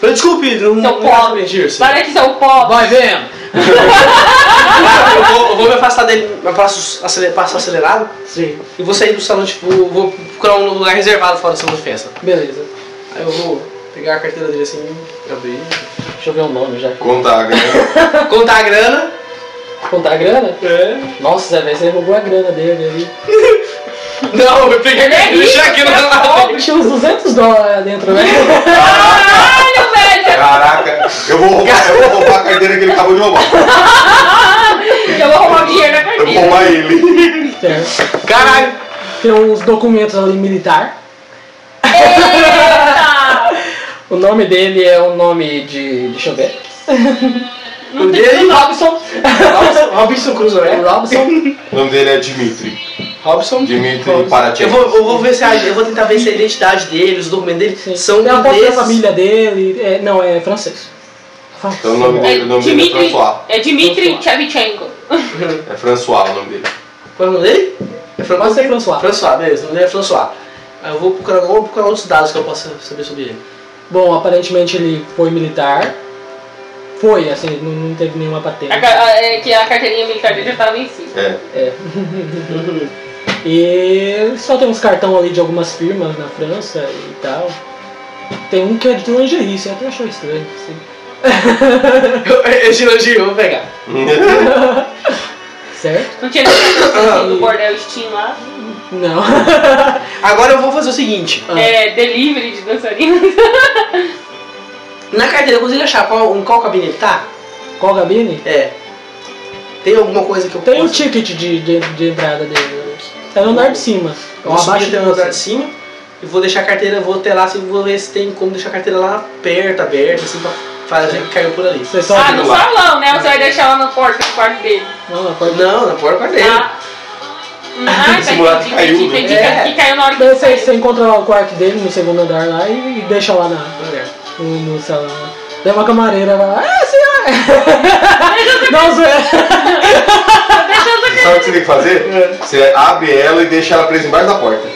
Speaker 4: Falei, desculpe, não
Speaker 2: Seu
Speaker 4: não
Speaker 2: pobre.
Speaker 4: Dirce.
Speaker 2: Para de ser o pobre.
Speaker 4: Hum, Vai vendo. Ah, eu, vou, eu vou me afastar dele, eu passo, aceler, passo acelerado
Speaker 1: Sim,
Speaker 4: e vou sair do salão, tipo, vou procurar um lugar reservado fora do salão de festa.
Speaker 1: beleza.
Speaker 4: Aí eu vou pegar a carteira dele assim, abrir,
Speaker 1: Deixa eu ver o nome já.
Speaker 3: Contar a grana.
Speaker 4: contar a grana.
Speaker 1: Contar a grana?
Speaker 4: É.
Speaker 1: Nossa, Zé, velho, você roubou a grana dele ali.
Speaker 4: Não, eu peguei a
Speaker 2: é
Speaker 4: carteira,
Speaker 2: rico,
Speaker 4: deixar aqui
Speaker 2: é
Speaker 4: na
Speaker 1: Tinha uns 200 dólares lá dentro, né?
Speaker 2: Caralho, velho!
Speaker 3: Caraca, eu vou, roubar, eu vou roubar a carteira que ele acabou de roubar.
Speaker 2: Eu vou roubar dinheiro né, na
Speaker 3: Eu vou
Speaker 2: carteira.
Speaker 3: roubar ele.
Speaker 1: Certo.
Speaker 4: Caralho.
Speaker 1: É, Tem uns documentos ali militar.
Speaker 2: Eita!
Speaker 1: O nome dele é o nome de. Deixa eu ver.
Speaker 2: Não
Speaker 4: O
Speaker 2: tem
Speaker 4: dele-
Speaker 2: o Robson.
Speaker 4: Robson- Robinson Crusoe,
Speaker 1: É
Speaker 4: né?
Speaker 1: Robson.
Speaker 3: O nome dele é Dimitri.
Speaker 4: Robson.
Speaker 3: Dimitri Paraty.
Speaker 4: Eu vou, eu vou ver se a, eu vou tentar ver se a identidade dele, os documentos dele são
Speaker 1: Tem a foto da
Speaker 4: ingleses.
Speaker 1: família dele. é, não, é francês. Francês.
Speaker 3: Então o nome
Speaker 2: É
Speaker 3: dele, o nome dele é
Speaker 2: Dmitry,
Speaker 3: François.
Speaker 2: é Dmitry Chevchenko.
Speaker 3: É François o nome dele.
Speaker 4: Qual é o nome dele? É Fran-
Speaker 1: Pode ser François.
Speaker 4: François, beleza. O nome dele é François. Aí eu vou procurar, vou procurar outros dados que eu possa saber sobre ele.
Speaker 1: Bom, aparentemente ele foi militar. Foi, assim, não, não teve nenhuma patente.
Speaker 2: A ca- a- é que a carteirinha militar dele já tava vencida.
Speaker 3: É.
Speaker 1: É. e só tem uns cartão ali de algumas firmas na França e tal. Tem um que é de lingerie, você até achou estranho. Assim.
Speaker 4: Eu, eu, giro, giro, eu vou pegar.
Speaker 1: Certo?
Speaker 2: Não tinha nenhum do bordel Steam lá.
Speaker 1: Não.
Speaker 4: Agora eu vou fazer o seguinte.
Speaker 1: Ah.
Speaker 2: É, delivery de dançarinos.
Speaker 4: Na carteira eu consigo achar qual, em qual cabine ele tá?
Speaker 1: Qual gabine?
Speaker 4: É. Tem alguma coisa que eu
Speaker 1: Tem um tipo, o
Speaker 4: possa-
Speaker 1: ticket de, de, de entrada dele. Tá no andar de cima.
Speaker 4: Eu
Speaker 1: Ou
Speaker 4: vou
Speaker 1: um abaixo
Speaker 4: subir
Speaker 1: de
Speaker 4: até o andar de
Speaker 1: você.
Speaker 4: cima e vou deixar a carteira, vou até lá, assim, vou ver se tem como deixar a carteira lá perto, aberta, assim, pra fazer que caiu por ali.
Speaker 1: Você sobe
Speaker 2: Ah, no
Speaker 1: lá.
Speaker 2: salão, né? Você vai deixar lá na porta do quarto dele.
Speaker 1: Não, na porta.
Speaker 4: Não, na porta dele.
Speaker 2: Ah, ah tá,
Speaker 3: Esse moleque
Speaker 2: entendi,
Speaker 3: caiu,
Speaker 2: entendi,
Speaker 3: né?
Speaker 2: entendi.
Speaker 4: É.
Speaker 2: Que caiu na hora que
Speaker 1: Daí
Speaker 2: ele
Speaker 1: você,
Speaker 2: saiu.
Speaker 1: você encontra lá o quarto dele no segundo andar lá e, e deixa lá na, no, no salão. lá. Daí uma camareira lá. é. Ah, senhora! Não, Zé!
Speaker 3: Sabe o que você tem que fazer? Você abre ela e deixa ela presa embaixo da porta.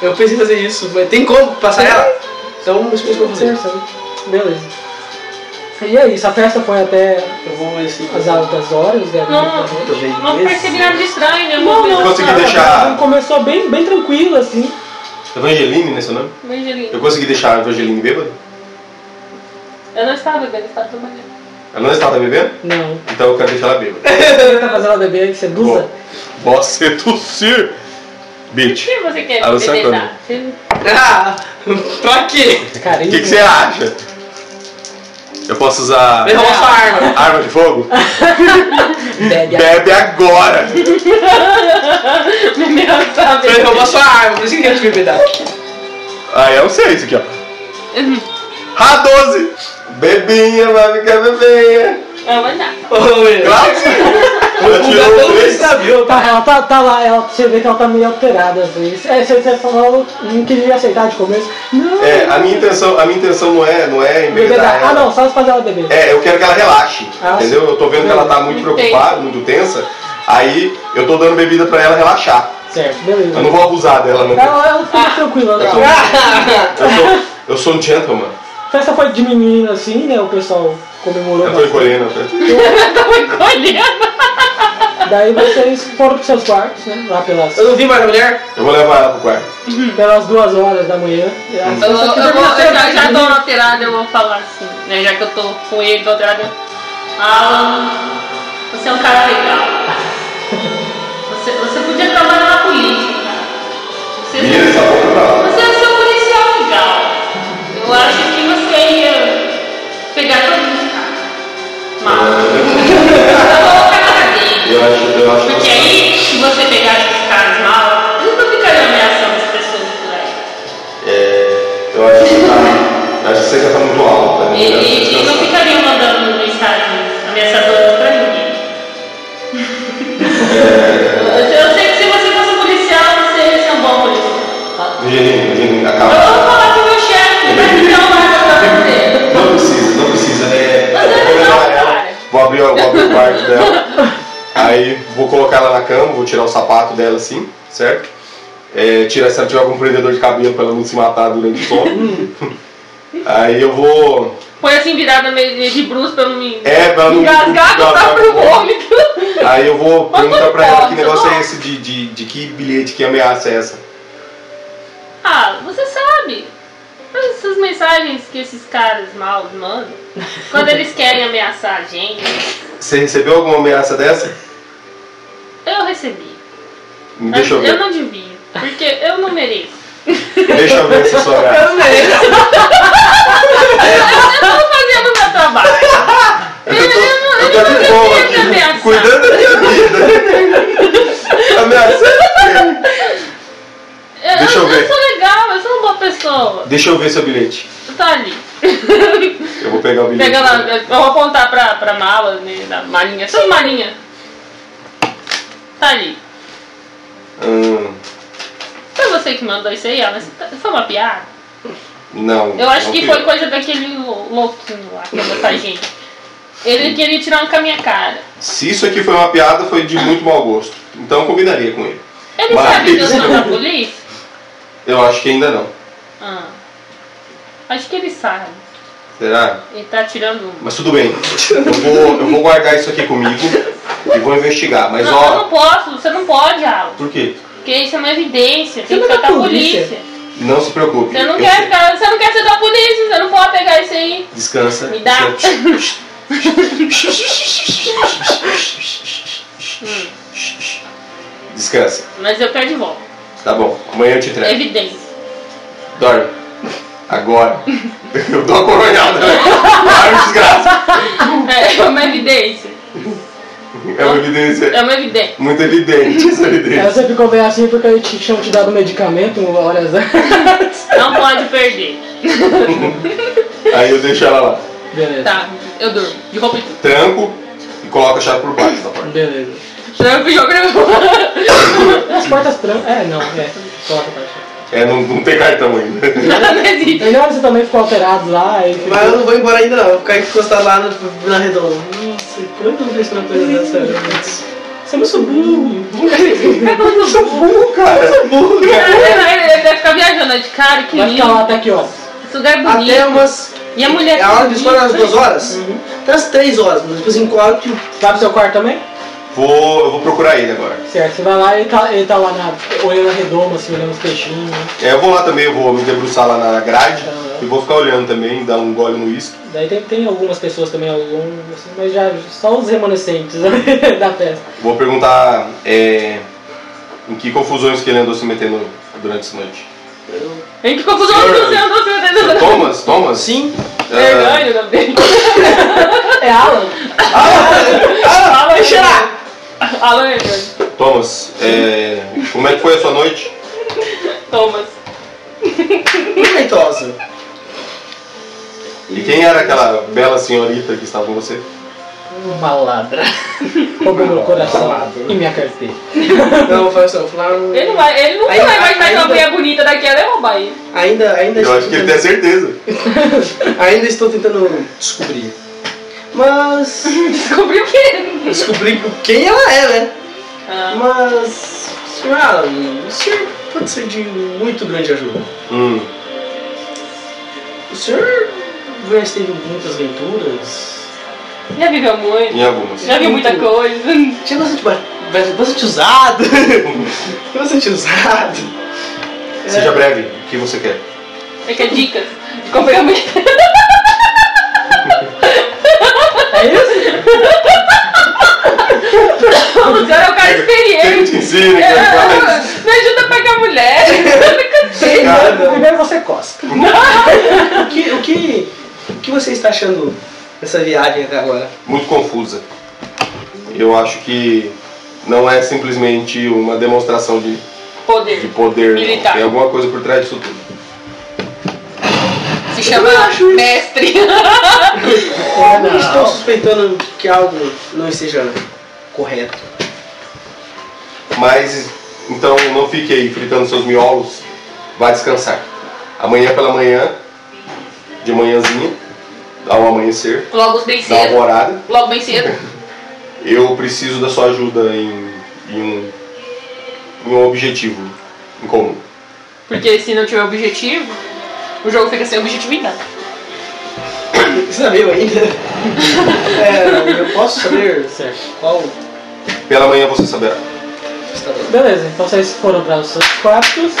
Speaker 4: Eu pensei em fazer isso, mas tem como passar ela? Então, isso que eu vou fazer.
Speaker 1: Tipo, Beleza. E é isso, a festa foi até
Speaker 4: Eu vou ver se.
Speaker 1: as altas horas, né?
Speaker 2: Não.
Speaker 4: Eu vejo
Speaker 2: Não
Speaker 4: esse.
Speaker 2: percebi nada de estranho, né?
Speaker 1: Não, não,
Speaker 3: Consegui
Speaker 1: não,
Speaker 3: deixar-
Speaker 1: não, Começou bem, bem tranquilo, assim.
Speaker 3: Evangeline, né, seu nome?
Speaker 2: Evangeline.
Speaker 3: Eu consegui deixar a Evangeline bêbada?
Speaker 2: Eu não estava bebendo, eu estava tomando.
Speaker 3: Ela não estava bebendo?
Speaker 1: Não.
Speaker 3: Então eu quero deixar ela bêbada.
Speaker 1: Você tá fazendo ela beber aí, seduza?
Speaker 3: Você tossir!
Speaker 2: O
Speaker 3: Bitch,
Speaker 2: que você quer
Speaker 3: Ah,
Speaker 2: ah,
Speaker 3: você é
Speaker 2: beber?
Speaker 3: quando?
Speaker 2: tá? Você-
Speaker 4: Ah! Pra quê?
Speaker 1: Cara,
Speaker 3: o que, que você acha? Eu posso usar
Speaker 4: Vem roubar sua arma.
Speaker 3: arma de fogo?
Speaker 1: é bebe a-
Speaker 3: Bebe agora!
Speaker 2: Meu, sabe?
Speaker 4: Vem roubar sua arma, por isso que eu te beber
Speaker 3: Aí é um 6 aqui, ó. A12! Bebinha, vai ficar bebinha!
Speaker 2: Ah, mas não.
Speaker 4: Ô, meu.
Speaker 3: Claro que sim! Ela
Speaker 4: O
Speaker 3: tirou
Speaker 4: gatão
Speaker 3: um
Speaker 4: desse
Speaker 3: três.
Speaker 4: navio, tá?
Speaker 1: Tá, ela tá, tá lá, ela, você vê que ela tá meio alterada às vezes. É, você, você falou, não queria aceitar de começo. Não,
Speaker 3: É, a minha intenção, a minha intenção não é, não é
Speaker 1: beber
Speaker 3: embebedar
Speaker 1: da...
Speaker 3: ela.
Speaker 1: Ah não, só fazer ela beber.
Speaker 3: É, eu quero que ela relaxe,
Speaker 1: Ah,
Speaker 3: entendeu? Eu tô vendo que ela tá muito
Speaker 2: Muito
Speaker 3: preocupada,
Speaker 2: tensa.
Speaker 3: muito tensa. Aí eu tô dando bebida pra ela relaxar.
Speaker 1: Certo,
Speaker 3: Eu
Speaker 1: beleza.
Speaker 3: não vou abusar dela, não.
Speaker 1: Ela, ela fica
Speaker 2: Ah.
Speaker 1: tranquila, né?
Speaker 3: Tá. Eu sou, eu sou um gentleman.
Speaker 1: A festa foi diminuindo assim, né? O pessoal comemorou.
Speaker 3: Eu tô
Speaker 1: bastante.
Speaker 3: encolhendo. eu tô-
Speaker 2: Eu tava encolhendo.
Speaker 1: Daí vocês foram pros seus quartos, né? Lá pelas,
Speaker 4: Eu não vi mais a mulher?
Speaker 3: Eu vou levar ela pro quarto.
Speaker 1: pelas duas horas da manhã. E a
Speaker 2: Eu,
Speaker 1: festa aqui
Speaker 2: eu vou-
Speaker 1: terminou
Speaker 2: eu já,
Speaker 1: cedo,
Speaker 2: já
Speaker 1: né?
Speaker 2: tô na alterada, eu vou falar assim, né? Já que eu tô com ele do alterado. eu- Ah, você é um cara legal. Você, você podia trabalhar na política. Você, é um,
Speaker 3: Menina, essa boca pra lá.
Speaker 2: você é um seu policial legal. Eu acho que você ia pegar todos os caras. Mas eu vou colocar na cadeia.
Speaker 3: Eu acho, eu acho
Speaker 2: Porque
Speaker 3: que
Speaker 2: aí, se você pegar esses caras mal, eles não ficariam ameaçando as pessoas por aí.
Speaker 3: é, eu acho que tá. Eu acho que você já tá muito alta. Né? Eu acho que
Speaker 2: Eles eles não
Speaker 3: você tá-
Speaker 2: ficariam mandando mensagens ameaçadoras pra ninguém. Eu eu sei que se você fosse um policial, você ia ser um bom policial.
Speaker 3: Virginia, Virginia,
Speaker 2: Eu
Speaker 3: acaba.
Speaker 2: vou falar com o meu chefe, vai me dar uma pra você.
Speaker 3: Não precisa, não precisa. É, eu vou levar ela. Vou abrir, vou abrir o quarto dela. Aí vou colocar ela na cama, vou tirar o sapato dela assim, certo? É, tirar se ela tiver algum prendedor de cabelo pra ela não se matar durante o sono. Aí eu vou.
Speaker 2: Põe assim virada meio meio de bruxo pra não me
Speaker 3: É, pra não.
Speaker 2: engasgar com o próprio vômito.
Speaker 3: Aí eu vou
Speaker 2: Mas
Speaker 3: perguntar
Speaker 2: não
Speaker 3: pra ela
Speaker 2: pode,
Speaker 3: que negócio
Speaker 2: não.
Speaker 3: é esse de, de, de que bilhete, que ameaça é essa.
Speaker 2: Ah, você sabe. Mas Essas mensagens que esses caras maus mandam, quando eles querem ameaçar a gente,
Speaker 3: Você recebeu alguma ameaça dessa?
Speaker 2: eu recebi.
Speaker 3: Me
Speaker 2: Mas
Speaker 3: deixa eu
Speaker 2: eu
Speaker 3: ver.
Speaker 2: não devia, porque eu não mereço.
Speaker 3: Deixa eu ver essa sua graça.
Speaker 2: Eu tô fazendo o meu trabalho.
Speaker 3: É Eu tô,
Speaker 2: não-
Speaker 3: eu
Speaker 2: ele
Speaker 3: tô
Speaker 2: não é
Speaker 3: de
Speaker 2: devia
Speaker 3: boa
Speaker 2: me
Speaker 3: aqui,
Speaker 2: ameaçar.
Speaker 3: cuidando da minha vida. Ameaçando.
Speaker 2: Eu,
Speaker 3: Deixa eu
Speaker 2: eu- eu
Speaker 3: ver.
Speaker 2: sou legal, eu sou uma boa pessoa.
Speaker 3: Deixa eu ver seu bilhete.
Speaker 2: Tá ali.
Speaker 3: Eu vou pegar o bilhete.
Speaker 2: Pegando, a- eu vou apontar pra, pra mala, né, da malinha. Sua malinha. Tá ali.
Speaker 3: Hum,
Speaker 2: Foi você que mandou isso aí, Alan? Isso tá- Foi uma piada?
Speaker 3: não.
Speaker 2: Eu acho
Speaker 3: não
Speaker 2: que
Speaker 3: fui
Speaker 2: foi
Speaker 3: eu.
Speaker 2: coisa daquele lou- louquinho lá, que é essa gente. Ele queria tirar um com a minha cara.
Speaker 3: Se isso aqui foi uma piada, foi de muito mau gosto. Então eu combinaria com ele.
Speaker 2: Ele
Speaker 3: Mas-
Speaker 2: sabe que eu sou da polícia?
Speaker 3: Eu acho que ainda não.
Speaker 2: Ah. Acho que ele sabe.
Speaker 3: Será?
Speaker 2: Ele tá tirando um.
Speaker 3: Mas tudo bem. Eu vou, eu vou guardar isso aqui comigo e vou investigar. Mas
Speaker 2: Não, eu não
Speaker 3: ó.
Speaker 2: posso, você não pode, Alan.
Speaker 3: Por quê?
Speaker 2: Porque isso é uma evidência.
Speaker 1: Você
Speaker 2: Tem que
Speaker 1: não é
Speaker 2: ser
Speaker 1: da
Speaker 2: da
Speaker 1: polícia.
Speaker 2: polícia.
Speaker 3: Não se preocupe.
Speaker 2: Você não
Speaker 3: Eu
Speaker 2: quer
Speaker 3: sei.
Speaker 2: ficar. Você não quer ser da polícia, você não pode pegar isso aí.
Speaker 3: Descansa.
Speaker 2: Me dá.
Speaker 3: Descansa. Descansa.
Speaker 2: Mas eu quero de volta.
Speaker 3: Tá bom. Amanhã eu te
Speaker 2: É
Speaker 3: entrego.
Speaker 2: evidência.
Speaker 3: Dorme. Agora. Eu dou uma coronhada. né? Dorme, desgraça.
Speaker 2: É uma evidência.
Speaker 3: É uma evidência.
Speaker 2: É uma evidência.
Speaker 3: Muito evidente essa
Speaker 1: Aí
Speaker 3: evidência.
Speaker 1: você ficou bem assim porque eles tinham te dado medicamento um horas antes.
Speaker 2: Não pode perder.
Speaker 3: Aí eu deixo ela lá.
Speaker 1: Beleza.
Speaker 2: Tá, eu durmo. De roupa e tudo.
Speaker 3: Tranco e coloco a chave por baixo da porta.
Speaker 1: Beleza.
Speaker 2: Tranco e jogo
Speaker 1: As portas brancas. É, não, é. Coloca pra fora.
Speaker 3: É, não, não tem cartão ainda.
Speaker 2: Não existe.
Speaker 1: Melhor você também ficou alterado lá. E ficou...
Speaker 4: Mas eu não vou embora ainda não, eu vou ficar encostado lá no- na redonda. Nossa, quando eu vejo uma coisa dessa antes? Você é muito burro.
Speaker 3: Eu sou burro, cara. Eu sou burro, cara.
Speaker 2: Ele deve ficar viajando é de cara, que
Speaker 1: Vai ficar lá
Speaker 2: lindo.
Speaker 1: até que horas?
Speaker 2: Esse lugar é
Speaker 4: Até
Speaker 2: bonito.
Speaker 4: umas...
Speaker 2: E a mulher
Speaker 4: É a hora
Speaker 2: tudo
Speaker 4: de escola às
Speaker 2: bonito,
Speaker 4: duas horas?
Speaker 2: né? Uhum.
Speaker 4: Até às três horas, mas tipo assim, quatro que
Speaker 1: Vai pro seu quarto também?
Speaker 3: Vou, eu vou procurar ele agora.
Speaker 1: Certo, você vai lá e ele tá, ele tá lá na, olhando a redoma, assim, olhando os peixinhos.
Speaker 3: É, eu vou lá também, eu vou me debruçar lá na grade e vou ficar olhando também, dar um gole no uísque.
Speaker 1: Daí tem, tem algumas pessoas também ao longo, assim, mas já só os remanescentes né, da festa.
Speaker 3: Vou perguntar é, em que confusões que ele andou se metendo durante essa noite.
Speaker 2: Hein, que confusão que você andou se metendo?
Speaker 3: Thomas, Thomas?
Speaker 4: Sim.
Speaker 3: Ah,
Speaker 2: Vergonha, também.
Speaker 1: É Alan?
Speaker 2: Alan, vai cheirar. Alan, é doido.
Speaker 3: Thomas, é, como é que foi a sua noite?
Speaker 2: Thomas.
Speaker 4: é Respeitosa.
Speaker 3: E quem era aquela bela senhorita que estava com você?
Speaker 1: Uma ladra. Roubou meu coração e minha carteira.
Speaker 4: Não, fala assim, falaram...
Speaker 2: Ele não vai, ele nunca
Speaker 4: Aí-
Speaker 2: vai mais
Speaker 4: aí-
Speaker 2: uma
Speaker 4: aí-
Speaker 2: mulher bonita daquela, é roubar ele.
Speaker 4: Ainda, ainda
Speaker 3: Eu
Speaker 4: estou
Speaker 3: acho que ele tem
Speaker 4: tentando-
Speaker 3: certeza.
Speaker 4: Ainda estou tentando descobrir. Mas...
Speaker 2: Descobriu o quê?
Speaker 4: descobri quem ela é, né?
Speaker 2: Ah,
Speaker 4: Mas... Senhor Alan, o senhor pode ser de muito grande ajuda.
Speaker 3: Hum,
Speaker 4: O senhor já esteve em muitas aventuras?
Speaker 2: já viveu muito,
Speaker 3: em algumas.
Speaker 2: já viu muita coisa.
Speaker 4: Tinha bastante, ba- ba- bastante usado. bastante usado.
Speaker 3: Seja breve, o que você quer?
Speaker 2: Você quer é dicas de comportamento?
Speaker 1: É isso?
Speaker 2: O Luciano é um cara
Speaker 3: Ele
Speaker 2: experiente.
Speaker 3: te ensina,
Speaker 2: É,
Speaker 3: ele faz.
Speaker 2: Me ajuda a pegar mulher.
Speaker 3: Cara.
Speaker 1: Primeiro você costa.
Speaker 4: O que, o, que, o que você está achando dessa viagem até agora?
Speaker 3: muito confusa. Eu acho que não é simplesmente uma demonstração de, de
Speaker 2: Poder.
Speaker 3: poder, não.
Speaker 2: Militar.
Speaker 3: tem alguma coisa por trás disso tudo.
Speaker 2: Se chama mestre.
Speaker 1: É,
Speaker 4: Eu estou
Speaker 1: não.
Speaker 4: suspeitando que algo não esteja correto.
Speaker 3: Mas então não fique aí fritando seus miolos, vá descansar. Amanhã pela manhã, de manhãzinha, ao amanhecer,
Speaker 2: Logo bem
Speaker 3: da
Speaker 2: cedo.
Speaker 3: alvorada,
Speaker 2: Logo bem cedo.
Speaker 3: eu preciso da sua ajuda em, em um, em um objetivo em comum.
Speaker 2: Porque se não tiver objetivo, o jogo fica sem objetividade.
Speaker 3: Caralho.
Speaker 4: Isso não é meu ainda. É, eu posso saber, Sérgio, qual
Speaker 3: Pela manhã você saberá.
Speaker 4: está bem.
Speaker 1: Beleza, então vocês foram para os seus quartos.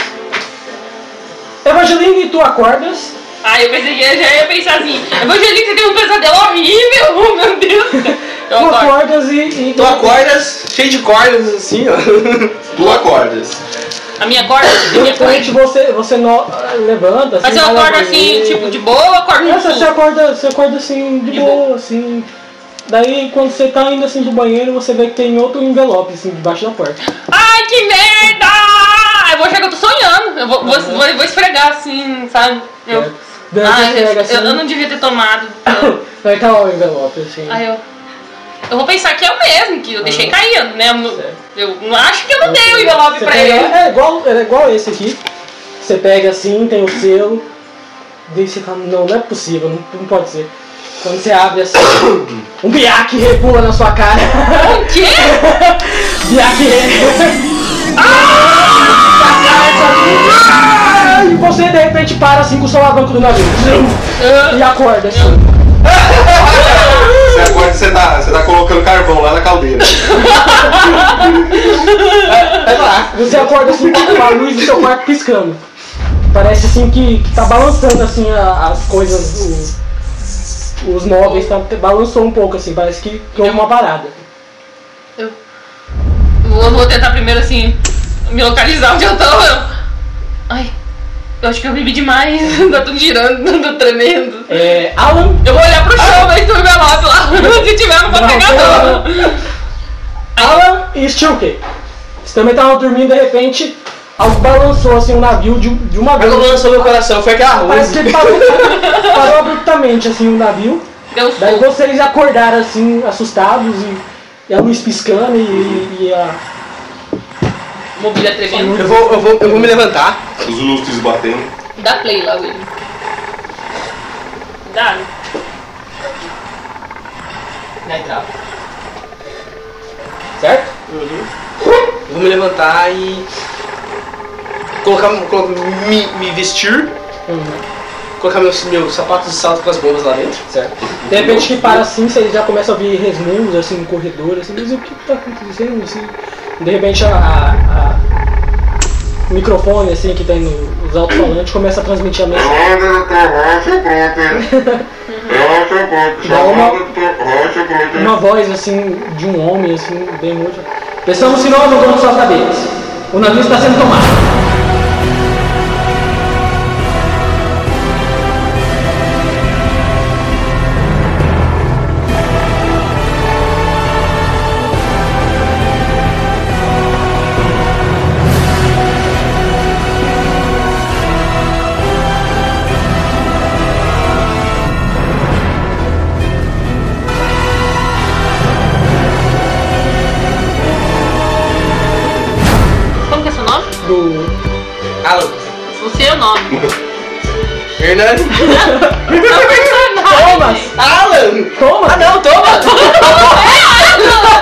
Speaker 1: Evangeline, tu acordas.
Speaker 2: Ai, Ah, eu pensei que eu já ia pensar assim, Evangeline, você tem um pesadelo horrível, oh, meu Deus. Então, Eu
Speaker 1: Tu
Speaker 2: acordo.
Speaker 1: acordas e. e
Speaker 4: Tu acordas, Então cheio de cordas, assim, ó.
Speaker 3: Tu acordas.
Speaker 2: A minha corda, a
Speaker 1: De
Speaker 2: minha corda.
Speaker 1: repente você, você no- levanta.
Speaker 2: Mas eu
Speaker 1: vai
Speaker 2: acordo
Speaker 1: lá-
Speaker 2: assim, tipo, de boa, acordo no
Speaker 1: Essa, você
Speaker 2: susto.
Speaker 1: acorda, você acorda assim, de
Speaker 2: De
Speaker 1: boa,
Speaker 2: boa.
Speaker 1: assim. Daí quando você tá indo assim do banheiro, você vê que tem outro envelope assim debaixo da porta.
Speaker 2: Ai, que merda! Eu vou achar que eu tô sonhando. Eu vou, vou, vou, vou esfregar assim, sabe? Eu,
Speaker 1: né? Daí você
Speaker 2: ai,
Speaker 1: pega
Speaker 2: Ah, eu,
Speaker 1: assim.
Speaker 2: eu não devia ter tomado.
Speaker 1: Vai tá lá o envelope, assim.
Speaker 2: Ai, eu. Eu vou pensar que é o mesmo, que eu deixei
Speaker 1: Ah.
Speaker 2: cair, né? Eu não-
Speaker 1: Certo.
Speaker 2: Eu não acho que eu não dei o envelope
Speaker 1: Você
Speaker 2: pra
Speaker 1: pega-
Speaker 2: ele.
Speaker 1: É igual, é igual esse aqui. Você pega assim, tem o selo. Daí você fala, não, não é possível, não, não pode ser. Quando você abre assim, um biaque recua na sua cara.
Speaker 2: O quê?
Speaker 1: biaque recua. Ah! E você de repente para assim com o solavanco do navio. E acorda assim.
Speaker 3: Você acorda e você tá, você tá colocando carvão lá na caldeira.
Speaker 1: Você acorda assim com a luz do seu quarto piscando. Parece assim que que tá balançando assim a- as coisas, o- os móveis, tá, balançou um pouco assim, parece que, que houve uma parada.
Speaker 2: Eu, eu vou tentar primeiro assim me localizar onde eu tô. Eu- Ai, eu acho que eu bebi demais. Tá tudo girando, tá tremendo.
Speaker 1: É, Alan,
Speaker 2: Eu vou olhar pro chão, ver se tem um envelope lá. Se tiver, eu não vou
Speaker 1: Não,
Speaker 2: pegar
Speaker 1: não,
Speaker 2: não.
Speaker 1: Alan e Stilke. Vocês também estavam dormindo de repente, algo balançou assim um navio de, de uma vez.
Speaker 4: Agora lançou meu coração, foi aquela
Speaker 1: Parece que
Speaker 4: arroz.
Speaker 1: ele parou, parou abruptamente assim o navio.
Speaker 2: Deu um
Speaker 1: Daí
Speaker 2: susto.
Speaker 1: vocês acordaram assim, assustados e, e a luz piscando e, e a.
Speaker 2: Mobília tremendo.
Speaker 4: Eu vou, eu, vou, eu vou me levantar.
Speaker 3: Os lustres batendo.
Speaker 2: Dá play lá, William. Dá. Dá entrada.
Speaker 1: Certo?
Speaker 4: Eu vou me levantar e. Colocar, colo- me, me vestir, colocar meus, meus sapatos de salto com as bombas lá dentro.
Speaker 1: Certo. De repente que para assim, você já começa a ouvir resmungos assim no corredor, assim, mas o que tá acontecendo? Assim, de repente a, a- o microfone assim que tem no- os alto-falantes começa a transmitir a mensagem. Dá uma voz assim de um homem assim, bem longe. Pensamos se não mudamos suas cabeças. O navio está sendo tomado.
Speaker 2: Como que é seu nome?
Speaker 1: Do...
Speaker 4: Alan,
Speaker 2: Você é o nome.
Speaker 4: Hernani.
Speaker 2: Não, é personagem.
Speaker 1: Thomas!
Speaker 4: Alan!
Speaker 1: Thomas!
Speaker 4: Ah não, toma!
Speaker 2: É, olha, Ah, é, Então um